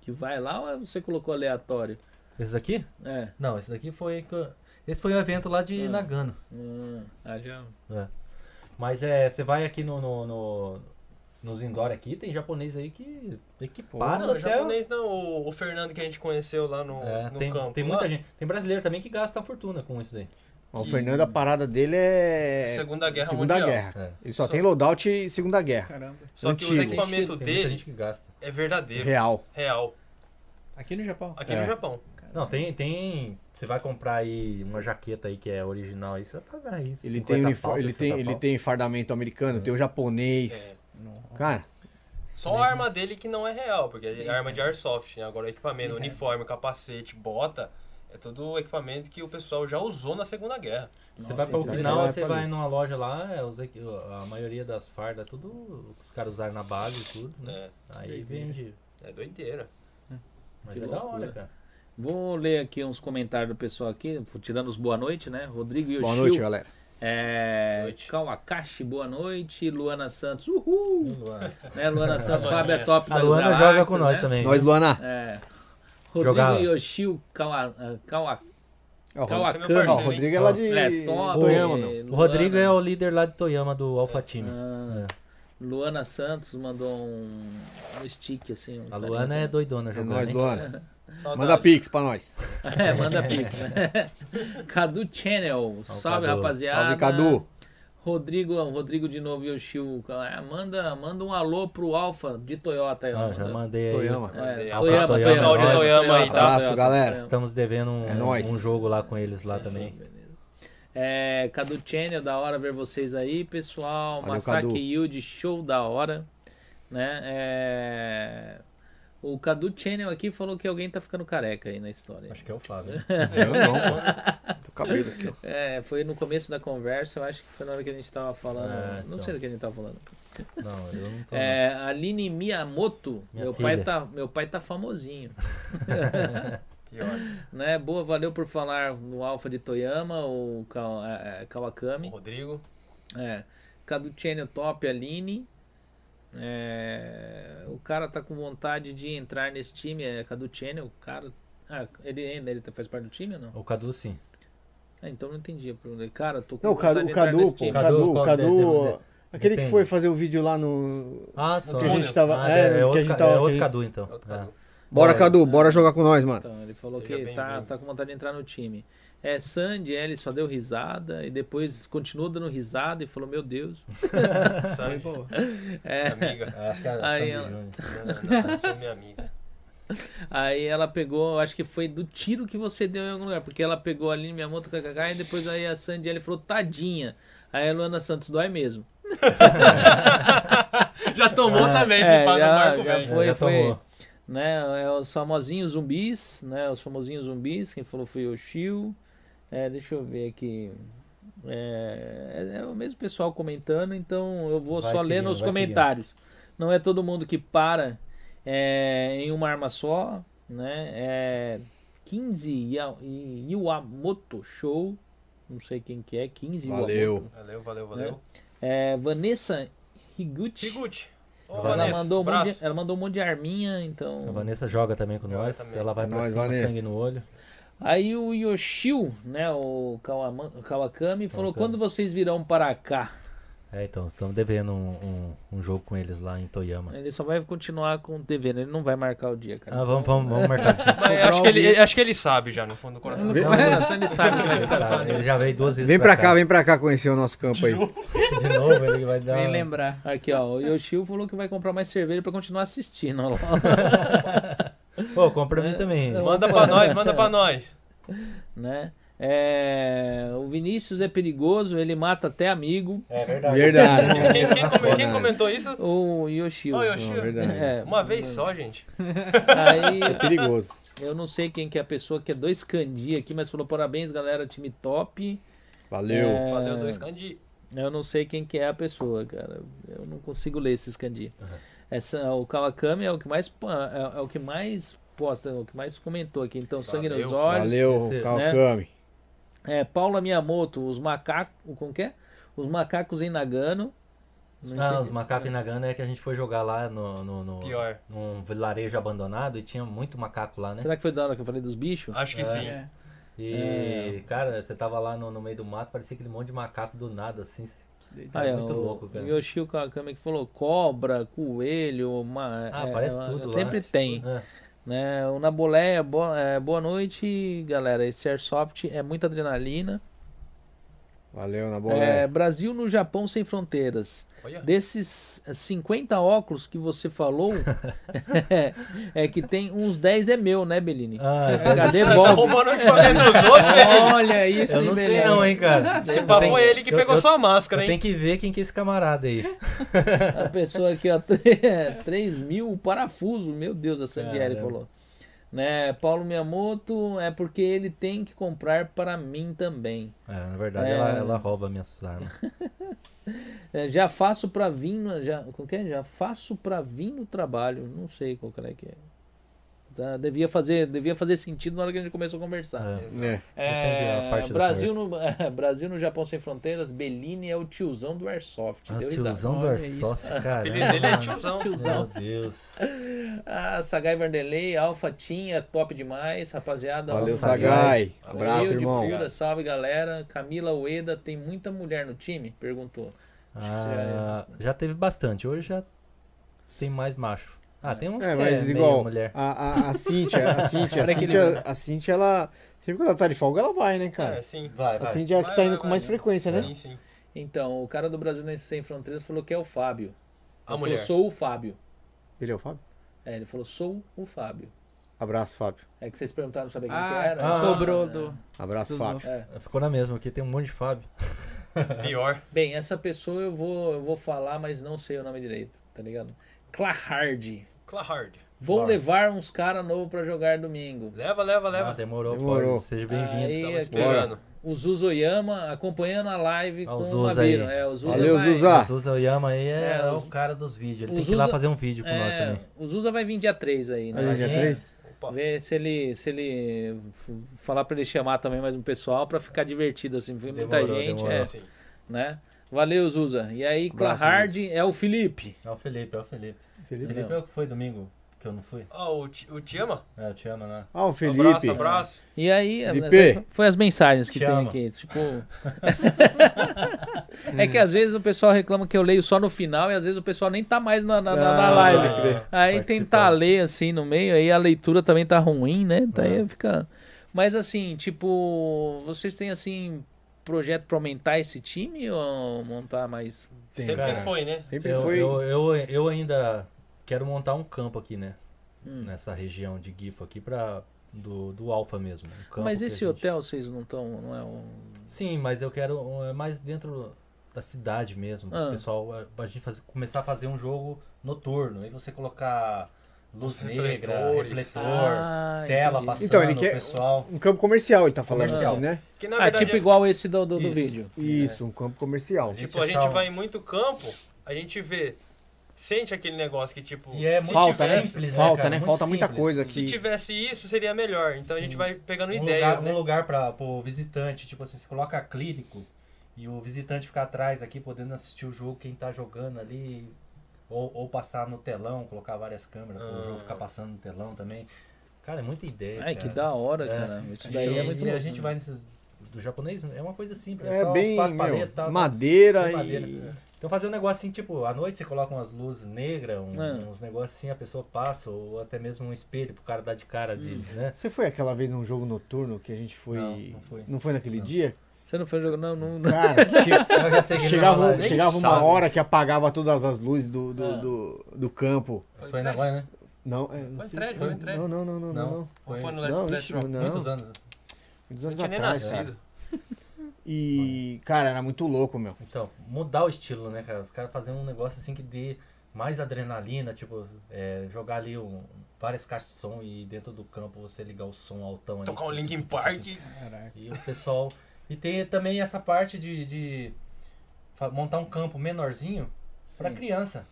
que vai lá ou é você colocou aleatório?
Esse daqui?
É.
Não, esse daqui foi. co- Esse foi um evento lá de
Ah.
Nagano.
hum, ah, já.
Mas é, você vai aqui no, no- no- nos indoor aqui, tem japonês aí que equipado
Não, o
até.
japonês não, o, o Fernando que a gente conheceu lá no,
É,
no
tem,
campo.
tem
lá,
muita gente. Tem brasileiro também que gasta uma fortuna com isso daí.
O Fernando, a parada dele é.
Segunda Guerra
Segunda
Mundial.
Guerra.
É.
Ele só
Só-
tem loadout e Segunda Guerra.
Caramba.
Só que o
Antigo.
Tem
equipamento
muita
dele
gente que gasta.
é verdadeiro,
Real.
real.
Aqui no Japão.
Aqui
É.
no Japão.
Não, tem, tem. Você vai comprar aí uma jaqueta aí que é original aí, você vai pagar aí.
Ele
50
tem, uniforme,
pau,
ele,
60
tem, ele
pau.
tem fardamento americano, tem o japonês.
É.
Cara,
Só a arma dele que não é real, porque
Sim,
é arma
sim.
de airsoft, né? Agora o equipamento,
Sim, é.
uniforme, capacete, bota, é tudo equipamento que o pessoal já usou na Segunda Guerra.
Você vai pra
Nossa,
Okinawa,
vai
você
pra
vai
ali.
numa loja lá, é, os equi- a maioria das fardas, tudo o que os caras usaram na base e tudo, né?
É,
Aí vende.
é doideira.
Mas
Que
é da
loucura.
hora, cara.
Vou ler aqui uns comentários do pessoal aqui, tirando os boa noite, né? Rodrigo Yoshio.
boa noite, galera.
É,
Boa noite.
Kawakashi, boa noite. Luana Santos, uhul.
Luana.
Né, Luana Santos, Fábio é
Ah,
top
A
das
Ah, Luana
galáxias,
joga com nós
né?
também.
Nós, Luana.
É. Rodrigo
Jogava.
Yoshio Kawa, Kawa,
Ó, o Rod-
Você é meu
Kawakami.
ó, o
parceiro, hein?
Rodrigo é Tá lá de
é top.
Toyama, meu.
Luana-
O Rodrigo
né?
é o líder lá de Toyama do Alpha
É.
Time.
Ah, Luana Santos mandou um, um stick assim. um
A Luana é
carinho,
doidona
É
jogando.
nós,
hein?
Luana.
Saudade.
Manda pix pra nós.
assim. <laughs> É, manda
<laughs>
pix. né? Cadu Channel, salve
Cadu.
rapaziada.
Salve, Cadu.
Rodrigo, o Rodrigo de novo e o Chiu. Ah, manda, manda um alô pro Alfa de Toyota aí, ó.
Ah, já mandei aí.
Toyama.
É,
Mandei.
Toyama,
Abraço,
Toyama,
pessoal de
Toyama aí, tá?
Toyota,
Abraço, galera.
Toyama.
Estamos devendo um,
É nóis.
um jogo lá com eles lá também.
É, Cadu Channel, da hora ver vocês aí, pessoal.
Valeu, Cadu.
Masaki Yude, show da hora. Né? É, O Cadu Channel aqui falou que alguém tá ficando careca aí na história.
Acho que é o Fábio.
Eu não, pô. Tô cabelo aqui, ó.
É, foi no começo da conversa, eu acho que foi na hora que a gente tava falando.
Ah,
Não
então.
sei do que a gente tava falando.
Não, eu não tô.
É, Aline Miyamoto,
Minha
meu
filha.
pai, tá, meu pai tá famosinho.
Pior.
né? Boa, valeu por falar no Alpha de Toyama, o Kaw- é, é,
O
Kawakami.
Rodrigo.
É, Cadu Channel Top, Aline. É, o cara tá com vontade de entrar nesse time, é Cadu Channel, o cara. Ah, ele ainda ele faz parte do time ou não?
O Cadu sim.
Ah, então não entendi a pergunta. Cara, tô com
Não, o
vontade de
Cadu, o
entrar
Cadu,
nesse
pô, o
time.
Cadu, o
Qual-
Cadu.
depende.
Aquele que foi fazer o vídeo lá no.
Ah, só.
que a gente
Túnel.
tava.
Ah,
É, que a
outro,
gente
ca-
tava.
é
que-
outro Cadu, então.
Outro
Ah.
Cadu.
Bora, Cadu, bora jogar com nós, mano.
Então, ele falou
Seja
que tá,
bem-vindo.
tá com vontade de entrar no time. É, Sandy, ele só deu risada e depois continuou dando risada e falou, meu Deus.
<laughs>
Foi
Sandy,
boa.
É,
amiga.
Acho que era
Aí
Sandy
ela-
Júnior.
Não, não, não, você é minha amiga.
Aí ela pegou, acho que foi do tiro que você deu em algum lugar, porque ela pegou ali minha moto, kkk, e depois aí a Sandy ele falou, tadinha. Aí a Luana Santos dói mesmo.
Já tomou
Ah,
também
É,
esse pá do
já-
Marco
já
Velho.
foi,
já
foi.
tomou.
Né, é os famosinhos zumbis, né? Os famosinhos zumbis, quem falou foi o Shio. É, deixa eu ver aqui. É, é o mesmo pessoal comentando, então eu vou
Vai
só ler
seguindo,
nos
vai
comentários. Não é todo mundo que para é, em uma arma só, né? É, 15 Ia- Iwamoto Show. Não sei quem que é, 15 Iwamoto.
Valeu.
Valeu, valeu, valeu.
É, Vanessa Higuchi.
Figuti. Ô,
Ela
Ela
Vanessa,
mandou, um monte
braço.
de, ela mandou um monte de arminha, então.
A Vanessa joga também com
Joga
nós.
também.
Ela vai
É
pra
nóis,
cima,
Vanessa.
sangue no olho.
Aí o Yoshio, né, o Kawama- Kawakami, falou:
Kawakami.
quando vocês virão para cá?
É, então, estamos devendo um, um- um jogo com eles lá em Toyama.
Ele só vai continuar com o TV, né? Ele não vai marcar o dia, cara.
Ah, vamos, vamos, vamos marcar assim.
Mas
Comprar
É, acho que, ele,
alguém.
acho que ele sabe já, no fundo do coração.
Vem-
Não, não, ele sabe que vai ficar
<laughs>
só
Cara, ele já veio duas vezes
Vem pra cá, vem pra cá conhecer o nosso campo aí.
De novo, ele vai dar...
Nem lembrar.
Aqui, ó, o Yoshio falou que vai comprar mais cerveja pra continuar assistindo. ó
<laughs>
lá.
Pô, compra pra mim também.
Não.
Manda pra nós, manda pra nós.
né? É, o Vinícius é perigoso, ele mata até amigo.
É
Verdade.
Quem, quem- quem come- quem
Verdade.
comentou isso?
O Yoshio.
Ô,
Não,
Yoshio.
verdade. É
É,
Uma vez só, gente.
Aí,
Perigoso.
Eu não sei quem que é a pessoa que é dois candi aqui, mas falou parabéns, galera, time top.
Valeu.
É,
Valeu, dois candi.
Eu não sei quem que é a pessoa, cara. Eu não consigo ler esses candi.
Aham.
Essa, o Kawakami é o que mais po- é, é o que mais posta, é o que mais comentou aqui. Então, sangue nos
Valeu.
olhos.
Valeu,
esse-
Calcame.
É, Paula Miyamoto, os macacos, como que é? Os macacos em Nagano. Não
Ah,
entendi.
os macacos em Nagano é que a gente foi jogar lá no, no, no-
Pior.
num vilarejo abandonado e tinha muito macaco lá, né? Ah,
Será que foi da hora que eu falei dos bichos?
Acho que sim.
É.
E, cara, você tava lá no, no meio do mato, parecia aquele monte de macaco do nada, assim.
Ah, é,
muito
o,
louco, cara.
O Yoshio Kawakami que falou cobra, coelho, ma...
Ah,
é,
parece
é,
tudo lá.
Sempre tem.
É.
né? O Naboleia, boa, é, boa noite, galera. Esse Airsoft é muita adrenalina.
Valeu, na boa.
É, Brasil no Japão sem fronteiras.
Olha.
Desses 50 óculos que você
<laughs>
falou, é, que tem uns 10 é meu, né, Bellini?
Ah, então-
Cadê
Você tá
Bob?
roubando o equipamento dos outros, velho.
Olha isso,
Eu não
hein,
sei
Belém?
não, hein, cara.
Esse pá
Tem-
foi ele que
eu-
pegou
eu-
sua máscara,
Eu
hein?
tenho que ver quem que é esse camarada aí.
A pessoa aqui, ó, <laughs> 3 mil parafuso, meu Deus, a Sandieri
Caramba.
falou. Né, Paulo Miyamoto é porque ele tem que comprar para mim também.
É, na verdade,
É.
ela, ela rouba minhas armas.
É, já faço pra vir, no- já, como que é? Já faço pra vir no trabalho. Não sei qual que é que é. Tá, devia, fazer, devia fazer sentido na hora que a gente começou a conversar.
É.
É.
É,
Entendi a parte da
Brasil, no, <laughs> é, Brasil no Japão Sem Fronteiras, Bellini é o tiozão do Airsoft.
Ah,
Deu risada.
tiozão do
Olha
Airsoft,
O
cara. Ah,
apelido dele é tiozão.
Meu Deus.
Ah, Sagai Vanderlei, Alfa Tinha, top demais, rapaziada.
Valeu,
Nossa,
Sagai. Abraço,
Valeu, de
irmão.
Pura, salve galera. Camila Ueda, tem muita mulher no time? Perguntou. Acho que isso
Ah, já teve bastante. Hoje já tem mais macho. Ah, tem uns
É,
que
mas
é meio
igual
mulher.
a, a, a Cíntia, a Cíntia, a
Olha que
Cíntia,
lindo.
a Cíntia, ela. Sempre quando ela tá de folga, ela vai, né,
Cara,
cara?
assim.
Vai,
A Cíntia é a que
Vai,
tá
vai,
indo com
vai.
mais frequência, né?
Sim, sim.
Então, o cara do Brasil Sem Fronteiras falou que é o Fábio.
A
Ele
mulher.
Falou, sou o Fábio.
Ele é o Fábio?
É, ele falou, sou o Fábio.
Abraço, Fábio.
É que vocês perguntaram, não sabia quem que
Ah,
era.
ah,
cobrou do.
Abraço,
Dos
Fábio.
É.
Ficou na mesma, aqui tem um monte de Fábio.
Pior.
Bem, essa pessoa eu vou, eu vou falar, mas não sei o nome direito, tá ligado? Clahard.
Clahard.
Vou
Claro.
levar uns caras novos pra jogar domingo.
Leva, leva,
Ah,
leva.
demorou,
Demorou.
Paulo. Seja bem-vindo.
Aí,
Tava
aqui,
esperando.
o Zuzoyama acompanhando a live
Ah,
com
o
o
Zuza
Mabiro.
aí.
É, o Zuza
Valeu,
vai-
Zuza. Ah.
O Suza Oyama aí é,
É, os-
o cara dos vídeos. Ele
os
tem que ir lá
usa-
fazer um vídeo com nós
É,
também.
o Zuza vai vir dia 3 aí,
Aí,
né?
dia
é.
3?
Opa.
Ver se ele, se ele f- falar pra ele chamar também mais um pessoal pra ficar divertido assim, porque muita
Demorou,
gente,
demorou.
é,
Sim.
né? Valeu, Zuza. E aí,
Abraço,
Clahard é o Felipe.
É o Felipe, é o Felipe.
Felipe.
Felipe é
o que foi domingo, que eu não fui.
Ó, o Ti- o Tiama?
É, eu te amo, né?
Ah, o
Abraço,
Felipe.
abraço.
E aí, né,
Felipe.
foi as mensagens que
Te
tem
amo.
aqui.
<laughs>
Tipo. é que às vezes o pessoal reclama que eu leio só no final e às vezes o pessoal nem tá mais na, na- na- na
Ah,
live.
pode crer.
Aí
participar.
tentar ler assim no meio, aí a leitura também tá ruim, né? Daí
Ah.
fica. Mas assim, tipo, vocês têm assim projeto pra aumentar esse time ou montar mais? um?
Tem,
Sempre
cara.
foi, né?
Sempre
Eu,
foi.
eu, eu, eu ainda quero montar um campo aqui, né? nessa região de Gifo aqui pra, do, do Alfa mesmo. né? o campo
Mas
que a
esse
gente-
hotel vocês não estão. Não é um.
Sim, mas eu quero um, é, mais dentro da cidade mesmo.
Ah.
O pessoal, é, a gente fazer- começar a fazer um jogo noturno. Aí você colocar luz
Os
negra,
refletores.
refletor,
Ah,
tela
entendi.
passando,
Então, ele quer-
o pessoal.
Um campo comercial, ele tá falando
Comercial. É.
assim, né?
Que na
Ah,
verdade
tipo
é-
igual esse do, do, do
Isso.
vídeo.
Isso, um campo comercial.
gente
Tipo, a gente
achava-
vai em muito campo, a gente vê, sente aquele negócio que, tipo,
E é
se
muito
Falta, né?
tivesse,
simples,
Falta,
né? cara?
né?
Muito
Falta muita
simples.
coisa
Se
aqui.
tivesse isso, seria melhor. Então a gente
Sim.
vai pegando
Um
ideias,
lugar,
né?
um lugar para o visitante, tipo assim, você coloca clínico e o visitante ficar atrás aqui, podendo assistir o jogo, quem tá jogando ali, ou, ou passar no telão, colocar várias câmeras, o
Ah.
jogo ficar passando no telão também. Cara, é muita ideia.
Ai,
cara.
que da hora,
É.
cara. Isso
E,
daí é muito
e a
louco,
gente
né?
vai nesses. Do japonês é uma coisa simples.
É
só uns
bem,
quatro tá
meu,
paletas, tal, tal.
madeira
Tem
e...
madeira. Então fazer um negócio assim, tipo, à noite você coloca umas luzes negras, um-
É.
uns negócios assim, a pessoa passa, ou até mesmo um espelho pro cara dar de cara, de,
Hum.
né?
Você foi aquela vez num jogo noturno que a gente foi...
Não, não foi.
naquele
Não.
dia?
Você não foi jogar. Não, não. não.
Cara, que tinha-
Eu já sei que ele vai
chegava, um-
lá, nem
chegava uma
sabe.
hora que apagava todas as luzes do, do,
Ah.
do, do campo.
Isso foi na Guai, né?
Não, é, não
Foi
sei
entregue,
se
foi entregue.
Não, não, não, não, não.
Não.
não.
Ou foi no
Não,
Let's Play
ixi,
Drop?
não.
Muitos anos.
Muitos
Não
anos
tinha nem
atrás, cara.
nascido.
E, cara, era muito louco, meu.
Então, mudar o estilo, né, cara? Os caras fazendo um negócio assim que dê mais adrenalina, tipo, é, jogar ali um- várias caixas de som e dentro do campo você ligar o som altão ali.
Tocar um Linkin Park.
E o pessoal. E tem também essa parte de, de fa- montar um campo menorzinho pra
Sim.
criança.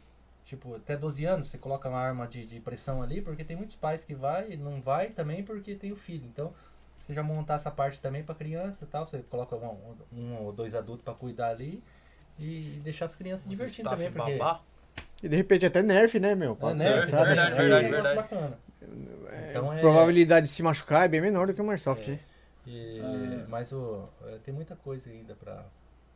Tipo, até 12 anos, você coloca uma arma de, de pressão ali, porque tem muitos pais que vai e não vai também porque tem o filho. Então, você já montar essa parte também pra criança e tal, você coloca um, um ou dois adultos pra cuidar ali e, deixar as crianças
Os
divertidas
staff
também, porque
babá.
E de repente até nerf, né, meu? Pra
é, né?
criançada,
verdade,
porque
verdade,
é um negócio
verdade.
bacana.
é,
Então, é-
a probabilidade de se machucar é bem menor do que o Microsoft.
É.
né?
E-
Ah.
Mas o, é, tem muita coisa ainda pra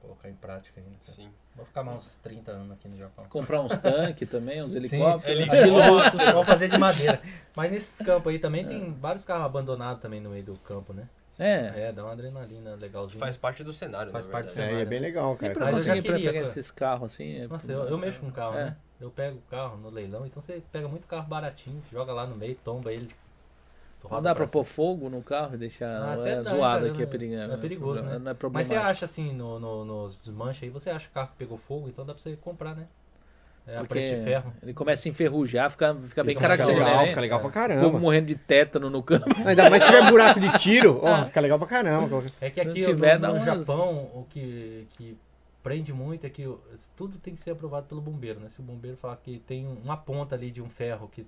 colocar em prática ainda. cara.
Sim.
Vou ficar mais uns 30 anos aqui no Japão.
Comprar uns tanques também, uns <laughs>
Ele-
helicópteros.
Estilo russo.
Vamos fazer de madeira. Mas nesses campos aí também tem vários carros abandonados também no meio do campo, né?
É.
É, dá uma adrenalina legalzinha.
Faz parte do cenário,
Faz
na
parte do
verdade.
cenário.
É, e é bem legal,
E
cara.
pra
Mas eu já
conseguir pra
queria,
pegar
cara.
esses carros assim. é-
Nossa, eu, eu mexo com carro,
É.
né? Eu pego o carro no leilão, então você pega muito carro baratinho, joga lá no meio, tomba ele.
Não
roda
dá pra pôr
cima.
fogo no carro e deixar
Ah, até
é,
dá,
zoado
cara,
aqui, é
não-
perigoso.
não é perigoso,
problema- Não é
Mas você
problemático.
acha assim, no, no- nos manches aí, você acha o carro que pegou fogo, então dá pra você comprar, né? É, a
Porque
preço de ferro.
Ele começa a enferrujar, fica, fica bem
Fica
Fica
caracol,
legal,
né?
fica legal pra
O povo
caramba.
morrendo de tétano no campo.
Ainda mais se tiver buraco de tiro, ó, fica legal pra caramba.
É que
Se
aqui
não tiver,
no,
dá um
no
umas-
Japão, o que, que prende muito é que o- tudo tem que ser aprovado pelo bombeiro, né? Se o bombeiro falar que tem uma ponta ali de um ferro que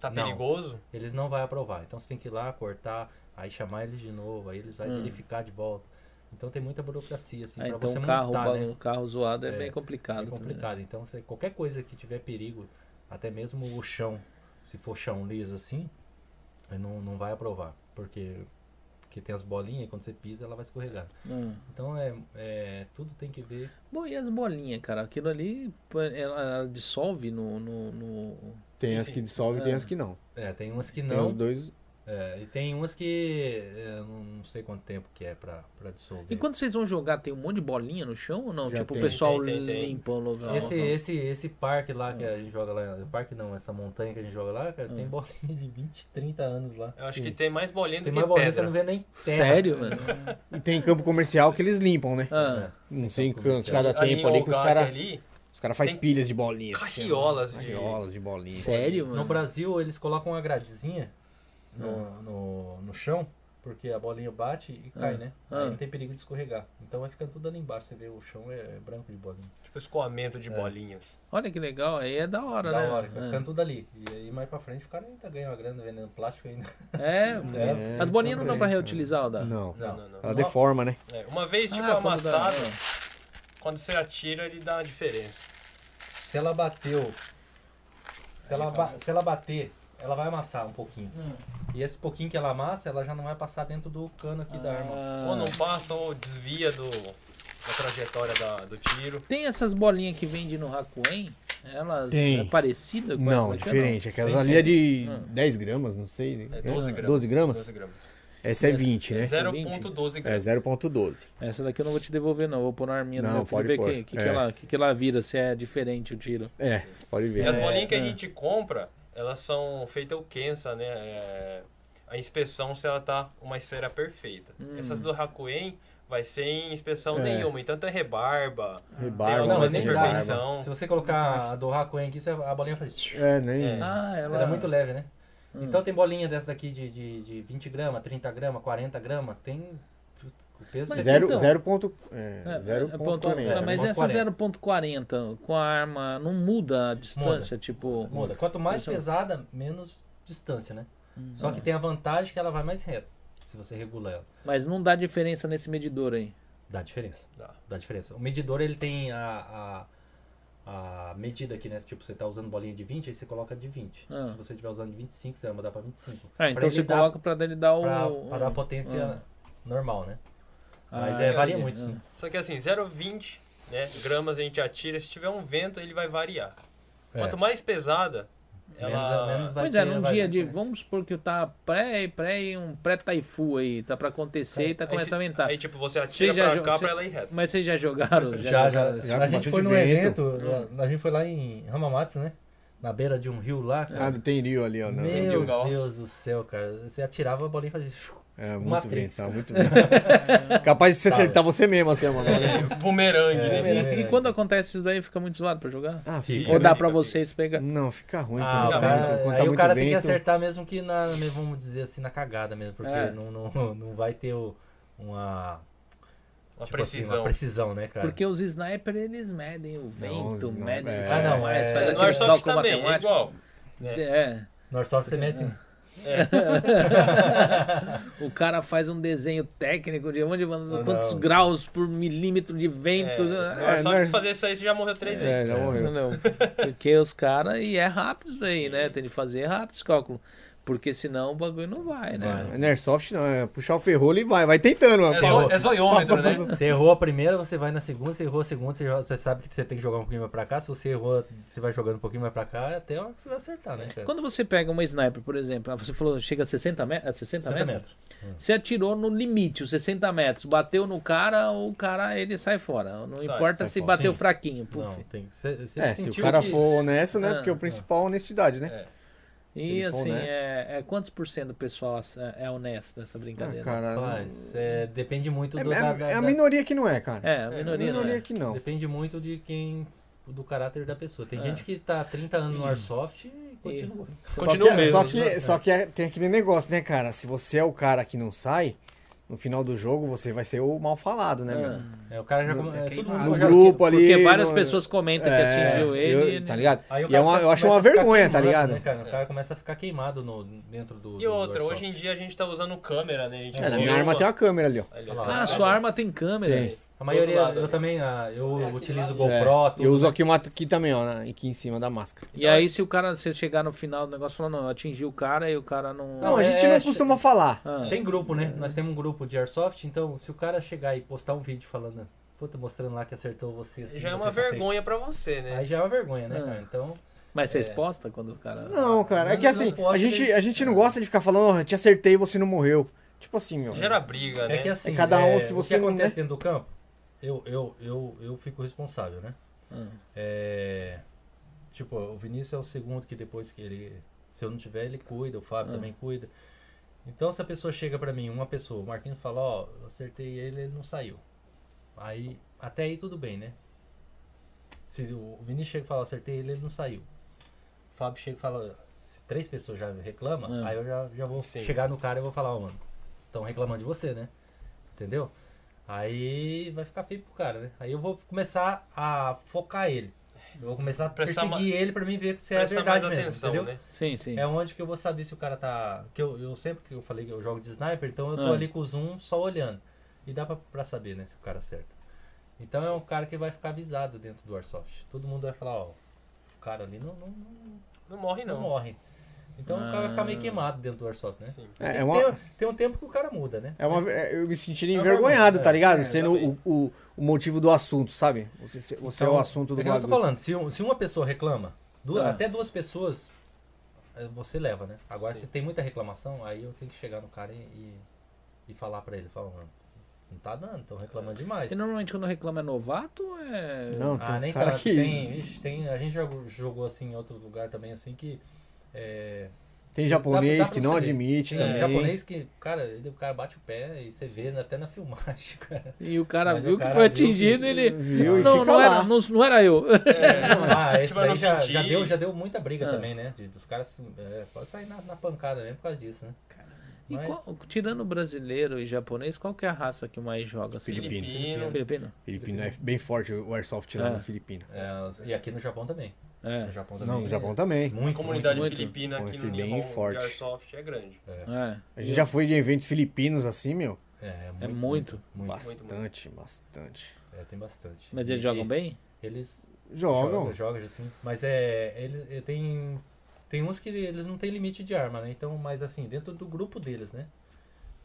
Tá
Não.
perigoso?
eles não vai aprovar. Então você tem que ir lá, cortar, aí chamar eles de novo, aí eles vão
Hum.
verificar de volta. Então tem muita burocracia,
<laughs>
assim,
Ah,
pra
então
você
o carro,
montar, né?
o carro zoado é,
É,
bem complicado.
É complicado. Então você, qualquer coisa que tiver perigo, até mesmo o chão, se for chão liso assim, aí não, não vai aprovar. Porque, porque tem as bolinhas e quando você pisa ela vai escorregar.
também, né? Hum.
Então é, é, tudo tem que ver.
Bom, e as bolinhas, cara? Aquilo ali, pô, ela, ela dissolve no... no, no-
Tem
Sim,
as
sim.
que dissolvem, tem as que não.
É, tem umas que
Tem os
não.
dois.
é, e tem umas que é, eu não não sei quanto tempo que é pra, pra dissolver.
E quando vocês vão jogar, tem um monte de bolinha no chão ou não?
Já
tipo,
tem.
o pessoal
Tem, tem, tem.
limpa o lugar.
Esse, esse, esse parque lá
É.
que a gente joga lá, parque não, essa montanha que a gente joga lá, cara, tem bolinha de 20, 30 anos lá.
Eu acho
Sim.
que tem mais bolinha do
Tem
que
mais bolinha, você
pedra.
não vê nem terra.
Sério, mano?
E tem campo comercial que eles limpam, né?
É.
Ah,
Então,
Não sei em
campo
quanto, cada
Ali em
tempo ali que os
Ogaki
caras
é ali,
os cara fazem
tem
pilhas de bolinhas.
carriolas de-
Carriolas de bolinhas.
sério,
No
mano? Ah.
Brasil, eles colocam uma gradezinha no, no, no chão, porque a bolinha bate e cai, né? Aí
Ah.
não tem perigo de escorregar. Então vai ficando tudo ali embaixo. Você vê o chão é, é branco de bolinha.
tipo, escoamento
É.
de bolinhas.
Olha que legal, aí é da hora,
da
né?
hora, vai
Ah.
ficando tudo ali. E aí mais pra frente o cara ainda ganha uma grana vendendo plástico ainda. <laughs>
É,
<laughs>
É,
as bolinhas não dão pra
também.
reutilizar, Alda?
Não.
Não, não, não.
Ela
Uma-
deforma, né?
É, uma vez, tipo,
Ah, quando dá-
amassado, quando você atira, ele dá uma diferença.
Se ela bateu. Se ela, ba- se ela bater, ela vai amassar um pouquinho.
Hum.
E esse pouquinho que ela amassa, ela já não vai passar dentro do cano aqui da arma.
Ah.
Ou não passa, ou desvia do, da trajetória da- do tiro.
Tem essas bolinhas que vende no Hakuen? Elas
Tem.
é parecida com
Não,
essa daqui,
diferente. Aquelas
Tem
ali é de 10 gramas, não sei. né?
É 12 gramas.
12 gramas?
12 gramas.
Essa é 20, né?
É
0,12
0.12
É
gramas.
0.12.
Essa daqui eu não vou te devolver, não. Vou pôr na arminha do
Não,
meu filho
pode
ver o
pôr.
que, que, que
É.
ela, que, que ela vira, se é diferente o tiro.
É, pode
E as
ver.
bolinhas que
é.
a gente compra, elas são feita o Kensa, né? É, a inspeção se ela tá uma esfera perfeita. Essas do Hakuen vai ser em inspeção
É.
nenhuma. Então tem rebarba,
Ah,
Rebarba,
tem
Não,
algumas
mas nem
é
dá.
imperfeição.
Se você colocar a do Hakuen aqui, você- a bolinha faz...
É, nem.
É.
Ah, ela...
Ela é muito leve, né?
Hum.
Então tem bolinha dessas aqui de, de, de 20 gramas, 30 gramas, 40 gramas, tem o peso...
Mas
Zero,
então-
zero ponto, é,
É,
zero
é,
ponto
ponto-
quarenta, né?
é, mas
ponto
essa 0.40 com a arma não muda a distância, tipo.
Muda. Quanto mais
Isso-
pesada, menos distância, né?
Uhum.
Só
É.
que tem a vantagem que ela vai mais reta, se você regula ela.
Mas não dá diferença nesse medidor aí.
Dá diferença.
Dá.
Dá diferença. O medidor, ele tem a, a, a medida aqui, né? Tipo, você tá usando bolinha de 20, aí você coloca de 20.
Ah.
Se você estiver usando de 25, você vai mudar pra 25.
Ah, então
Pra
você
ele dar-
coloca pra ele dar o.
Pra,
o-
pra dar a potência normal, né?
Ah,
Mas é,
entendi.
varia
Ah.
muito, sim.
Só que assim, 0,20 né, gramas a gente atira. Se tiver um vento, ele vai variar.
É.
Quanto mais pesada, ela...
Menos, menos vai
Pois é,
ter
num
variação.
dia de. Vamos supor que tá pré, pré, um pré-taifu aí, tá pra
É,
acontecer e tá
Aí
começando
se-
a aumentar.
Aí tipo, você
Você
atira
já
pra
jo-
cá
você-
pra ela ir reto.
Mas vocês já jogaram?
<laughs> Já,
jogaram
já.
esse-
já com
a gente
bastante
foi num
vento.
evento,
é.
a gente foi lá em Hamamatsu, né? Na beira de um rio lá,
Ah,
cara.
tem rio ali, ó. né? não.
Meu
Gal.
Deus do céu, cara. Você atirava a bolinha e fazia.
É, muito
Matrix.
vento, tá muito vento. Capaz de você acertar você mesmo, assim, mano.
<laughs> Bumerangue,
É.
né?
E, e quando acontece isso daí, fica muito zoado pra jogar?
Ah,
Fica.
Ou
Ou
dá
dá
pra
fica,
vocês pegar?
Não, fica ruim
Ah,
quando
o
tá
cara-
muito, quando tá
aí o
muito
cara
vento.
tem que acertar mesmo que na, vamos dizer assim, na cagada mesmo, porque
É.
não, não, <laughs> não vai ter o- uma, tipo
Uma
assim, uma
precisão.
precisão, né, cara?
Porque os sniper eles medem o vento,
os- não,
medem
é.
os
Ah, não,
mais,
é-
faz
no
no
aquele
Airsoft
cálculo
também, é
matemático.
igual. né?
É.
Nós só você mete.
O cara faz um desenho técnico de onde
Não,
quantos
não.
graus por milímetro de vento.
É,
né?
agora só
não
que
é-
se fazer isso aí, você já morreu três
É,
vezes.
já morreu.
Entendeu? Porque os caras, e é rápido isso aí, né? Tem de fazer rápido esse cálculo. Porque senão o bagulho não vai, né?
Vai.
É, no Airsoft não, é puxar o ferrolho e vai, vai tentando. ó.
É, zo- é zoiômetro, né?
Você errou a primeira, você vai na segunda, você errou a segunda, você, joga- você sabe que você tem que jogar um pouquinho mais pra cá. Se você errou, você vai jogando um pouquinho mais pra cá, até a hora que você vai acertar, né, cara?
Quando você pega uma sniper, por exemplo, ah, você falou chega a 60 metros, 60
60
metros?
metros.
Você atirou no limite, os 60 metros, bateu no cara, o cara ele sai fora. Não
Sai,
importa
sai
se
fora.
bateu
Sim.
fraquinho, puf.
Não, tem que ser. você
É, se o
sentiu
cara
que-
for honesto, né?
Ah,
Porque o principal é a honestidade, né?
E
ele for
assim,
honesto.
é, é quantos por cento do pessoal é é honesto nessa
Ah,
brincadeira?
cara. não-
Rapaz, é, depende muito
É,
do. da- da-
é- é a
da-
minoria que não é, cara.
É, a
É a
minoria, não é.
minoria que não.
Depende muito de quem. do caráter da pessoa. Tem
É.
gente que tá 30 anos no
Uhum.
Airsoft e continua.
Continua
só que,
mesmo.
Só que, só que é- tem aquele negócio, né, cara? Se você é o cara que não sai, no final do jogo você vai ser o mal falado, né, meu?
Ah,
É, o cara já come-
É
é, todo
queimado.
mundo
tá No
já-
grupo ali.
Porque várias
no-
pessoas comentam que
É,
atingiu ele.
eu-
ele- né?
Tá ligado?
Aí o
E
cara
é uma,
tá-
eu acho uma
começa a ficar
vergonha, tá
queimado,
ligado?
né, cara? O cara começa a ficar queimado no, dentro do.
E outra, hoje em dia a gente tá usando câmera, né? A gente
É, na
viu
minha arma
uma-
tem uma câmera ali, ó.
Ali, tá
Olha lá.
Ah,
atrás.
sua arma tem câmera.
Tem.
A maioria,
Do outro lado,
eu
né?
também, ah, eu utilizo o
É,
GoPro, tudo.
eu uso aqui uma aqui também, ó, na- aqui em cima da máscara.
E aí, se o cara, você chegar no final do negócio e falar, não, eu atingi o cara e o cara não.
Não, a
é-
gente não
é-
costuma falar.
Ah,
Tem grupo,
É.
né? Nós temos um grupo de Airsoft, então se o cara chegar e postar um vídeo falando, puta, mostrando lá que acertou você assim.
Já é
você só
uma
fez-
vergonha pra você, né?
Aí já é uma vergonha, né,
Ah.
cara? Então.
Mas você
é.
exposta quando o cara.
Não, cara. É
Não,
que
não
assim, a
pode,
gente,
tem-
a gente não gosta de ficar falando, ó, te acertei e você não morreu. Tipo assim, ó.
Gera briga, né?
É que assim,
É cada um,
é,
se
o
você
que
não-
acontece dentro do campo, eu, eu, eu, eu fico responsável, né?
Ah.
É, tipo, o Vinícius é o segundo que depois que ele. Se eu não tiver, ele cuida, o Fábio
Ah.
também cuida. Então se a pessoa chega pra mim, uma pessoa, o Marquinhos fala, ó, eu acertei ele, ele não saiu. Aí, até aí tudo bem, né? Se o Vinícius chega e fala, acertei ele, ele não saiu. O Fábio chega e fala, se três pessoas já reclamam,
Ah.
aí eu já, já vou
Sim.
chegar no cara e vou falar, ó, mano, estão reclamando de você, né? Entendeu? Aí vai ficar feio pro cara, né? Aí eu vou começar a focar ele. Eu vou começar a
Prestar
perseguir ele pra mim ver se é
Presta
verdade
mais
mesmo,
atenção,
entendeu?
né?
Sim, sim.
É onde que eu vou saber se o cara tá... Que eu, eu sempre que eu falei que eu jogo de sniper, então eu tô
Ah.
ali com o zoom só olhando. E dá pra, pra saber, né, se o cara acerta. Então é um cara que vai ficar avisado dentro do Airsoft. Todo mundo vai falar, ó, o cara ali não, não, não-
Não morre,
não
não.
morre. Então o cara vai ficar meio
Ah.
queimado dentro do Airsoft, né?
Sim.
É,
Tem-
é uma,
tem, tem um tempo que o cara muda, né?
é uma, é, eu me sentiria
É uma
envergonhado,
vergonha,
tá
é.
ligado?
É,
Sendo
também.
o, o, o motivo do assunto, sabe? Você, você você é o
Então,
assunto do
É que eu tô
bagulho.
falando, se, um- se uma pessoa reclama, duas-
Ah.
até duas pessoas, eh, você leva, né? Agora,
Sim.
se tem muita reclamação, aí eu tenho que chegar no cara e, e, e falar pra ele, falar, mano, não tá dando, estão reclamando
um-
demais.
E normalmente quando reclama é novato ou é.
Não, tem
Ah,
uns
nem
cara
tanto.
que-
Tem, ixi, tem, a gente já jogou assim em outro lugar também, assim, que É,
Tem
Dá-
japonês
dá pra
que não
você ver.
admite
tem
também.
japonês que, cara, ele- o cara bate o pé e você vê até na filmagem, <laughs> cara.
E o cara
Mas
viu
o
que
cara
foi
viu que-
atingido ele.
Viu e
Não,
fica
não era,
lá.
não, não era eu.
é,
Ah, esse
Tipo, eu
daí
não
já,
senti.
já deu, já deu muita briga
Ah.
também, né? De- dos caras é, quase sair na, na pancada mesmo por causa disso, né?
E
Mas-
qual- tirando brasileiro e japonês, qual que é a raça que mais joga? assim?
Filipino. né?
Filipino.
Filipino?
Filipina é bem forte o airsoft lá
É.
na Filipina.
É, os- e aqui no Japão também.
É,
No Japão também. é
Não, no Japão também.
Muito,
comunidade
muito.
filipina aqui
Muito
no
é bem
Nihon
forte.
de Airsoft é grande.
é.
A gente já foi de eventos filipinos assim, meu.
muito. É,
É
muito.
muito.
muito.
Bastante, bastante.
É, tem bastante.
Mas
E-
eles jogam bem?
Eles
Jogam.
jogam, jogam assim. Mas é. Eles é, tem. Tem uns que eles não têm limite de arma, né? Então, mas assim, dentro do grupo deles, né?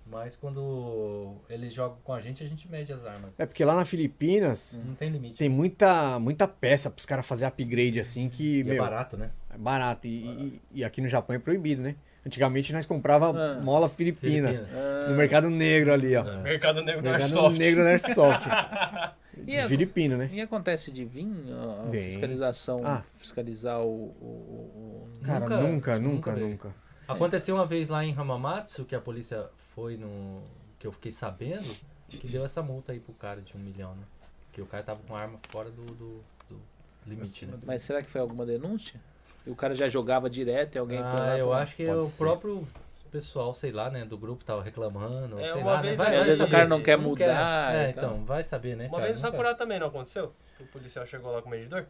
Mas quando eles jogam com a gente, a gente mede as armas.
É porque lá na Filipinas
Não tem limite.
tem muita, muita peça pros caras fazer upgrade assim que,
E é
meu,
barato, né?
é barato. E, e- e aqui no Japão é proibido, né? Antigamente nós comprava
Ah.
mola filipina,
Filipina. Ah.
no mercado negro ali, ó.
Mercado Negro do
É. Mercado
Airsoft.
negro na
<laughs>
Airsoft.
Ah. E a-
Filipino, né?
E acontece de vir a a
Vem.
fiscalização,
Ah.
fiscalizar o, o- o- o-
Cara,
Nunca-
nunca, nunca,
nunca
nunca.
veio. É. Aconteceu uma vez lá em Hamamatsu que a polícia foi no. que eu fiquei sabendo, que deu essa multa aí pro cara de um milhão, né? Que o cara tava com arma fora do, do, do limite, né?
Mas será que foi alguma denúncia? E o cara já jogava direto e alguém foi lá
Ah, eu
falar.
acho que
Pode
o
ser.
próprio pessoal, sei lá, né, do grupo tava reclamando,
É,
sei
uma
lá, né?
vez
Vai-
aí-
vai
às vezes o
saber.
cara não quer mudar
É,
e tal.
então, vai saber, né,
Uma
cara?
vez no
Nunca-
Sakura também não aconteceu? Que o policial chegou lá com o medidor?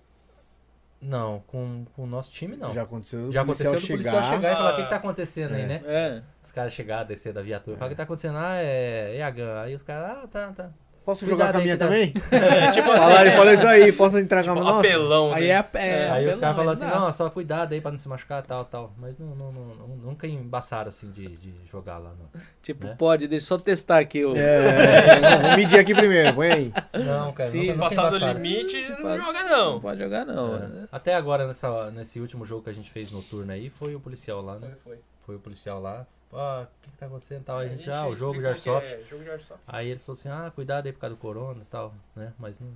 Não, com, com o nosso time não.
Já
Já,
aconteceu
aconteceu do policial chegar e falar, o que, que tá acontecendo aí,
É.
né?
É.
Os caras chegar, descer da viatura, falar o que tá acontecendo, ah, é, é a GAN. Aí os caras, ah, tá, tá.
Posso jogar
Cuidado
com a
aí
minha
que tá- <laughs>
também?
É, tipo
assim,
Falaram e falou isso aí, posso entrar com a
um
Tipo,
minha? Nossa,
apelão,
Aí
né?
é, é, é
aí os
apelão,
caras falaram
aí
assim,
dá.
não, só cuidado aí pra não se machucar, tal, tal. Mas não, não, não- não- nunca embaçaram assim de, de jogar lá, não.
Tipo,
Né?
pode, deixa eu só testar aqui o.
É, não, vou medir aqui primeiro, põe aí.
Não, cara,
Se
nunca, nunca
Passar do
embaçaram.
limite, não
passa-
joga
Não
não.
pode jogar, não.
É. Até agora, nessa, nesse último jogo que a gente fez noturno aí, foi o policial lá, né?
Foi, foi.
Foi o policial lá. Ah, o que, que tá acontecendo e tal? Aí
A
a gente,
gente
ah, o jogo de
explicou
airsoft.
que é jogo de Airsoft.
Aí eles falaram assim, ah, cuidado aí por causa do corona e tal, né? Mas não,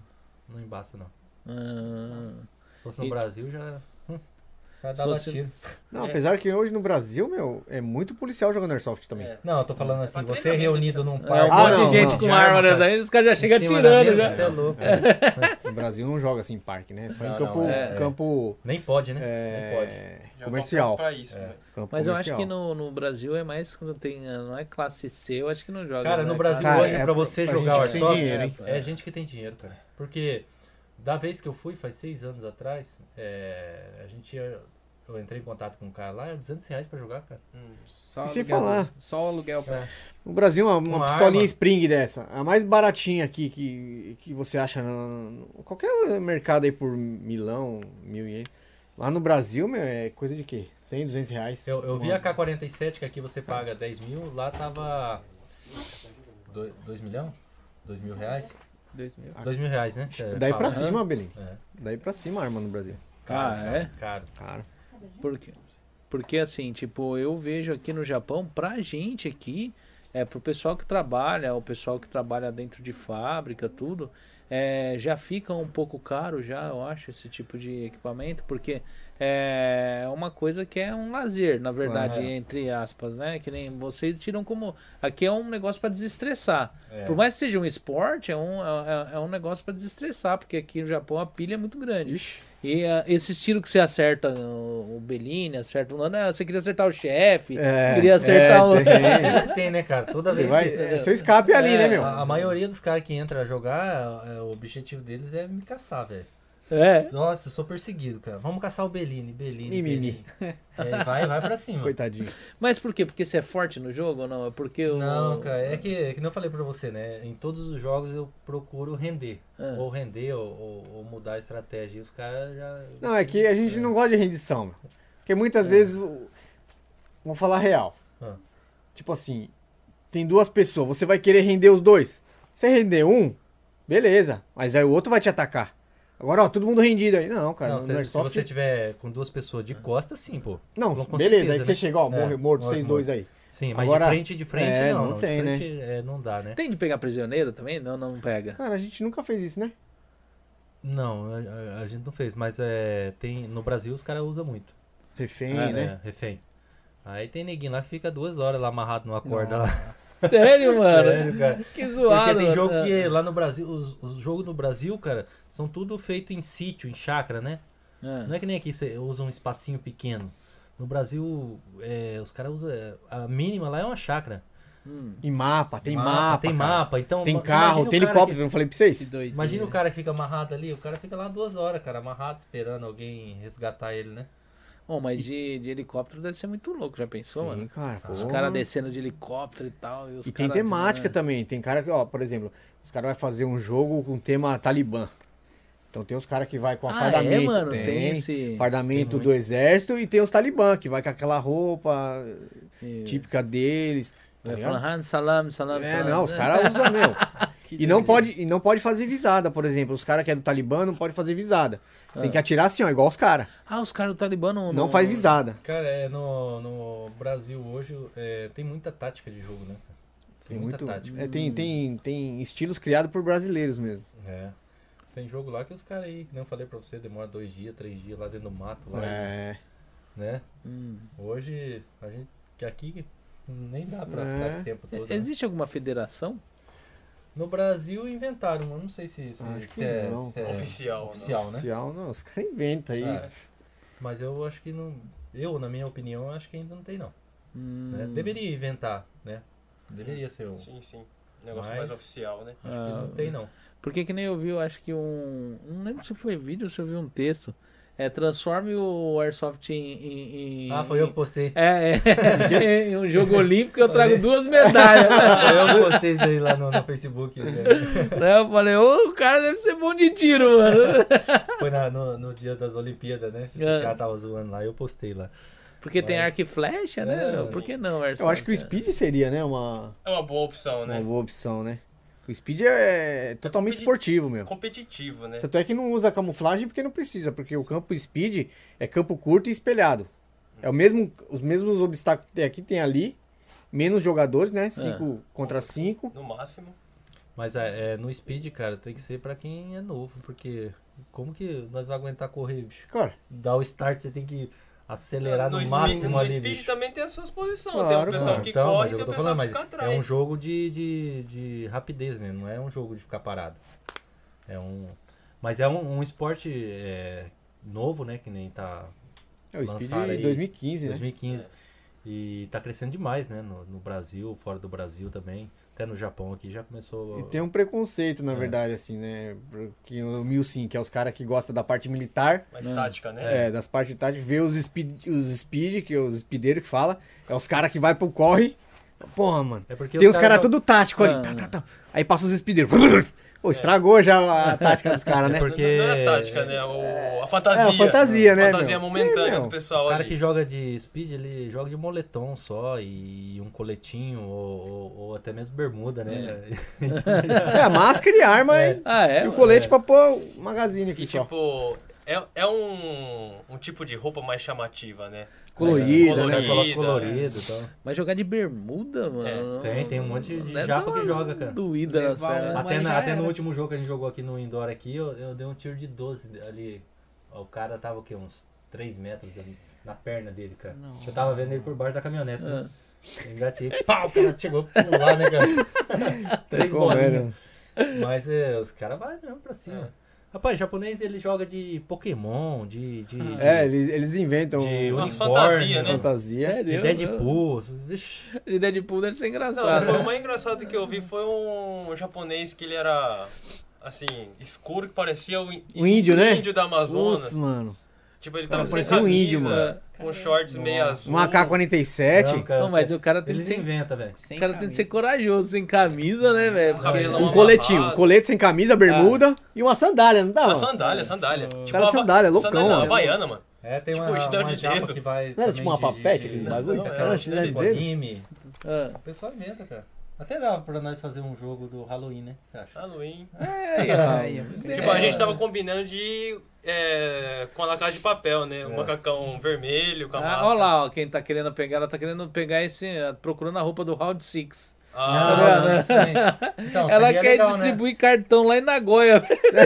não embasta, não.
Ah,
Se fosse no
E-
Brasil, já... Hum, os caras
Se
davam
fosse-
tiro.
Não, apesar que hoje no Brasil, meu, é muito policial jogando airsoft também.
É.
Não, eu tô falando assim,
pra
você
treinamento,
reunido
isso.
num
É, um
parque...
Ah,
monte
não,
de gente
não.
com arma, né? Daí os caras já chegam atirando já.
Você é louco.
<laughs>
No Brasil não joga assim em parque, né? Só em
Não,
campo,
não, é, é.
campo
Nem pode, né?
é,
Nem pode.
Já
comercial.
voltamos Pra isso,
É.
né?
Campo
Mas eu acho
comercial.
que no, no Brasil é mais quando tem. ah, Não é classe C, eu acho que não joga.
Cara,
né?
no Brasil
Classe-
Cara,
hoje,
é
pra você
pra
jogar o
gente que tem
Airsoft,
dinheiro, hein?
é, gente que tem dinheiro, cara. Porque da vez que eu fui, faz seis anos atrás, é, a gente ia- eu entrei em contato com um cara lá, era 200 reais pra jogar, cara.
Hum.
Só
E sem
aluguel,
falar.
Só o aluguel pra
No Brasil, uma, uma
Uma
pistolinha
arma.
spring dessa. A mais baratinha aqui que, que você acha no, no- qualquer mercado aí por milão, mil e Lá no Brasil, meu, é coisa de quê? 100, 200 reais.
Eu, eu vi
Uma-
a K47, que aqui você paga 10 mil, lá tava 2 milhão? 2 mil reais?
dois mil.
2 mil reais, né? É,
Daí pra
fala.
cima, Belém.
É,
Daí pra cima a arma no Brasil.
caro,
Ah,
caro,
é?
Caro.
Cara.
Por quê? Porque assim, tipo, eu vejo aqui no Japão, pra gente aqui, é pro pessoal que trabalha, o pessoal que trabalha dentro de fábrica, tudo, é, já fica um pouco caro já, eu acho, esse tipo de equipamento, porque é uma coisa que é um lazer, na verdade,
Claro.
entre aspas, né? Que nem vocês tiram como. Aqui é um negócio pra desestressar.
É.
Por mais que seja um esporte, é um, é, é um negócio pra desestressar, porque aqui no Japão a pilha é muito grande.
Ixi.
E ah, esses tiros que você acerta o o Bellini, acerta o Lana, você queria acertar o chefe,
É,
queria acertar
é,
o. <laughs>
tem.
Sempre <laughs> tem, né, cara? Toda
Você
vez
vai-
que...
é seu escape ali, né, meu?
É, A, a maioria dos caras que entra a jogar, é, o objetivo deles é me caçar, velho.
É.
Nossa, eu sou perseguido, cara. Vamos caçar o Bellini, Bellini.
Mimimi. <laughs>
Bellini. É, vai, vai pra cima.
Coitadinho.
Mas por quê? Porque você é forte no jogo ou não? É porque o.
Não, cara, é que, é que não falei pra você, né? Em todos os jogos eu procuro render.
Ah.
Ou render, ou, ou- ou mudar a estratégia. E os caras já.
Não, é que a gente não gosta de rendição. meu. Porque muitas vezes. o- Vou falar real.
É. Ah.
Tipo assim, tem duas pessoas, você vai querer render os dois. Você render um, beleza. Mas aí o outro vai te atacar. Agora, ó, todo mundo rendido aí. Não, é cara,
Não,
no
se, se
Airsoft-
você tiver com duas pessoas de costa, sim, pô.
Não,
com
beleza, aí
certeza,
você
né?
chega, ó,
É,
morre, morto,
morre,
vocês
morre.
dois aí.
Sim, mas
Agora-
de frente de frente,
É,
não.
não
de
tem, né?
frente, é, não dá, né?
Tem de pegar prisioneiro também? Não, não pega.
Cara, a gente nunca fez isso, né?
Não, a, a- a gente não fez, mas é, tem, no Brasil os caras usam muito.
refém,
é,
né?
é, refém. Aí tem neguinho lá que fica duas horas lá amarrado numa corda <laughs> lá.
Sério, mano?
Sério, cara.
Que
Porque
zoado,
tem jogo
mano.
que é, lá no Brasil, os, os jogos no Brasil, cara, são tudo feito em sítio, em chácara, né?
É.
Ah,
Não é que nem aqui você usa um espacinho pequeno. No Brasil, é, os caras usam. é, A mínima lá é uma chácara.
Hum,
Em mapa, tem mapa.
Tem
cara.
mapa, então.
Tem
ma- imagina
carro,
o
tem
cara
helicóptero,
que-
não falei pra
Que
vocês?
doideira.
imagina o cara que fica amarrado ali, o cara fica lá duas horas, cara, amarrado, esperando alguém resgatar ele, né?
Bom, mas de, de helicóptero deve ser muito louco, já pensou,
Sim,
mano?
cara.
Os
porra.
caras descendo de helicóptero e tal. E, os
E tem
cara-
temática
É.
também. Tem cara que, ó, por exemplo, os caras vão fazer um jogo com tema Talibã. Então tem os caras que vai com
Ah, é,
fardamento.
mano? Tem esse-
Fardamento
tem muito.
do exército e tem os Talibã, que vai com aquela roupa
E-
típica deles. tipo, tá
É. Vai
ligado?
falando, "Ah, "Han, salame, salame,
é,
salame.
não, os caras usam,
<laughs>
meu. E não, pode, e não pode fazer visada, por exemplo. Os caras que é do Talibã não pode fazer visada. Você tem que atirar assim, ó, igual os caras.
Ah, os caras do Talibã Ah. não...
Não faz visada.
Cara, é, no, no Brasil hoje é, tem muita tática de jogo, né? cara?
Tem muito.
tática.
é, tem, tem, tem estilos criados por brasileiros mesmo.
É. Tem jogo lá que os caras aí, que nem eu falei pra você, demora dois dias, três dias lá dentro do mato, lá,
É.
né?
Hum.
Hoje, a gente, que aqui nem dá pra
É.
ficar esse tempo todo. né?
Existe alguma federação?
No Brasil inventaram, mas não sei se, se,
Acho
se
que
é,
não,
se é
Oficial, né?
oficial, né?
Oficial, não, os caras inventam aí.
Ah, Mas eu acho que não. Eu, na minha opinião, acho que ainda não tem, não.
Hum.
né?
Hum.
Deveria inventar, né? Deveria ser um.
Sim, sim. Negócio
Mas-
mais oficial, né?
Acho que
Ah,
não tem, não.
Ah, Porque que nem eu vi, eu acho que um... Não lembro se foi vídeo ou se eu vi um texto. É, transforme o Airsoft em... em- em-
Ah, foi eu que postei.
<laughs> É,
<laughs>
é, é um jogo olímpico eu trago duas
<laughs>
medalhas. <laughs>
Foi eu que postei isso daí lá no, no Facebook. né?
Aí eu falei, ô, o cara deve ser bom de tiro, mano.
<laughs> Foi na- no, no dia das Olimpíadas, né? O
É.
cara tava zoando lá, eu postei lá.
Porque tem arco e flecha, né?
É,
Por que não, Airsoft?
Eu acho que o Speed seria, né, uma,
É uma boa opção,
uma
né?
boa opção, né? O Speed é totalmente
Speed-
esportivo, meu.
Competitivo, né?
Tanto é que não usa camuflagem porque não precisa, porque o campo Speed é campo curto e espelhado. É o mesmo, os mesmos obstáculos que tem aqui, tem ali, menos jogadores,
É.
né? 5 contra 5.
No máximo.
Mas é, é, no speed, cara, tem que ser pra quem é novo, porque como que nós vamos aguentar correr, bicho?
Cara,
Dar o start, você tem que acelerar no,
speed-
máximo
no
ali,
speed
bicho.
também tem as suas posições.
Claro,
tem o pessoal
claro.
que
então,
corre
mas
e
eu
tem o
tô
pessoal
falando,
que
mas
fica
é
atrás.
um jogo de, de, de rapidez, né? Não é um jogo de ficar parado. É um, mas é um, um esporte é, novo, né? Que nem tá
é o Speed
Lançaram aí.
2015, né?
2015 e tá crescendo demais, né? No, no Brasil, fora do Brasil também, até no Japão aqui já começou.
E tem um preconceito,
É.
na verdade, assim, né? Que o Milsim, que é os caras que gostam da parte militar,
Mas tática, né?
É, das partes de tarde, ver os speed, os speed, que é os speedeiros que fala, é os caras que vai pro corre. Porra, mano.
É porque
Tem
os
os
cara
caras
já-
tudo tático ali. Tá, tá, tá. Aí passa os speedeiros. <laughs> Pô, estragou já a tática dos caras, né?
É porque
Não, não é tática, né? O- a fantasia.
É, a fantasia, né,
fantasia
meu?
momentânea
É, meu.
do pessoal
O cara
ali.
que joga de speed, ele joga de moletom só e um coletinho ou, ou- ou até mesmo bermuda, <laughs> né?
É, máscara e arma e,
Ah, é?
e o colete pra pôr o magazine aqui
E
só.
tipo, é, é um, um tipo de roupa mais chamativa, né?
Colorida,
Os
né?
caras
Colorida,
colocam colorido e tal.
Mas jogar de bermuda, mano.
Tem, tem um monte de
deve
japa
dar uma
que joga, cara.
Doída nas
Levar
pernas.
uma-
Até,
Mas
na-
já
até no
era.
último jogo que a gente jogou aqui no indoor aqui, eu, eu dei um tiro de 12 ali. O cara tava o quê? Uns 3 metros da- na perna dele, cara. Eu tava vendo ele por baixo da caminhonete. né? Engatei, pau, o cara chegou a pular, né, cara? Três
Ficou
bolinhas.
velho.
Mas é, os caras vão mesmo pra cima. Rapaz, japonês ele joga de Pokémon, de. de, de-
É, eles, eles inventam
de
Uma
unicórnio,
fantasia, né?
fantasia.
de
Sério?
Deadpool. Ixi,
De Deadpool deve ser
Não,
engraçado.
foi o mais engraçado que eu vi foi um japonês que ele era, assim, escuro, que parecia o, in-
Um índio, né?
índio da Amazonas.
Putz, mano.
Tipo, ele
Cara,
tava sem
parecia um
camisa,
índio, mano.
com shorts meio azul.
Um AK-47.
cara,
É. Não, mas o cara tem
Eles
que ser-
inventam, velho.
O cara tem que ser corajoso, sem camisa, né, velho?
Um cabelão
Um coletinho. Um
amarrado.
colete sem camisa, bermuda e uma sandália, não dá?
Ah,
mano?
sandália, sandália. Tipo,
Cara de
hava-
sandália, loucão, né?
Sandália não,
mano.
havaiana, mano.
É, tem
Tipo,
uma,
chinelo
uma
de
japa
dedo.
que vai.
Não era tipo uma papete, aqueles bagulho? Aquela
Aquela
chinelo
chinela
de
de
dedo?
é, tipo anime.
Ah,
O pessoal inventa, cara. Até dava pra nós fazer um jogo do Halloween, né? Você acha?
Halloween.
aí,
Aí,
ó.
ó.
É.
Tipo, a gente tava combinando de... é, com a lacada de papel, né? O macacão vermelho, com a
Ah,
máscara.
ah,
olha lá, ó, quem tá querendo pegar, ela tá querendo pegar esse. Procurando a roupa do Round Six.
Ah, sim. Então,
Ela
é
seria
quer
legal, né?
distribuir cartão lá em Nagoya.
É,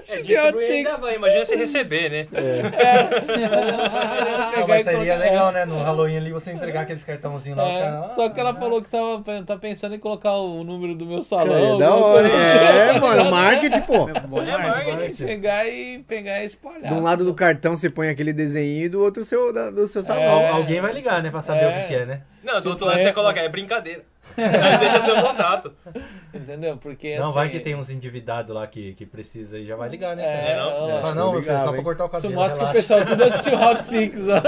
distribuir
distribuir ainda vai, imagina você receber, né?
É.
É.
<laughs> tá
Não, mas seria legal, né? No Halloween ali você entregar aqueles cartãozinhos lá. o cara,
É,
ah,
só que ela falou que tava tá pensando em colocar o número do meu salão.
É, da
alguma
hora.
coisa assim.
É, mano, marketing, pô.
Bom,
É marketing.
Chegar e pegar e espalhar.
De um lado do cartão você põe aquele desenho e do outro seu, da- do seu
É,
salão.
al- Alguém vai ligar, né? Pra saber
É.
o que, que é, né?
Não, do outro lado você coloca, é brincadeira. Aí deixa seu contato.
Entendeu? Porque
Não,
assim,
vai que tem uns endividados lá que, que precisa e já vai ligar, né?
É,
também.
não,
Fala,
lógico.
não, meu filho, é só
Obrigado,
pra
hein.
cortar o
Isso
cabelo.
mostra que o
relaxa.
pessoal tudo assistiu Round Six, ó.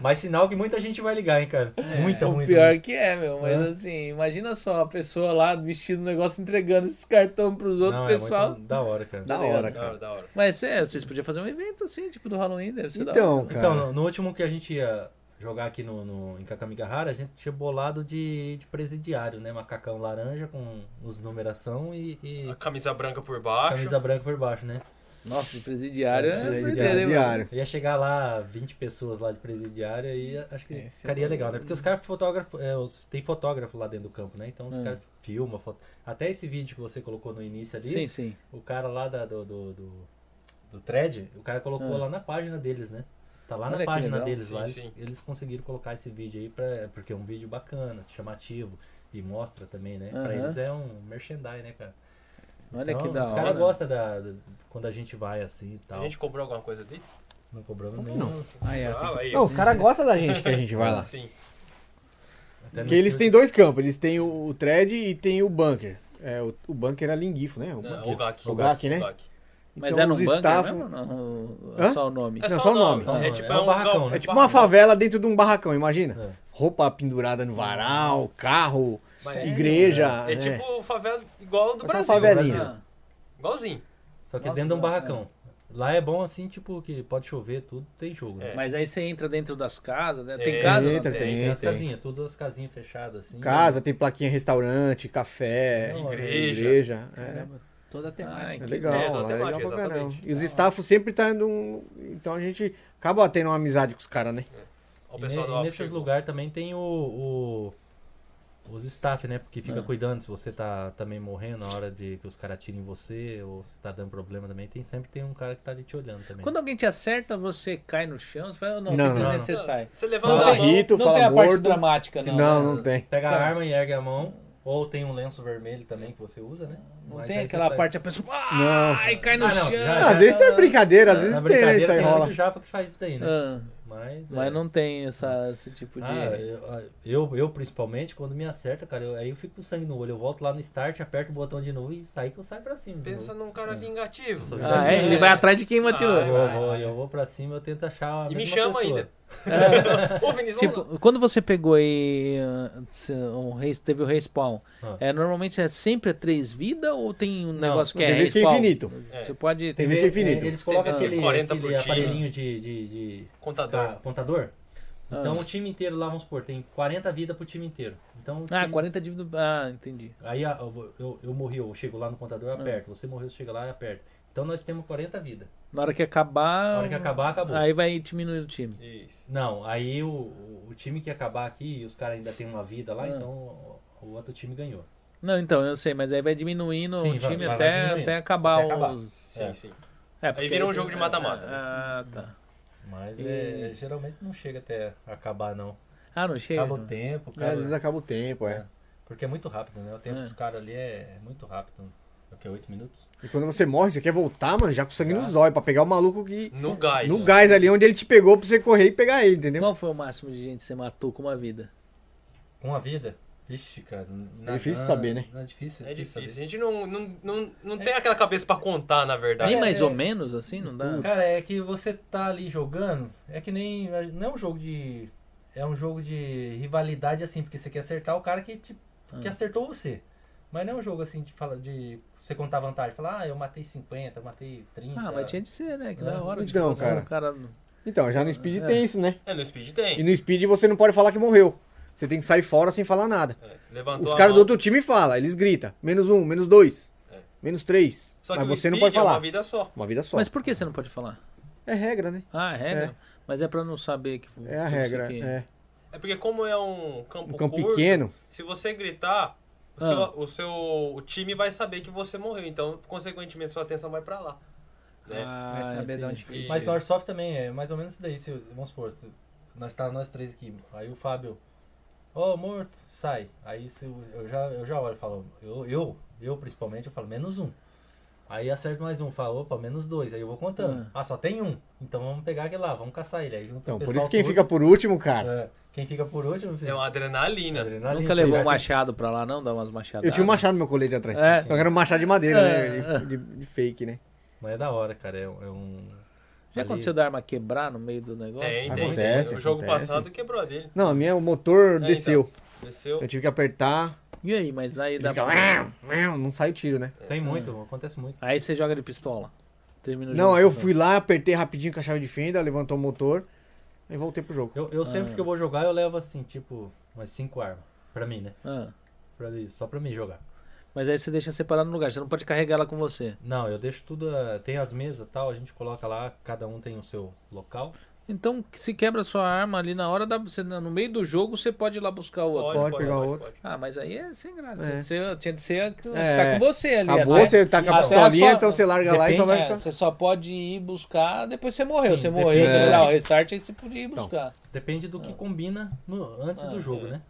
Mas sinal que muita gente vai ligar, hein, cara. muita,
É, o
muita.
pior
muita.
que é, meu. Mas
Hã?
assim, imagina só a pessoa lá vestindo o negócio, entregando esses cartões pros outros
Não, é muito
pessoal.
da hora, cara.
Da hora,
Da hora,
cara.
da hora.
Mas é, vocês podiam fazer um evento assim, tipo do Halloween, deve
é
ser da hora.
Então,
Então,
cara.
no, no último que a gente ia jogar aqui no, no, em Kakamigahara, a gente tinha bolado de, de presidiário, né? Macacão laranja com os numeração e, e
A camisa branca por baixo.
camisa branca por baixo, né?
Nossa, o presidiário é
Diário,
doideira, hein, mano?
Diário.
Eu ia chegar lá, 20 pessoas lá de presidiária e acho que
Esse
ficaria
é o-
legal, né? Porque os caras fotógrafos, é, os- tem fotógrafo lá dentro do campo, né? Então os
Hum.
caras filmam, foto... até esse vídeo que você colocou no início ali,
Sim, sim.
o cara lá da- do, do, do, do thread, o cara colocou
Ah.
lá na página deles, né? Tá lá
Olha
na
que
página
legal.
deles
Sim,
lá, eles-
sim.
Eles, conseguiram colocar esse vídeo aí, pra, porque é um vídeo bacana, chamativo, e mostra também, né? Pra
Aham.
eles é um merchandise, né, cara?
Olha
Então,
que da
os
hora.
caras gostam da, da- quando a gente vai assim e tal.
A gente comprou alguma coisa dele?
Não cobrando nenhum. Não.
Aí, ó.
Ah, aí.
Não, os caras gostam da gente que a gente
<laughs>
vai lá.
Sim.
Até
Porque
no
eles têm dois campos, eles têm o, o thread e tem o bunker. É, o, o bunker era linguifo, né? O
Não,
bunker.
o Gak.
O Gak, né?
Mas
Então,
é num
os
bunker
staff-
mesmo? Não,
Hã?
é só o nome.
É
Não,
só,
só
o nome.
nome.
É tipo
É um barracão,
galpão,
né?
É tipo
barracão.
uma favela dentro de um barracão, imagina.
É.
Roupa pendurada no varal, carro,
Mas é,
igreja.
É
né?
tipo favela igual do
Mas é uma
Brasil.
favelinha.
Ah,
Igualzinho.
Só que
Nossa,
dentro de um
que da hora.
barracão. Lá é bom assim, tipo, que pode chover, tudo, tem jogo. Né?
É.
Mas aí você entra dentro das casas, né? Tem
É,
casa? não
entra,
tem?
tem,
Tem
tem,
as casinhas, tudo as casinhas fechadas assim.
Casa, tem plaquinha restaurante, café,
Não,
igreja.
igreja. É,
Caramba, toda a
Ai,
temática.
é
que
legal,
ideia, toda
lá é legal
temática,
pra caramba.
exatamente.
E os staffos sempre tá indo. um- Então a gente acaba tendo uma amizade com os caras, né?
Olha o
E,
pessoal
ne-
do
e
Office.
nesses lugares também tem o, o- os staff, né? Porque fica
Ah.
cuidando se você tá também morrendo na hora de que os caras atirem em você ou se tá dando problema também. Tem sempre tem um cara que tá ali te olhando também.
Quando alguém te acerta, você cai no chão? Você fala, não,
Não,
simplesmente
não, não.
você sai.
Você
Não
levanta
Fala
a mão.
Rito,
não tem
fala
a parte
morto.
dramática, não.
Não,
né?
não tem.
Pega
Cara.
a arma e ergue a mão. Ou tem um lenço vermelho também que você usa, né?
Não
Mas
tem
aí você
aquela
sai.
parte a pessoa.
Não.
Ai, cai no
Ah,
chão.
não, já- já-
Às vezes
é,
tem brincadeira, às vezes
Na
tem, né?
brincadeira
Isso aí
tem
rola.
muito japa que faz isso daí, né?
Ah,
Mas, é.
mas não tem essa, esse tipo de.
Ah, eu, eu, eu, principalmente, quando me acerta, cara, eu- aí eu fico com sangue no olho. Eu volto lá no start, aperto o botão de novo e sai que eu saio pra cima. de
Pensa
novo.
num cara vingativo.
Sou
Ah, é? Ele vai
<laughs>
atrás de quem
Ah,
<laughs> Eu
atirou.
vou,
vai,
vou-
vai.
eu vou pra cima, eu tento achar a
E me
mesma
chama
pessoa.
ainda. Ô, Vinícius, vamos lá.
Tipo, quando você pegou aí. ah, se- um res- teve o respawn,
Ah.
é, normalmente é sempre é três vidas ou tem um negócio que
tem
é.
vez que é
respawn?
infinito.
É.
Você pode.
Tem vez que é infinito.
Eles colocam
Tem
aquele,
40 por
aquele
time. né?
aparelhinho de, de, de
contador.
ca- pontador.
Ah.
Então o time inteiro lá, vamos supor, tem 40 vidas pro time inteiro. Então, o
Ah,
time-
40 dívidas. Ah, entendi.
Aí ah, eu, vou- eu, eu morri, eu chego lá no contador, eu aperto. Você morreu, você chega lá e aperta. Então nós temos 40 vidas.
Na hora que acabar. um,
Na hora que acabar, acabou.
Ah. Aí vai diminuir o time.
Isso.
Não, aí o, o- o time que acabar aqui, e os caras ainda tem uma vida lá,
Ah.
então o, o outro time ganhou.
Não, então, eu sei, mas aí vai diminuindo
Sim,
o
vai-
time
vai- vai
até,
diminuindo.
até acabar
Até acabar.
os.
Sim,
É.
sim. Aí
É, porque-
vira um jogo de mata-mata.
Ah, tá.
Mas
E-
é, geralmente não chega até acabar, não.
Ah, não chega.
Acaba o tempo,
É,
cara.
às vezes acaba o tempo, é.
Porque é muito rápido, né? O tempo
É.
dos caras ali é, é muito rápido. O que, 8 minutos?
E quando você morre, você quer voltar, mano, já com sangue nos
Já.
olhos, pra pegar o maluco que.
No gás.
No gás ali, onde ele te pegou pra você correr e pegar ele, entendeu?
Qual foi o máximo de gente que você matou com uma vida?
Com a vida? Vixe, cara. na-
É difícil
na-
saber, né?
Não é difícil.
É difícil.
saber.
A gente não, não, não, não tem aquela cabeça pra contar, na verdade.
Nem mais
é.
ou menos, assim, não dá?
Cara, é que você tá ali jogando, é que nem. Não é um jogo de. É um jogo de rivalidade assim, porque você quer acertar o cara que, te, que
Ah.
acertou você. Mas não é um jogo assim de, fala, de você contar vantagem. Falar, ah, eu matei 50, eu matei 30.
Ah, mas tinha de ser, né? Que da
Não,
hora.
então,
tipo, assim, o
Então, já no Speed tem isso, né?
É, no Speed tem.
E no Speed você não pode falar que morreu. Você tem que sair fora sem falar nada.
É, levantou
Os
a
caras do
mão.
outro time falam, eles gritam. Menos um, menos dois,
É.
menos três.
Só que
Mas
o
você não
Speed
pode
é
falar.
uma vida só.
Uma vida só.
Mas por que você não pode falar?
É regra, né?
Ah, é regra? Mas é pra não saber que.
É a
que você
regra.
que-
É.
É porque como é um campo,
Um campo
curto,
pequeno.
se você gritar, o,
Ah.
seu, o seu- o time vai saber que você morreu. Então, consequentemente, sua atenção vai pra lá. Né?
Ah,
Vai saber de onde que...
E-
Mas no Airsoft também é mais ou menos isso daí. Se, vamos supor, se nós tá nós três aqui, aí o Fábio, ó, morto, sai. Aí se, eu- eu, já, eu já olho e falo, eu, eu, eu principalmente, eu falo, menos um. Aí acerto mais um, falo, opa, menos dois. Aí eu vou contando. Ah, só tem um. Então vamos pegar aquele lá, vamos caçar ele. Aí junta o
Então, por
pessoal
isso quem
todo.
fica por último, cara.
É, quem fica por último,
É uma adrenalina.
adrenalina.
Nunca levou
Será
um
que-
machado pra lá, não? Dar umas machadas.
Eu tinha um machado no meu colete atrás.
É.
Só que era um machado de madeira,
É.
né? De, de- de fake, né?
Mas é da hora, cara. É, um- é um.
Já
ali-
aconteceu da arma quebrar no meio do negócio?
Tem, tem,
Acontece,
tem. O jogo
acontece.
passado quebrou a dele.
Não, a minha, o motor
então.
desceu.
Desceu.
Eu tive que apertar.
E aí, mas aí
ele
dá
Fica...
pra...
Não sai o tiro, né?
É.
Tem muito, acontece muito.
Aí você joga de pistola. Termina o
Não,
jogo.
aí eu fui lá, apertei rapidinho com a chave de fenda, levantou o motor e voltei pro jogo.
Eu, eu sempre
Ah.
que eu vou jogar, eu levo assim, tipo, umas cinco armas. Pra mim, né?
Ah,
Pra mim, só pra mim jogar.
mas aí você deixa separado no lugar. Você não pode carregar ela com você.
Não, eu deixo tudo. ah, Tem as mesas e tal, a gente coloca lá, cada um tem o seu local.
Então, se quebra a sua arma ali na hora, da... você- no meio do jogo, você pode ir lá buscar o outro.
Pode pegar outro.
Ah, mas aí é sem graça.
É.
Tinha de ser- Tinha de ser a que, a que
É.
tá com você ali.
Acabou,
né?
você tá com a
Até
pistolinha,
só-
então você larga lá e só
Depende,
vai
É,
ficar.
você só pode ir buscar depois você morreu.
Sim,
você morreu,
depende. Então.
você
É.
dá o restart, aí você podia ir buscar.
Depende do que combina no- antes
Ah,
do jogo,
é.
né?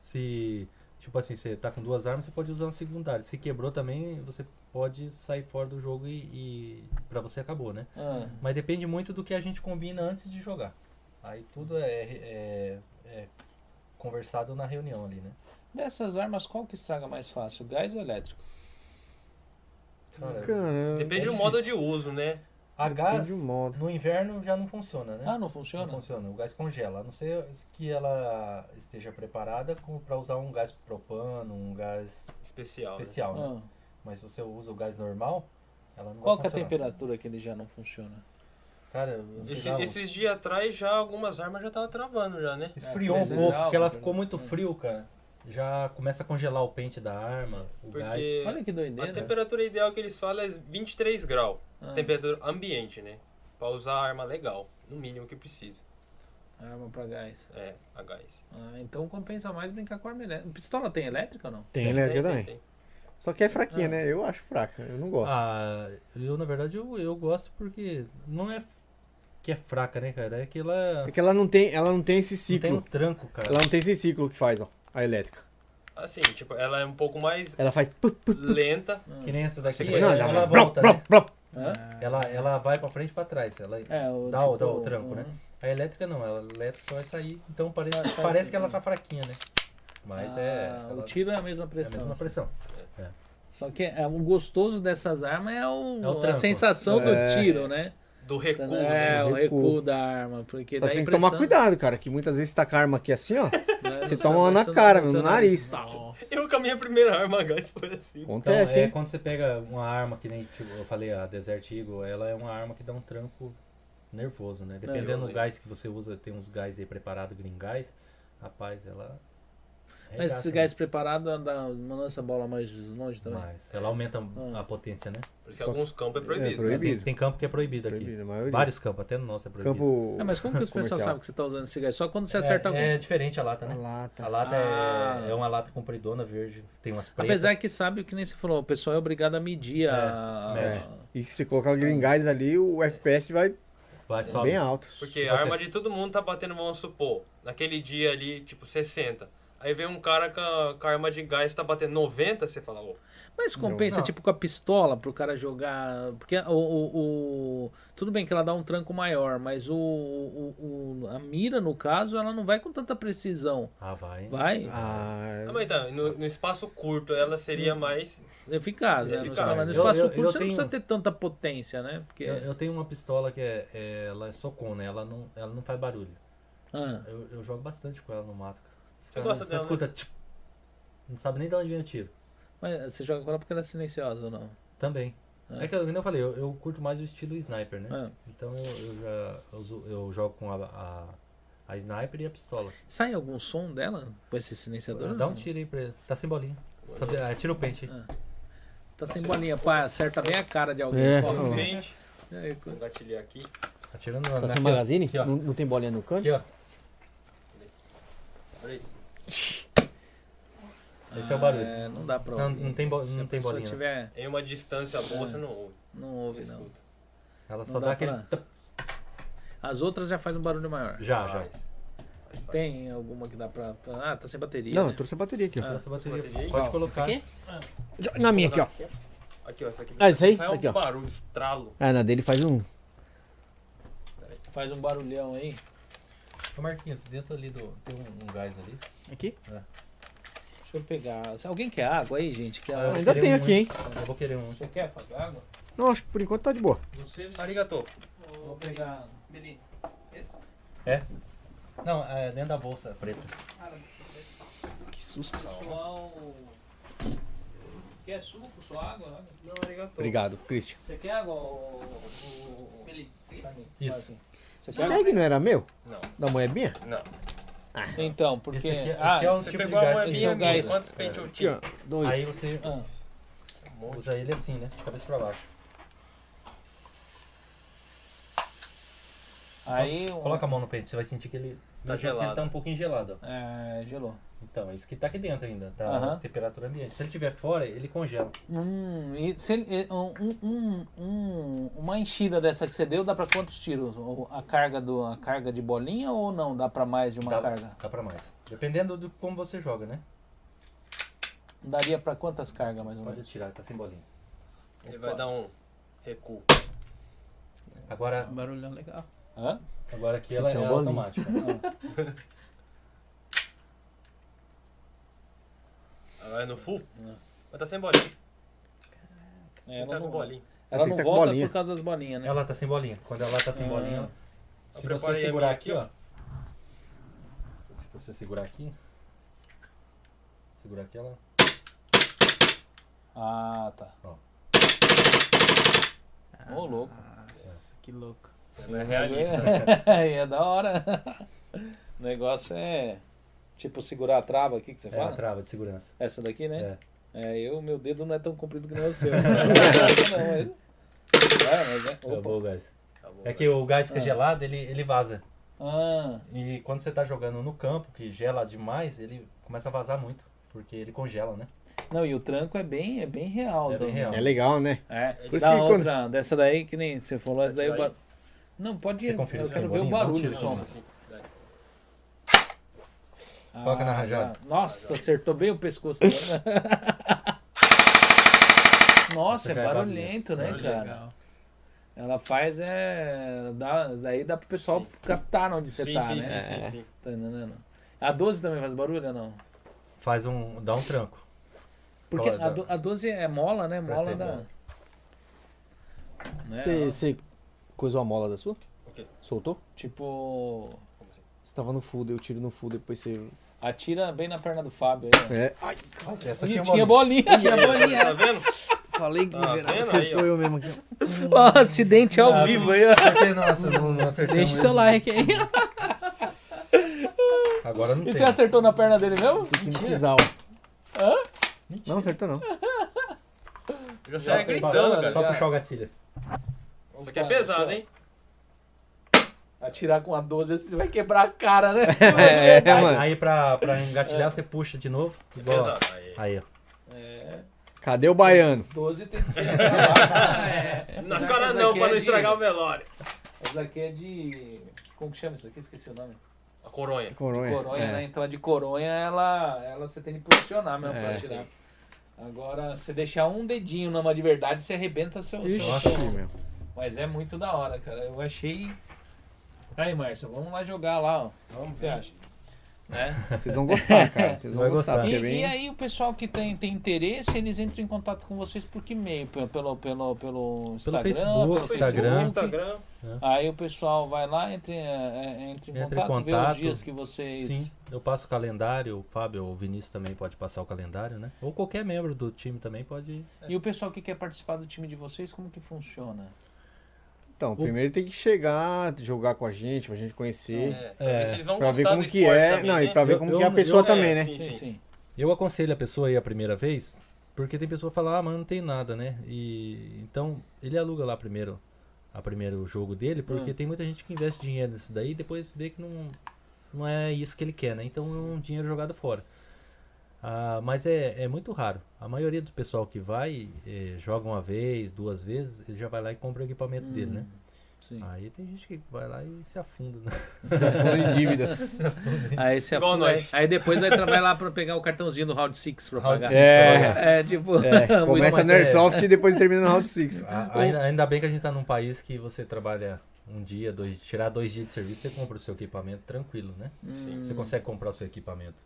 Se. Tipo assim, você tá com duas armas, você pode usar uma secundária. Se quebrou também, você pode sair fora do jogo e. e pra você acabou, né?
Ah,
Mas depende muito do que a gente combina antes de jogar. Aí tudo é, é- é conversado na reunião ali, né?
Dessas armas, qual que estraga mais fácil? Gás ou elétrico?
Cara,
assim, Caramba.
Depende
É
do modo de
difícil.
uso, né?
a gás
Depende do modo.
no inverno já não funciona, né?
Ah, não
não
funciona?
funciona. O gás congela. A não ser que ela esteja preparada para usar um gás propano, um gás
Especial. né?
especial, né?
Ah,
Mas se você usa o gás normal, ela não
Qual que
vai
é a
funcionar.
temperatura que ele já não funciona?
Cara, eu não sei
Esse-
lá, uns-
esses dias atrás já algumas armas já tava travando já, né?
esfriou um
13
pouco,
graus,
porque ela
né?
ficou muito frio, cara. Já começa a congelar o pente da arma, o gás.
Porque
Olha que
a
doideira.
temperatura ideal que eles falam é 23 graus.
Ah,
Temperatura ambiente, né? Pra usar a arma legal. No mínimo que precisa.
arma pra gás.
É, a gás.
Ah, então compensa mais brincar com arma elétrica. Pistola tem elétrica ou não?
Tem elétrica
Tem,
também.
tem, tem.
Só que é fraquinha, né? Eu acho fraca. Eu não gosto.
Ah, eu na verdade eu, eu gosto porque não é que é fraca, né, cara? É que ela
É que ela não tem, ela não tem esse
não tem
ciclo.
um tranco, cara.
Ela não tem esse ciclo que faz, ó. A elétrica.
Assim, tipo, ela é um pouco mais
Ela faz. pu, pu,
lenta.
Que nem essa daqui,
Não,
ela,
já
ela
vai.
volta, né?
Hã?
Ah.
Ela, ela vai pra frente e pra trás. Ela,
É, o,
Dá o- dá o tranco,
um-
né? A elétrica não, a elétrica só vai sair. Então parece,
Vai sair
parece que
também.
ela tá fraquinha, né? Mas é.
Ah,
ela-
O tiro é a mesma
é a
pressão.
mesma pressão.
Só que é, o gostoso dessas armas é, o,
É o
a
tranco.
sensação
É.
do tiro, né? <laughs>
Do recuo,
é,
né?
o
O recuo.
recuo da arma. Porque
Só
dá
que
a
tem que
impressão,
tomar cuidado, cara. Que muitas vezes tá com a arma aqui assim, ó.
né?
Você
Não
toma uma
sabe,
na
você não-
cara,
você
no
não-
nariz.
Nossa.
Eu com a minha primeira arma a gás foi assim.
Então,
Acontece,
é
hein?
quando você pega uma arma que nem tipo, eu falei, a Desert Eagle, ela é uma arma que dá um tranco nervoso, né? Dependendo do
eu-
gás que você usa, tem uns gás aí preparado, green gás, rapaz, ela.
Mas
arregaça,
esse gás preparado anda, lança a bola mais longe
né?
também.
Mas ela aumenta
Ah.
a potência, né?
Por isso que
Só-
alguns campos é
É
proibido.
proibido.
Tem, tem campo que é proibido aqui.
Proibido, a maioria.
Vários campos, até no nosso é proibido.
Campo.
Ah, mas como que os pessoal
Comercial.
sabem que você tá usando esse gás? Só quando você
É-
acerta algum.
é, diferente a lata, né?
A lata.
A lata
Ah.
é, é uma lata compridona verde, tem umas pretas.
Apesar que sabe que nem você falou, o pessoal é obrigado a medir a.
É,
É. E se você colocar o green guys ali, o FPS vai
Vai só
bem alto.
Porque
Você-
a arma de todo mundo tá batendo, vamos supor, naquele dia ali, tipo 60. Aí vem um cara com a, com a arma de gás tá batendo 90, você fala, ô,
Mas compensa,
Não.
tipo, com a pistola pro cara jogar. Porque o, o- o- Tudo bem que ela dá um tranco maior, mas o, o- o- a mira, no caso, ela não vai com tanta precisão.
Ah, vai. hein?
Vai?
Ah,
Ah,
mas então, no, no espaço curto ela seria mais.
Eficaz, né? No-
Eficaz.
Mas no
Eu-
espaço
eu- eu
curto você
tenho-
não precisa ter tanta potência, né? Porque.
Eu, eu tenho uma pistola que é, é- ela é socon, né? Ela não, ela não faz barulho.
Ah,
Eu, eu jogo bastante com ela no mato. cara. Você
gosta dela, né?
escuta, tchup, não sabe nem de onde vem o tiro.
mas você joga com ela porque ela é silenciosa ou não?
Também.
Ah.
É que, eu- como eu falei, eu, eu curto mais o estilo sniper, né?
Ah.
Então eu, eu já uso- eu jogo com a, a, a sniper e a pistola.
Sai algum som dela com esse silenciador?
Dá
Não.
um tiro aí pra ele. Tá sem bolinha. Sabe, ah, tira o pente aí.
Tá sem bolinha, pá, acerta bem a cara de alguém.
É.
Pô,
Não.
Gente,
é,
vou engatilhar aqui.
Atirando na,
Tá
na
sem magazine?
Aqui, ó.
Não, não tem bolinha no canto?
Aqui, ó.
Peraí.
Esse é o barulho.
É, não dá pra
Não,
ouvir.
não tem, bo-
Se
não
a
tem
pessoa
bolinha.
tiver,
Em uma distância boa, você não ouve.
não ouve, não.
Escuta.
Ela
não
só dá,
dá
aquele.
pra- As outras já fazem um barulho maior.
Já, já.
Ah.
Tem alguma que dá pra. pra- Ah, tá sem bateria.
Não,
né?
eu trouxe a bateria aqui, ó.
Essa bateria.
Bateria aí?
Pode colocar.
Na minha aqui, ó.
Aqui, ó. Isso aqui
Ah, isso aí?
faz um
Aqui, ó.
barulho, estralo.
Ah, na dele faz um.
Faz um barulhão aí.
Ô, Tipo, Marquinhos, dentro ali do. Tem um, um gás ali.
Aqui?
Deixa eu pegar. Se alguém quer água aí, gente? Quer
Ah,
água?
eu
Ainda
queria
tem
um,
aqui, hein?
Eu vou querer um.
Você quer fazer água?
Não, acho que por enquanto tá de boa.
Você
Arigato.
vou pegar.
Beleza. Esse?
Não, é dentro da bolsa preta.
Que susto.
Pessoal. Quer suco, só água? água?
Não, arigato.
Obrigado, Christian.
Você quer água? ô- ô- ô- pra mim?
Isso.
Você
Esse
quer água?
bag não era meu?
Não,
Da moebinha?
não.
Então, porque.
Esse aqui, é-
ah,
esse aqui é um
Você
tipo de
pegou a
gás. que
esse é
moedinha
o gás.
minha, quantos pente eu
Aqui,
tinha?
ó. Dois.
Aí você
ah,
Um monte.
usa ele assim, né? De cabeça pra baixo.
Aí. um-
Coloca a mão no peito, você vai sentir que ele. mesmo
Tá
assim,
gelado.
Ele tá um pouquinho gelado. ó.
É, gelou.
Então, isso que tá aqui dentro ainda. Tá
Aham.
a temperatura ambiente. Se ele tiver fora, ele congela.
Hum, e se ele- e, um- um- um- uma enchida dessa que você deu, dá pra quantos tiros? O- A carga, do, a carga de bolinha ou não? Dá pra mais de uma
dá,
carga?
dá pra mais. Dependendo do como você joga, né?
Daria pra quantas cargas mais ou
Pode
menos?
tirar, tá sem bolinha.
Ele vai dar um recuo.
Agora,
Barulhão é legal.
Hã?
agora aqui ela é
Sentiu a bolinha.
automática.
Agora é no full? Mas tá sem bolinha.
É,
Não
ela
tá com
não,
bolinha.
ela
Tem que
não
tá com
volta
bolinha.
por causa das bolinhas, né?
Ela tá sem bolinha. Quando ela tá sem
Ah.
bolinha,
Eu
se você
preparei a
segurar
minha
aqui, ó. Se você segurar aqui. Segurar aqui, ela.
Ah, tá. Ô,
Ó.
Ah, louco.
Nossa, que louco.
Ela
<laughs>
é realista.
né,
Aí é da hora. <laughs> O negócio é tipo segurar a trava aqui que você
É a
fala?
trava de segurança.
Essa daqui, né?
É.
É, eu, meu dedo não é tão comprido que não é o seu. não, mas... Ah, mas é-
É o
opa.
bom gás.
Tá bom,
É que o gás fica
Ah.
gelado, ele, ele vaza.
Ah,
E quando você tá jogando no campo, que gela demais, ele começa a vazar muito. Porque ele congela, né?
não, e o tranco é bem, é bem real.
É
do-
bem real.
É legal, né?
É,
Por
isso
da
que quando-
outra, dessa daí que nem você falou, essa
Pode
daí o
tirar
barulho. Não, pode
Você
ir. Eu
conferiu sem
quero ver o
bolinha? Dá um
barulho,
tiro,
o
Não,
som.
assim, dá.
Coloca na
já.
rajada.
Ah, tá. Nossa, acertou bem o pescoço agora. Nossa, é
Já é
barulhento, né,
barulhento.
cara?
Legal.
Ela faz é. Dá, daí dá pro pessoal captar onde você
Sim,
tá,
sim,
né?
sim, sim, sim.
Tá entendendo? A 12 também faz barulho ou não?
Faz um. dá um tranco.
Porque
Fala,
a,
dá.
do- a 12 é mola, né?
Parece
Mola
ser
da.
mola.
Né? ela-
Você coisou a mola da sua?
O quê?
Soltou?
Tipo.
Você tava no full, eu tiro no full, depois você.
Atira bem na perna do Fábio aí. ó.
É.
Essa é
Ih,
tinha
tinha
bolinha.
bolinha.
Tinha
<laughs>
bolinha.
Tá vendo?
Falei que
Tá
miserável.
vendo aí,
Acertou
ó?
eu mesmo aqui.
Ó, acidente ao vivo aí, ó.
Acertei, nossa, não, não acertei.
Deixa o
mesmo.
seu like aí.
Agora não
E
tem.
você acertou na perna dele mesmo?
Tem que pisar, ó. Não, acertou não.
Eu Já saí
fez
é gritando,
anos,
cara.
Só
já.
puxar o gatilho.
Isso aqui é pesado, hein?
Atirar com a 12, você vai quebrar a cara, né?
<laughs> É,
aí,
mano.
aí pra, pra engatilhar, você puxa de novo. Igual, ó.
Pesado. Aí.
Aí, ó.
É,
Cadê o baiano?
12 tem que ser. <laughs> Ah, é.
Na
Já que
cara
essa
não,
aqui
pra
é
não
de-
estragar o velório.
Essa aqui é de. Como que chama isso aqui? Esqueci o nome.
A coronha.
Coronha.
Coronha,
É.
né? Então a de coronha, ela, ela você tem que posicionar mesmo pra
É.
atirar. Agora, se deixar um dedinho numa de verdade, você arrebenta seu. seu-
Ixi,
seu-
meu.
Mas é muito da hora, cara. Eu achei. Aí, Márcio, vamos lá jogar lá, ó. O que você acha? Né?
Vocês vão gostar, cara. Vocês vão
Vai
gostar.
gostar.
porque é
E,
bem-
e aí o pessoal que tem, tem interesse, eles entram em contato com vocês por que meio? Pelo, pelo, pelo, pelo Instagram,
Facebook, Instagram.
Instagram.
Aí o pessoal vai lá, entra, em- é, entra, em,
Entra em
contato, vê os
contato.
dias que vocês.
Sim, eu passo o calendário, o Fábio ou o Vinícius também pode passar o calendário, né? Ou qualquer membro do time também pode.
E o pessoal que quer participar do time de vocês, como que funciona?
Então, primeiro tem que chegar, jogar com a gente, pra gente conhecer.
É, pra ver se eles vão
Pra ver
gostar do
como que
esporte
é.
também,
não,
né?
e pra ver
Eu-
como
eu-
que é a
eu-
pessoa
É,
também, né?
Sim, sim.
Eu aconselho a pessoa aí a primeira vez, porque tem pessoa que fala, ah, mas não tem nada, né? E então ele aluga lá primeiro a primeiro jogo dele, porque
Hum.
tem muita gente que investe dinheiro nisso daí e depois vê que não não é isso que ele quer, né? Então é um dinheiro jogado fora. Ah, mas é, é muito raro. A maioria do pessoal que vai, eh, joga uma vez, duas vezes, ele já vai lá e compra o equipamento
Hum.
dele, né?
Sim.
Ah,
Aí tem gente que vai lá e se afunda, né?
Fundo em dívidas. É,
Aí, você
Igual
afunda-
nós.
aí depois vai trabalhar lá pra pegar o cartãozinho do Round 6 pra
<laughs> Round
pagar.
six,
É.
olha.
É, tipo, <laughs>
É,
muito
começa
mas
no
é-
Airsoft e depois termina no Round 6.
A- Ainda, ainda bem que a gente tá num país que você trabalha um dia, dois, tirar dois dias de serviço, você compra o seu equipamento tranquilo, né?
Sim.
Você consegue comprar o seu equipamento.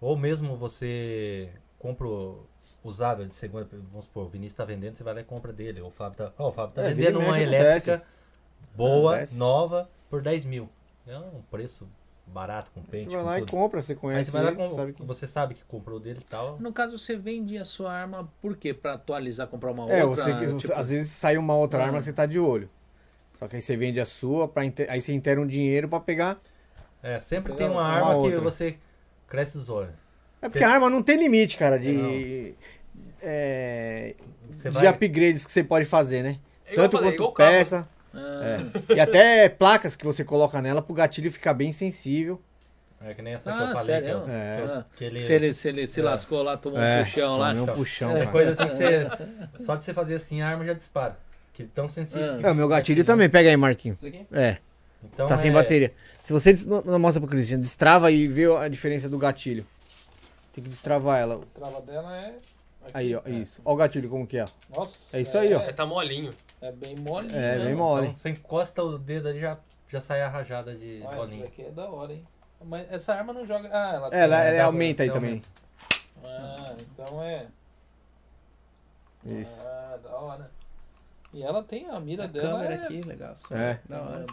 Ou mesmo você compra o- usado de segunda, vamos supor, o Vinícius tá vendendo, você vai lá e compra dele. Ou o Fábio tá, ó, o Fábio tá
É, vira e
vendendo uma
mexe,
elétrica boa,
Acontece.
nova, por 10 mil. É um preço barato, com
Você
pente,
vai
com
lá e
tudo.
compra, você
Aí
conhece
você, vai lá
ele,
com-
sabe que...
você sabe que comprou dele e tal.
No caso, você vende a sua arma por quê? Pra atualizar, comprar uma
É,
outra?
você, você-
tipo,
às vezes sai uma outra arma que você tá de olho. Só que aí você vende a sua, pra inte- aí você inteira um dinheiro pra pegar.
É, sempre
Uma
tem uma arma que
outra.
você cresce os olhos.
É porque
Você-
a arma não tem limite, cara, de. é,
Você
de
vai-
upgrades que você pode fazer, né?
É igual
Tanto
eu falei,
quanto
igual o carro.
peça.
ah,
é. E até placas que você coloca nela pro gatilho ficar bem sensível.
É que nem essa que
Ah,
eu falei,
sério?
que, eu-
É.
ah,
que ele...
se ele se, ele se
É.
lascou lá, tomou
É,
um puxão lá.
tomei um
Nossa,
puxão,
é
cara.
coisa assim que você... Só de você fazer assim, a arma já dispara. Que tão sensível.
Ah.
que
É, o meu
fica
gatilho
aqui, né?
também. Pega aí, Marquinho.
Isso aqui?
É,
Então,
tá sem
é-
bateria. Se você. des- Não, não, mostra pro Cristian, destrava e vê a diferença do gatilho. Tem que destravar ela.
A trava dela é.
Aí, ó, isso. Ó o gatilho como que é. ó.
Nossa.
É isso aí, ó.
É, tá molinho.
É bem mole.
É, bem
Então,
mole.
você encosta o dedo ali, já, já sai a rajada de bolinha.
aqui é da hora, hein? Mas essa arma não joga. Ah, ela.
Ela, é
É, dá
ela
pra-
aumenta aí
você
também.
aumenta.
Ah, então é.
Isso.
Ah, da hora. E ela tem a mira
A
dela.
câmera
é...
aqui, legal. só.
É.
Da hora.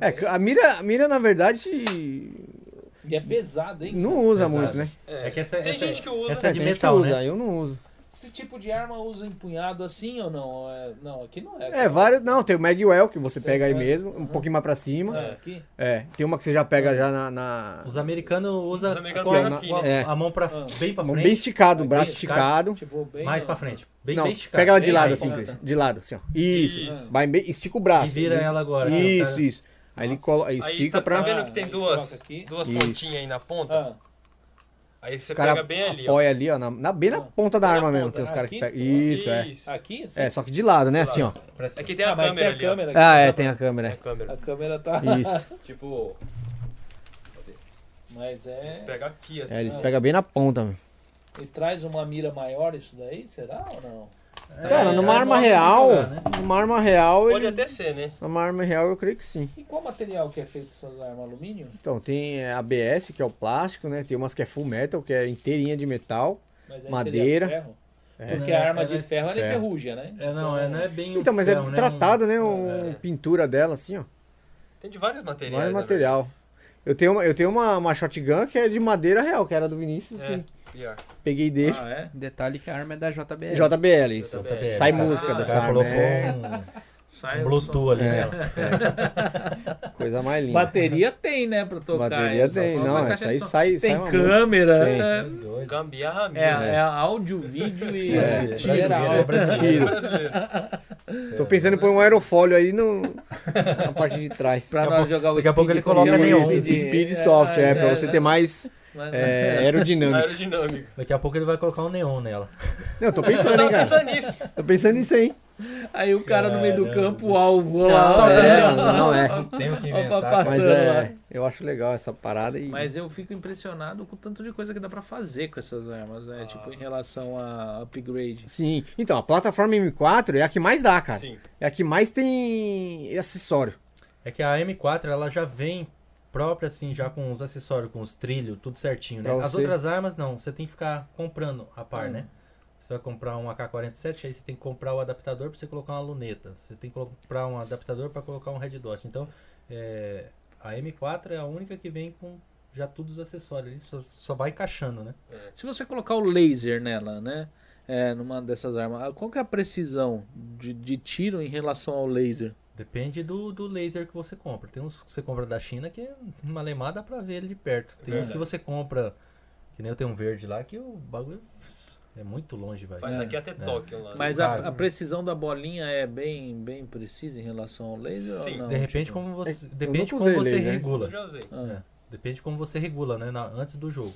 É,
bem-
a mira, a mira na verdade
E é pesado, hein?
não usa
Exato.
muito, né?
É,
É que essa-
tem
essa-
gente que usa.
essa- é de
tem gente
metal,
que usa,
né?
Eu não uso.
Esse tipo de arma usa empunhado assim ou não? É- Não, aqui não é.
É, vários. Não, tem o Magwell que você
Tem,
É.
pega aí
né?
mesmo, um pouquinho mais pra cima.
É, aqui?
É, tem uma que você já pega já na. na-
Os americanos usam
Os americanos
com a-
usam
com a-
aqui,
com a-
né?
a mão pra,
Ah.
bem pra
mão
frente,
bem esticado, o
Aqui,
braço
esticado.
esticado.
Tipo, bem.
mais
ó,
pra frente. Bem,
não,
bem esticado.
pega ela de
bem
lado
reto.
assim,
Ah, tá.
Cristian. De lado, assim, ó. Isso.
Isso.
Vai bem, estica o braço.
E vira
Isso,
ela agora. né?
Isso,
Cara,
isso. Aí ele colo... aí
Aí
estica
tá,
pra.
tá vendo que tem
Aí
duas,
coloca aqui.
duas
Isso.
pontinhas aí na ponta?
Ah,
Aí você
Os cara
pega bem ali, ó.
apoia ali, ó. Na, na- bem na
Ah.
ponta da
Bem na
arma mesmo.
ponta.
Tem os caras que
Aqui,
pegam.
sei lá.
Isso, é.
aqui? Assim?
É, só que de lado, né? Assim, ó.
parece-
Aqui É tem a
Ah, mas
câmera
tem
ali,
a câmera aqui. né?
Ah, é, tem a
ó. É a
câmera.
câmera.
A câmera tá.
Isso.
Tipo,
Mas
eles
é.
pegam aqui, assim.
É, eles pegam bem na ponta, meu.
E traz uma mira maior isso daí? Será ou não?
Cara,
é,
numa
é
arma
modo de
real,
jogar, né?
numa arma real,
Pode
eles...
até ser, né?
numa arma real eu creio que sim.
E qual material que é feito essas armas? Alumínio?
Então, tem é, ABS, que é o plástico, né? Tem umas que é full metal, que é inteirinha de metal.
Mas aí
Madeira.
Seria ferro?
É.
Porque a arma
É,
de
ela é
ferro, ela é
ferro.
ferrugem, né?
É, não, é, não é bem o
Então, mas
ferro,
é
né?
tratado, né?
Um-
Um, pintura dela, assim, ó.
Tem de vários materiais. né?
Vários
na
material. Eu tenho, uma, eu tenho uma, uma shotgun que é de madeira real, que era do Vinícius,
verdade.
e
É, pior.
peguei dele.
Ah, é?
Detalhe que a arma é da JBL.
JBL, isso.
JBL.
JBL.
Sai
Ah,
música
o cara
dessa arma.
colocou
É
um-
Sai
um
o som.
Bluetooth ali,
É.
né?
coisa mais linda.
Bateria tem, né, pra tocar.
Bateria
Eles é só
tem,
colocam
não,
na
essa
caixa
aí
de som.
sai, sai
Tem
uma música.
câmera,
Tem.
é-
Doido.
Gambiarra
é,
mesmo.
é áudio, vídeo e
É,
e
brasileiro,
geral. né?
é brasileiro.
Tiro.
Brasileiro.
Tô pensando em pôr um aerofólio aí no, na parte de trás.
Pra
Daqui a
nós
pouco-
jogar o
daqui a pouco
speed
ele
com
coloca
o
neon.
Speed, speed soft, é, pra você ter mais
Mas-
é, aerodinâmica.
Aerodinâmico.
Daqui a pouco ele vai colocar um neon nela.
Não, tô
Eu
pensando, hein,
tava
cara.
pensando nisso.
Tô pensando nisso aí.
Aí o cara no meio do
Caramba.
campo, o alvo lá.
Não,
só
é,
olhando.
mano, não é.
Tenho que
Ó,
inventar.
pra
cara.
Mas
Passando
é, eu acho legal essa parada e
Mas eu fico impressionado com o tanto de coisa que dá pra fazer com essas armas, né? Tipo, em relação a upgrade.
Sim, então a plataforma M4 é a que mais dá, cara.
Sim.
É a que mais tem acessório.
É que a M4 ela já vem própria assim, já com os acessórios, com os trilhos, tudo certinho, né?
Pra
As
você.
outras armas não, você tem que ficar comprando a par, né? Você vai comprar um AK-47, aí você tem que comprar o adaptador pra você colocar uma luneta. Você tem que comprar um adaptador pra colocar um red dot. Então, é, a M4 é a única que vem com já todos os acessórios. Ele só, só vai encaixando, né?
Se você colocar o laser nela, né? É, numa dessas armas, ah, qual que é a precisão de, de tiro em relação ao laser?
Depende do, do laser que você compra. Tem uns que você compra da China que é uma lemada pra ver ele de perto. Tem uns que você compra, que nem eu tenho um verde lá, que o bagulho É muito longe, velho.
Vai
É.
daqui até Tóquio lá.
Mas a,
Claro.
a precisão da bolinha é bem, bem precisa em relação ao laser
Sim.
ou não?
De repente,
Tipo,
como você,
É, eu
depende como
nunca usei
você
laser, né?
Eu
regula.
já usei.
ah,
Depende como você regula, né? na- antes do jogo.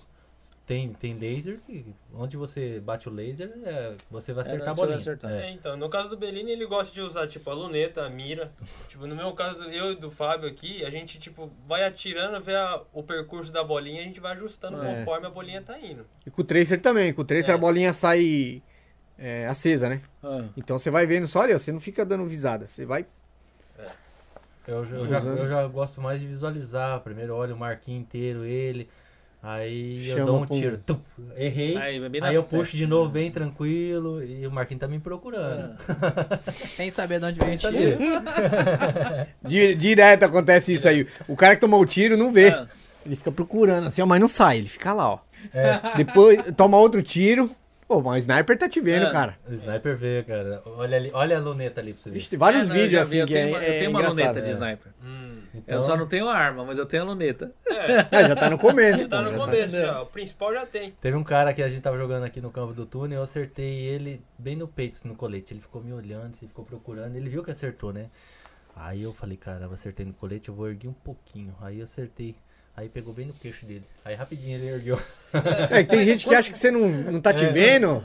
Tem, tem laser que onde você bate o laser, é, você vai
É,
acertar
não,
a
você vai
bolinha.
acertar.
É.
É, então, no caso do Bellini, ele gosta de usar, tipo, a luneta, a mira. Tipo, no meu caso, eu e do Fábio aqui, a gente, tipo, vai atirando, vê a- o percurso da bolinha, a gente vai ajustando
É.
conforme a bolinha tá indo.
E com o tracer também. Com o tracer
É.
a bolinha sai é, acesa, né?
ah.
Então você vai vendo só ali, ó. Você não fica dando visada. Você vai.
Eu, já- eu já,
Usando.
eu já gosto mais de visualizar. Primeiro olho o marquinho inteiro, ele. Aí eu
Chama
dou um
pro-
tiro. tum, errei. Aí,
Aí, é bem nas
eu
testas,
puxo de novo
né?
bem tranquilo. E o Marquinhos tá me procurando. Tá
Sem saber de onde vem o
Sem
tiro.
Di- Direto acontece isso aí. O cara que tomou o tiro não vê.
Ah,
Ele fica procurando assim, ó, mas não sai. Ele fica lá, ó.
É.
Depois toma outro tiro. Pô, mas o sniper tá te vendo,
É.
cara.
O sniper vê, cara. Olha, ali, olha a luneta ali pra você ver.
Vixe, tem vários
é, não, eu
vídeos
já vi,
assim
eu
que
tenho
é,
uma-
é
Eu tenho uma
engraçado.
luneta né? de
É.
sniper.
Então,
Eu só não tenho arma, mas eu tenho a luneta.
<laughs> É, já tá no
<laughs>
começo.
Ele tá
pô,
no
já
começo, já. O principal já tem.
Teve um cara que a gente tava jogando aqui no campo do túnel, eu acertei ele bem no peito, assim, no colete. Ele ficou me olhando, assim, ficou procurando, ele viu que acertou, né? Aí eu falei, caramba, acertei no colete, eu vou erguer um pouquinho. Aí eu acertei. Aí pegou bem no queixo dele. Aí rapidinho ele ergueu.
É que tem gente que acha que você não, não tá te
É.
vendo.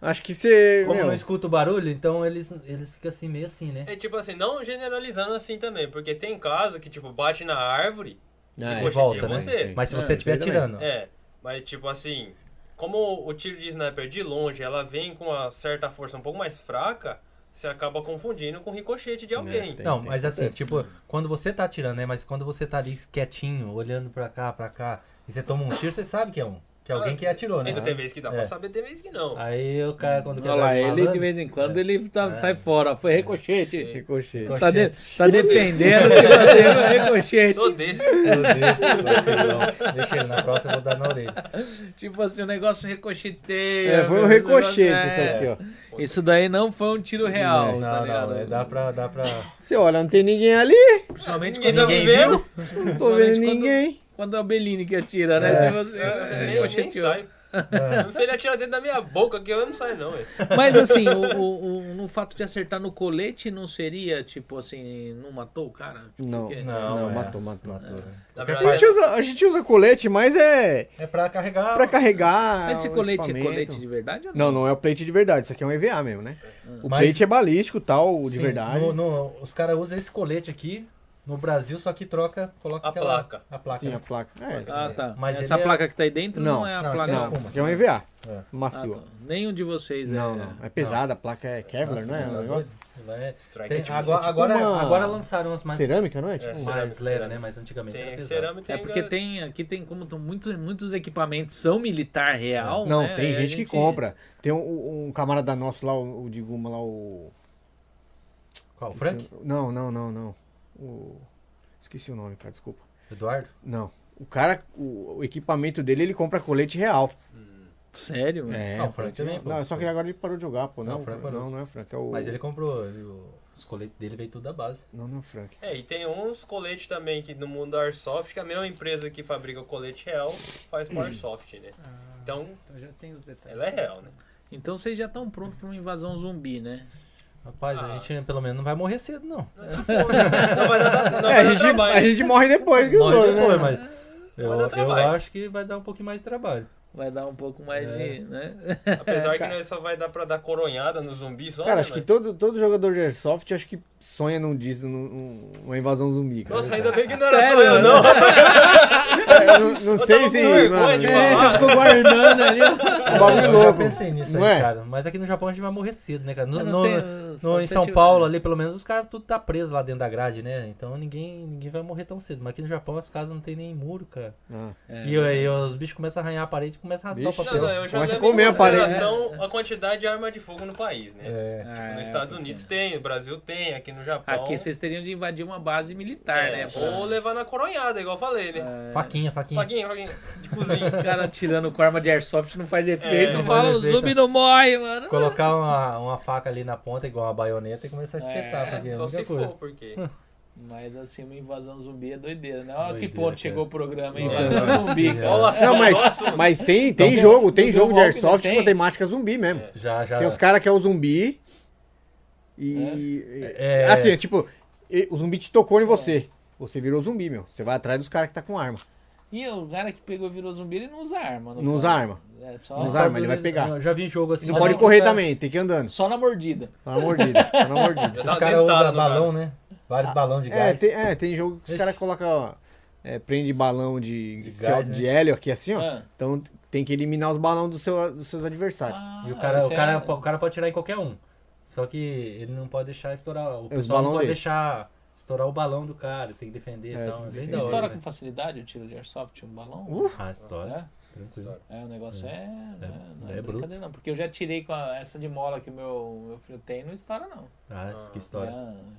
Acho que você.
Como
meu,
não escuta o barulho, então eles, eles ficam assim, meio assim, né?
É tipo assim, não generalizando assim também, porque tem caso que, tipo, bate na árvore,
Ah,
e
é.
poxa,
volta,
tira
né?
você.
Mas se
É,
você estiver
sei também.
atirando.
É, mas tipo assim, como o tiro de sniper de longe, ela vem com uma certa força um pouco mais fraca, você acaba confundindo com o ricochete de alguém.
tem.
Não, mas assim,
acontece.
tipo, quando você tá atirando, né? Mas quando você tá ali quietinho, olhando pra cá, pra cá, e você toma um tiro, você sabe que é um. Que é alguém que atirou, né?
Ainda tem vez que dá pra
É.
saber, tem vez que não.
Aí o cara, quando
Olha
quer
lá,
dar um
ele de
malandro-
vez em quando
É.
ele tá- sai fora. Foi ricochete.
Ricochete.
Tá, de-
Ricochete.
tá defendendo que tá sendo ricochete.
Sou desse.
Meu Deus, vacilão. Deixa ele na próxima, eu vou dar na orelha.
<laughs>
Tipo assim, o negócio ricocheteia.
É, foi um
negócio-
ricochete
é.
isso aqui, ó.
Isso daí não foi um tiro real,
não,
tá
não,
ligado?
é, dá pra. Dá pra...
Você olha, não tem ninguém ali,
<laughs> Principalmente
Ninguém
quando,
tá
ninguém
vivendo,
não tô vendo
Somente quando-
ninguém.
quando é o Bellini que atira, né?
É.
Tipo assim,
eu
é,
nem, eu nem
ricocheteou.
saio. Se ele atira dentro da minha boca aqui, eu não saio não, velho.
Mas assim, o, o- o- no fato de acertar no colete não seria, tipo assim, não matou o cara? Tipo,
Não.
porque-
Não,
é,
matou, matou. né?
Na
A gente,
verdade,
usa, a gente usa colete, mas é
É pra carregar.
pra carregar.
Mas esse
o
colete é
equipamento.
colete de Ah. verdade ou não?
Não, não é o plate de verdade, isso aqui é um EVA mesmo, né? O
Mas-
plate é balístico tal, de
Sim,
verdade.
no- no- os caras usam esse colete aqui no Brasil, só que troca, coloca
A
aquela-
placa.
A placa.
Sim,
né?
a placa. É,
Ah, tá.
Mas
Essa
ele é-
placa que tá aí dentro não,
Não,
é a
não,
placa.
não,
espuma.
porque é um EVA.
É.
Ah,
Macio.
tá. Nenhum de vocês é.
Não, não. É pesada, a placa é
Nossa,
Kevlar, não é?
tá
O negócio?
doido? Ela é-
Strike
tem-
é tipo
agora,
isso.
agora,
uma-
agora lançaram umas mais.
Cerâmica, não é?
É.
Tipo,
mais
cerâmica,
lera, né?
cerâmica.
Mas antigamente era
tem
pesado.
cerâmica
É
tem
porque
ga-
tem, aqui tem como tão muitos, muitos equipamentos são militar real,
Não,
né?
tem
Aí a
gente, que compra. Tem um, um camarada nosso lá, o, o de Guma lá, o.
Qual? Frank?
Não, não, não, não. O... Esqueci o nome, cara, desculpa.
Eduardo?
Não. O cara, o, o equipamento dele, ele compra colete real.
Sério, mano?
É,
Não, o Frank
colete
também,
real.
pô.
Não, é só que ele agora ele parou de jogar, pô.
Não,
Não,
o Frank
não,
parou.
não, é o Frank, é o.
Mas ele comprou. ele- o- Os coletes dele veio tudo da base.
Não, não é o Frank.
É, e tem uns coletes também que no mundo da Airsoft, que é a mesma empresa que fabrica o colete real faz pro Airsoft, né? Então,
Então já tem os detalhes.
ela é real, né?
Então vocês já estão prontos pra uma invasão zumbi, né?
Rapaz, a
Ah.
gente pelo menos não vai morrer cedo, não.
Não vai dar, não
<laughs> É,
vai
a
dar
gente,
trabalho.
a gente morre depois que os
Morre
outros, né?
depois, mas. Eu,
dar
eu
trabalho.
acho que vai dar um pouquinho mais de trabalho.
Vai dar um pouco mais
É.
de. Né?
Apesar que
É, cara.
nós só vai dar pra dar coronhada no zumbi só.
Cara,
né,
acho que
mano?
todo, todo jogador de airsoft acho que sonha num disco, num- num- uma invasão zumbi, cara.
Nossa,
Cara,
ainda bem que não era
Sério,
só
né?
eu, não.
Eu não, não
Eu
sei
tava
se.
com vergonha
mano,
de
é,
falar.
É, ficou guardando ali. ó.
é um <laughs> bagulho
eu
louco.
já pensei nisso
não
aí,
é?
cara. Mas aqui no Japão a gente vai morrer cedo, né, cara?
<laughs>
No,
Eu não
no-
tenho- né?
no-
só
em
se
São
tiver-
Paulo ali, pelo menos, os caras tudo tá preso lá dentro da grade, né? Então ninguém, ninguém vai morrer tão cedo. Mas aqui no Japão as casas não tem nem muro, cara.
Ah,
É.
E aí os bichos começam a arranhar a parede e começam a rasgar
Vixe.
o
Não,
papel.
não, eu já
Começa a
levo em
comer a parede.
consideração um- a quantidade de arma de fogo no país, né?
É.
Ah,
Nos
é,
Estados
porque-
Unidos tem, no Brasil tem, aqui no Japão.
Aqui vocês teriam de invadir uma base militar,
é,
né? pra- Ah,
Ou levar na coronhada, igual eu falei, né?
Faquinha, faquinha.
Faguinha, faguinha, de cozinha.
<laughs> O cara tirando com arma de airsoft não faz efeito.
É, não
fala,
faz
o
efeito.
zumbi não morre, mano.
Colocar uma, uma faca ali na ponta, igual uma baioneta, e começar a espetar. porque é a
Só
única
se
coisa.
for, porque.
Mas assim, uma invasão zumbi é doideira, né? Olha que
Doideira,
ponto
cara.
chegou o programa, hein?
Nossa
Invasão zumbi,
Senhora.
cara.
Olha
Não, mas, mas tem, tem jogo, tem
não
jogo
deu golpe,
de airsoft
não
com
tem?
a temática zumbi mesmo.
Já, já.
Tem os caras que é o zumbi e.
É.
e- Assim, é tipo, e- o zumbi te tocou em você. Você virou zumbi, meu. Você vai atrás dos caras que tá com arma.
E o cara que pegou e virou zumbi, ele não usa arma.
Não usa
pode.
arma.
É só,
Não usa
Estados
arma, ele vai
Unidos-
pegar.
Eu já vi jogo assim.
Você
Não,
pode
não,
correr
tá.
também, tem que ir andando.
só na mordida.
Tá na mordida, tá na mordida.
Dá
Os
uma
caras
dentada
usam
no cara.
balão, né? Vários balões <laughs> de
É,
gás.
tem, é, tem jogo que os
Ixi.
caras colocam, ó, é, prende balão de,
De
de,
gás, né? É.
de hélio aqui assim, ó.
Ah.
Então tem que eliminar os balões do seu- dos seus adversários.
E o
Ah,
cara, o,
isso é-
cara, o cara pode tirar em qualquer um. Só que ele não pode deixar estourar. O pessoal
É, balão
não pode
dele.
deixar estourar o balão do cara, tem que defender
É,
e tal. É
tem que
bem
defender.
da hora,
Estoura
né?
com facilidade o tiro de airsoft, um balão?
Uh,
Ah, estoura.
É?
Tranquilo.
É, o negócio é. né, não é,
é bruto.
brincadeira, não. Porque eu já tirei com a- essa de mola que meu, meu filho tem, não estoura, não.
Ah, que história.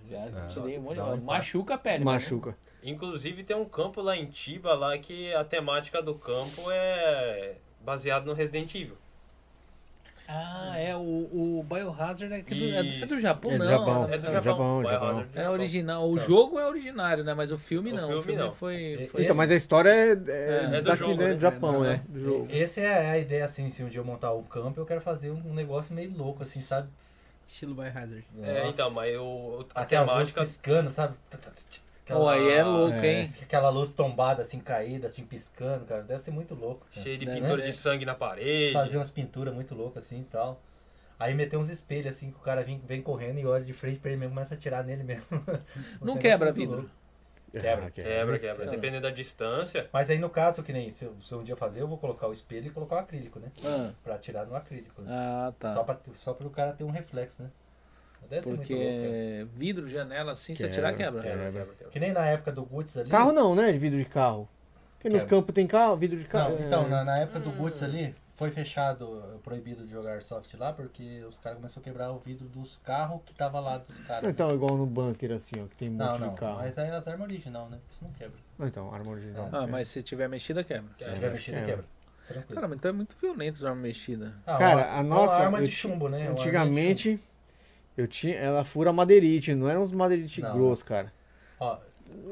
Já, já
Ah,
tirei um monte de
dá um
mola.
impacto.
Machuca a pele. né?
machuca.
Inclusive tem um campo lá em Tiba lá que a temática do campo é baseado no Resident Evil.
mas- Ah, é. O, o Biohazard é, que do, é, do- é do
Isso.
Japão,
É do
não.
Japão.
né?
É do
É,
Japão.
Japão,
Boy
Japão.
Hazard do
É
Japão.
original. O
Tá.
jogo é originário, né? Mas o filme
O
não. O
filme
filme
não.
foi. foi
Então,
esse.
mas a história é,
É,
é,
é do
daqui,
jogo,
né?
né?
Do Japão,
É,
né? Do jogo.
Essa é a ideia, assim, se um dia eu montar um campo, eu quero fazer um negócio meio louco, assim, sabe?
Estilo Biohazard.
É, então, mas o, o- a
Até as luzes
temática
piscando, sabe? Aquela,
Pô, aí é louco,
É.
hein?
aquela luz tombada, assim, caída, assim, piscando, cara. Deve ser muito louco. cara.
cheia de
Deve
pintura
ser.
de sangue na parede.
fazer umas pinturas muito loucas assim e tal. Aí meter uns espelhos assim que o cara vem, vem correndo e olha de frente pra ele mesmo, começa a atirar nele mesmo. <laughs> Um
Não
negócio
quebra
muito
vidro.
louco. É, Quebra.
Ah,
Quebra, quebra.
Não.
Dependendo da distância.
Mas aí no caso, que nem se eu, se eu um dia fazer, eu vou colocar o espelho e colocar o acrílico, né?
Ah,
Pra atirar no acrílico. Né?
Ah, tá.
Só, pra, só pro cara ter um reflexo, né? Deve ser muito louco. é. cara.
Porque vidro, janela, assim, se atirar,
Quebra,
quebra.
Quebra,
quebra, quebra.
Que nem na época do Guts ali.
Carro não, né? De vidro de carro. Porque nos
Quebra.
campos tem carro, vidro de carro. É.
Não, então, na, na época do Guts ali, foi fechado, eh, proibido de jogar soft lá, porque os caras começaram a quebrar o vidro dos carros que tava lá dos caras.
Não,
né?
então, igual no bunker, assim, ó, que tem um
Não,
monte
não.
de carro.
Mas aí as armas original, né? Isso não quebra.
Não, então, arma original.
Ah, mas se tiver mexida, quebra.
Se tiver mexida,
É, quebra.
quebra. Tranquilo.
Caramba, então é muito violento usar uma mexida.
Ah,
Cara,
uma-
a nossa,
Uma arma
eu
de
ti-
chumbo, né? Uma arma de chumbo.
Antigamente, eu tinha, ela fura madeirite, não era uns madeirite
Não.
grosso, cara.
Ó,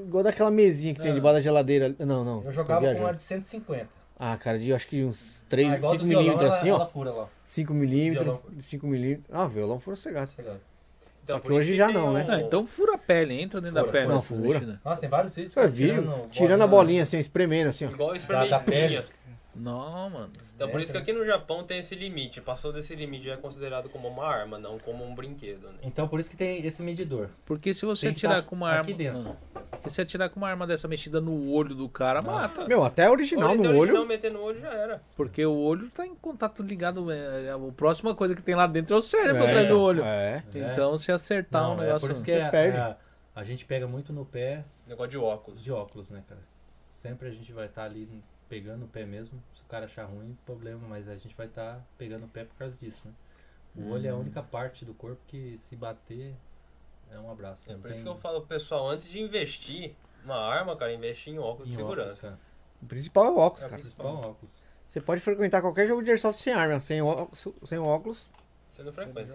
Igual daquela mesinha que tem
Não.
debaixo da geladeira. ali. Não, não.
eu
tô
jogava com
viajando.
uma de 150.
Ah, cara, de acho que uns
Ah,
3,
igual do
5
violão,
milímetros
ela-
assim,
ela
ó.
fura lá.
5 milímetros,
Violão.
5 milímetros. Ah, violão fura cegado.
sossegado.
Então,
Só que
por isso
hoje já
tem
não,
o-
né?
Ah, então fura a pele, entra dentro da
É. Fura,
pele.
não,
essas
fura.
mexidas.
Nossa, tem vários vídeos.
Você
cara,
viu?
tá tirando
Tirando a bolinha assim, espremendo assim, ó.
Igual espremer
Da- da pele.
espinha.
Não, mano.
Então, por
É,
isso que aqui no Japão tem esse limite. Passou desse limite, já é considerado como uma arma, não como um brinquedo, né?
Então, por isso que tem esse medidor.
Porque se você
Tem que
atirar
tá
com uma arma.
aqui dentro. Ah.
Ah, porque se atirar com uma arma dessa mexida no olho do cara, mata.
Meu, até original
Olha,
no
então, original,
olho.
meter no olho já era.
Porque o olho tá em contato ligado. É, é, a próxima coisa que tem lá dentro é o cérebro
É,
atrás do olho.
É.
Então, se acertar um
Não, é
negócio.
por isso que
Você
é-
perde.
é- a gente pega muito no pé
Negócio de óculos.
de óculos, né, cara? Sempre a gente vai estar ali pegando o pé mesmo. Se o cara achar ruim, problema, mas a gente vai estar pegando o pé por causa disso, né? O
Uhum.
olho é a única parte do corpo que se bater é um abraço.
É
não
por isso que
tem-
eu falo pro pessoal, antes de investir uma arma, cara, investir em óculos
em
de
óculos,
segurança.
cara.
O principal é o óculos,
É o
cara.
Principal óculos.
Você pode frequentar qualquer jogo de airsoft sem arma, sem óculos, sem óculos.
Você não frequenta.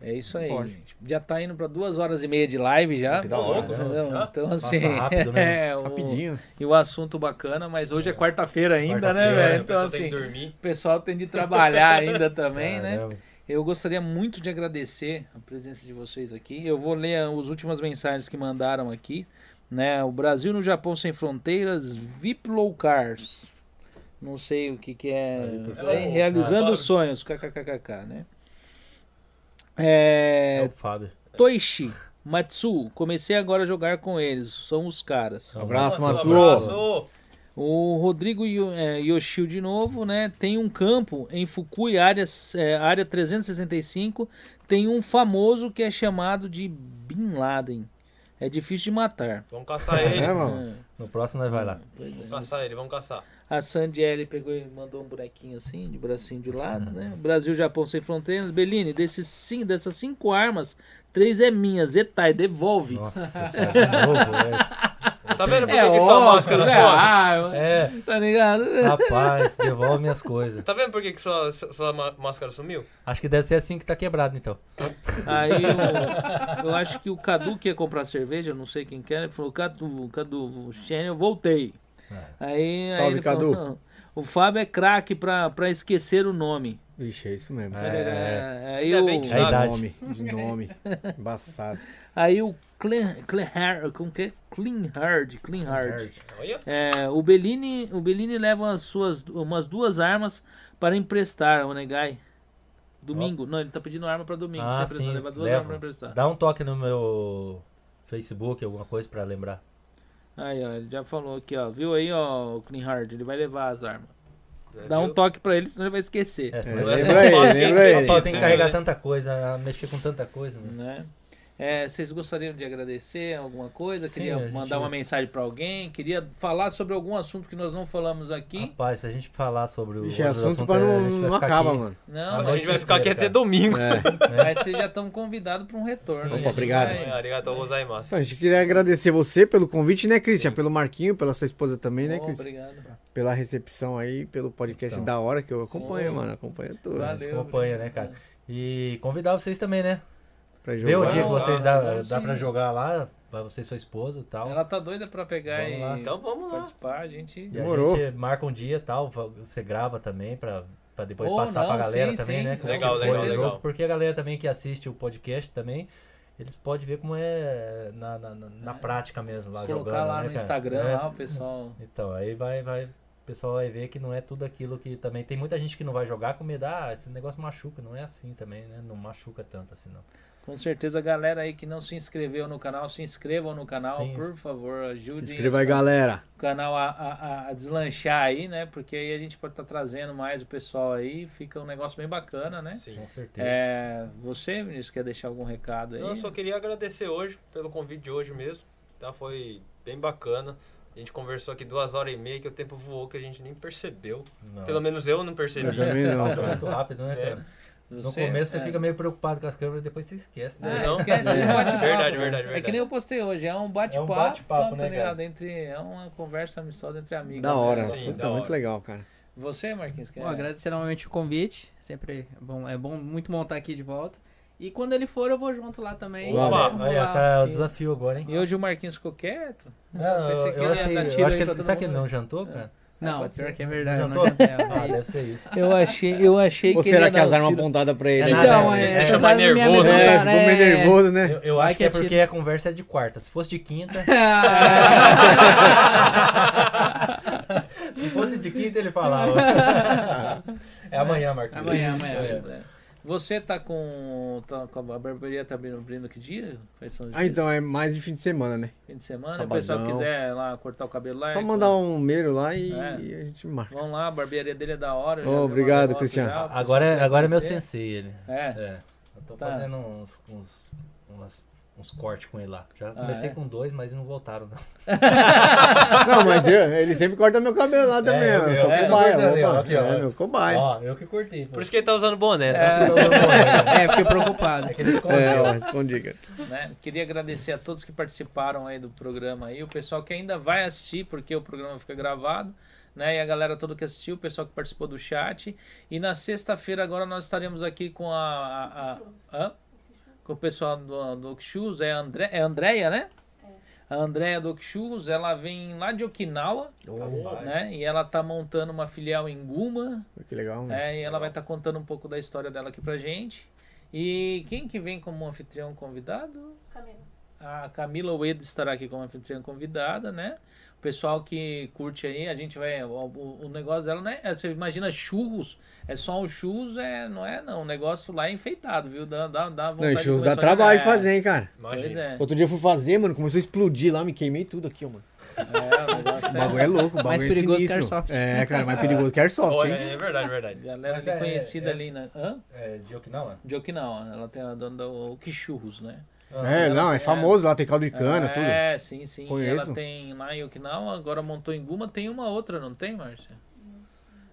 É isso aí,
Pode.
gente. Já tá indo pra duas horas e meia de live já.
Que da hora,
Entendeu?
né?
Então,
Passa
assim.
rápido, né?
<laughs> é, o-
Rapidinho.
E o assunto bacana, mas hoje é quarta-feira ainda, né,
Quarta-feira,
velho?
a pessoa
Então,
tem
assim.
que dormir.
O pessoal tem de trabalhar ainda também, né?
Caramba.
Eu gostaria muito de agradecer a presença de vocês aqui. Eu vou ler as últimas mensagens que mandaram aqui. Né? O Brasil no Japão Sem Fronteiras, Viplocars. Não sei o que, que é.
Cars.
É, realizando
Ah,
sonhos, kkkk, né? É,
o Fábio.
Toishi Matsu, comecei agora a jogar com eles, são os caras.
Abraço,
Nossa,
Matsu.
abraço.
O Rodrigo Yo- é, Yoshio de novo, né? Tem um campo em Fukui, área, é, área 365. Tem um famoso que é chamado de Bin Laden. É difícil de matar. é,
Vamos caçar ele.
É, mano.
No próximo nós vai lá.
Vamos caçar ele, vamos caçar.
A Sandiele pegou e mandou um bonequinho assim, de bracinho de lado, né? Brasil, Japão sem fronteiras. Beline, desses, cin- dessas cinco armas, três é minha. Zetai, devolve.
Nossa, cara, de novo, né? velho.
Tá vendo por
É
que, que sua
óbvio,
máscara
né?
sobe?
Ah,
É,
Tá ligado?
rapaz, devolve minhas coisas.
Tá vendo por que, que sua, sua ma- máscara sumiu?
Acho que deve ser assim que tá quebrado, então.
Aí
<laughs>
eu, eu acho que o Cadu que ia comprar cerveja, eu não sei quem que era, ele falou, Cadu, Cadu, Xenia, eu voltei.
É.
Aí, aí
Salve,
ele falou,
Cadu.
"Não, o Fábio é craque pra, pra esquecer o nome.
Vixe, é isso mesmo.
É.
É, aí,
Ainda
o,
bem que
É a idade.
Nome, de nome. Embaçado.
aí o Clean, Clean Hard, como que é? Clean Hard, Clean Hard.
Olha,
É, o Bellini, o Bellini leva as suas, umas duas armas para emprestar ao Negai. Domingo. Não, ele tá pedindo arma para domingo.
Ah,
tá precisando
sim,
levar duas
leva.
armas para emprestar.
Dá um toque no meu Facebook, alguma coisa pra lembrar.
Aí, ó, ele já falou aqui, ó. Viu aí, ó, o Clean Hard, ele vai levar as armas. Dá um
viu?
toque pra ele, senão ele vai esquecer.
É, senão
É,
vai ser-
lembra
só-
ele,
é
lembra
só-
ele.
Só tem que carregar
né?
tanta coisa, mexer com tanta coisa, né?
Né? É, vocês gostariam de agradecer alguma coisa?
Sim,
Queria
a gente-
mandar uma mensagem pra alguém? Queria falar sobre algum assunto que nós não falamos aqui?
Rapaz, se a gente falar sobre o
Vixe, é
outros
assunto
assuntos,
pra
a
não,
gente vai
não
ficar
acaba,
aqui.
mano.
Não,
Ah,
a
mas,
gente vai ficar aqui até
cara.
domingo.
É.
mas vocês já estão convidados pra um retorno.
Sim.
né?
Opa,
obrigado.
A gente vai-
É, Arigato gozaimasu.
Então, A gente queria agradecer você pelo convite, né, Cristian? Pelo Marquinho, pela sua esposa também, né,
Bom,
Cristian?
obrigado.
Pela recepção aí, pelo podcast
Então.
da hora que eu acompanho,
Sim.
mano. Acompanho tudo.
A gente
Valeu,
acompanha, né,
obrigado.
cara? E convidar vocês também, né?
Pra
Vê o
jogar.
dia que
Vamos,
vocês
vamos,
dá,
vamos
dá
sim.
pra jogar lá, vai você e sua esposa e tal.
Ela tá doida pra pegar
Então, Vamos
e
lá.
Então vamos lá.
participar, a gente.
E
Demorou.
a gente marca um dia e tal, va- você grava também pra, pra depois
Ou
passar
não,
pra galera
sim,
também,
sim.
né? Como
Legal,
que foi
legal,
o
legal.
jogo, Porque a galera também que assiste o podcast também, eles podem ver como é na, na, na- na prática mesmo, lá
colocar
jogando,
lá
né,
no
cara?
Instagram,
É.
lá o pessoal.
Então, aí vai, vai, o pessoal vai ver que não é tudo aquilo que também. Tem muita gente que não vai jogar com medo, ah, esse negócio machuca, não é assim também, né? Não machuca tanto assim, não.
Com certeza, a galera aí que não se inscreveu no canal, se inscrevam no canal,
Sim.
por favor, ajudem
Inscreva aí,
esse-
galera.
o canal a, a- a- a deslanchar aí, né? Porque aí a gente pode estar trazendo mais o pessoal aí, fica um negócio bem bacana, né?
Sim.
Com certeza.
É, você, Vinícius, quer deixar algum recado aí?
Eu só queria agradecer hoje pelo convite de hoje mesmo. Tá? Foi bem bacana. A gente conversou aqui duas horas e meia, que o tempo voou que a gente nem percebeu.
Não.
Pelo menos eu não
Eu
percebi.
também não,
Passa
cara.
muito rápido, né,
É.
cara? No
Você-
começo você
é.
fica meio preocupado com as câmeras, depois você esquece, né?
Ah,
Não?
esquece, é.
É.
um bate-papo.
Verdade, verdade,
É que
verdade.
nem eu postei hoje, é um bate-papo,
bate-papo,
tá
né,
ligado?
cara?
Entre, é uma conversa amistosa entre amigos.
Da
né?
hora.
Sim,
Puta,
da
muito
hora.
legal, cara.
Você, Marquinhos, quer?
Bom, agradecer novamente o convite. Sempre é bom, é bom muito bom estar aqui de volta. E quando ele for, eu vou junto lá também.
Opa!
Ah, Vamos
Olha,
rolar.
tá o
E-
desafio agora, hein?
E hoje o Marquinhos ficou quieto?
Não,
Pensei
eu,
que ele ia
achei,
dar
eu
tiro
acho
aí pra
que ele,
todo
será que ele
mundo.
não jantou, cara?
Ah,
Não,
pode
pior
ser.
que é verdade. eu Não
Jantou?
jantei,
Ah,
é
deve
isso.
ser isso.
Eu achei, eu achei
Ou será que as
um
armas apontadas pra ele?
É
né?
nada,
Então,
é,
é,
é, né?
essas
chama
armas me
nervoso.
amedrontaram,
É, ficou meio
é.
nervoso, né?
Eu, eu
Vai
acho
que
que é
atira.
porque a conversa é de quarta. Se fosse de quinta, se fosse de quinta ele falava. <laughs> É amanhã, Marquinhos.
amanhã, amanhã.
É. Você tá com, tá com a barbearia tá abrindo, abrindo que dia? Quais são os
Ah,
dias?
então é mais de fim de semana, né?
Fim de semana,
Sabadão.
o pessoal quiser lá cortar o cabelo lá.
Só
é-
mandar um meiro lá e
É.
e a gente marca.
Vão lá, a barbearia dele é da hora. eu já
Ô,
vi umas
obrigado,
fotos
Cristiano.
já, o pessoal
Agora, é-
quer
agora é meu
conhecer.
sensei ele.
É.
É. Eu tô
Tá.
fazendo uns, uns, umas- uns cortes com ele lá. Já
Ah,
comecei
é?
com dois, mas não voltaram, não.
Não, mas eu- ele sempre corta meu cabelo lá também.
eu-
ó,
eu-
sou
é,
cobaia,
eu tô cortando,
opa.
ó, aqui, ó.
É, meu cobaia.
Ó, eu que cortei. pô.
Por isso que ele tá usando boné, tá?
<laughs>
É,
<laughs> É, fiquei preocupado.
É que ele escondeu.
É, ó, respondi, cara.
né? Queria agradecer a todos que participaram aí do programa aí, o pessoal que ainda vai assistir, porque o programa fica gravado, né? E a galera toda que assistiu, o pessoal que participou do chat. E na sexta-feira agora nós estaremos aqui com a. a- a- hã? Com o pessoal do, do Oxus, é a André, é a Andréia, né? A Andréia do Oxus, ela vem lá de Okinawa,
Então,
né? E ela tá montando uma filial em Guma,
Que legal, mano.
é, e ela vai estar contando um pouco da história dela aqui pra gente. E quem que vem como anfitrião convidado? Camila. A Camila Ueda estará aqui como anfitriã convidada, né? O pessoal que curte aí, a gente vai. O, o- o negócio dela, né? Você imagina churros, é só um churros, é, não é não. O negócio lá é enfeitado, viu? Dá, dá, dá
Não,
vontade
e shows
comer
dá
só
trabalho de
é,
fazer, hein, cara.
Pois
Imagina.
é.
Outro dia eu fui fazer, mano, começou a explodir lá, me queimei tudo aqui, ó, mano.
é, o negócio
O
é-
bagulho é louco, o bagulho
Mais
é
perigoso que
sinistro.
Airsoft.
É, cara, mais perigoso que Airsoft,
Olha,
hein?
é verdade, verdade.
Galera
Mas
ali
é-
conhecida
é-
ali na. Hã?
É, de Okinawa?
De Okinawa, ela tem a dona do Okichurros, né?
É, não, é famoso lá, tem caldo de cana, tudo.
É, sim, sim. E Ela
Conheço.
tem lá em Okinawa, agora montou em Guma, tem uma outra, não tem, Márcia?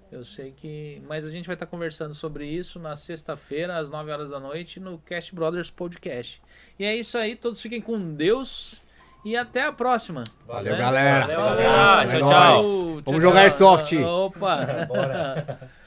Eu sei que. Mas a gente vai estar conversando sobre isso na sexta-feira, às 9 horas da noite, no Cast Brothers Podcast. E é isso aí, todos fiquem com Deus e até a próxima.
Valeu,
Né?
galera.
Valeu,
Um
galera.
abraço, é
Tchau,
nóis.
tchau.
Vamos jogar
tchau.
<laughs> Airsoft.
Opa!
Bora.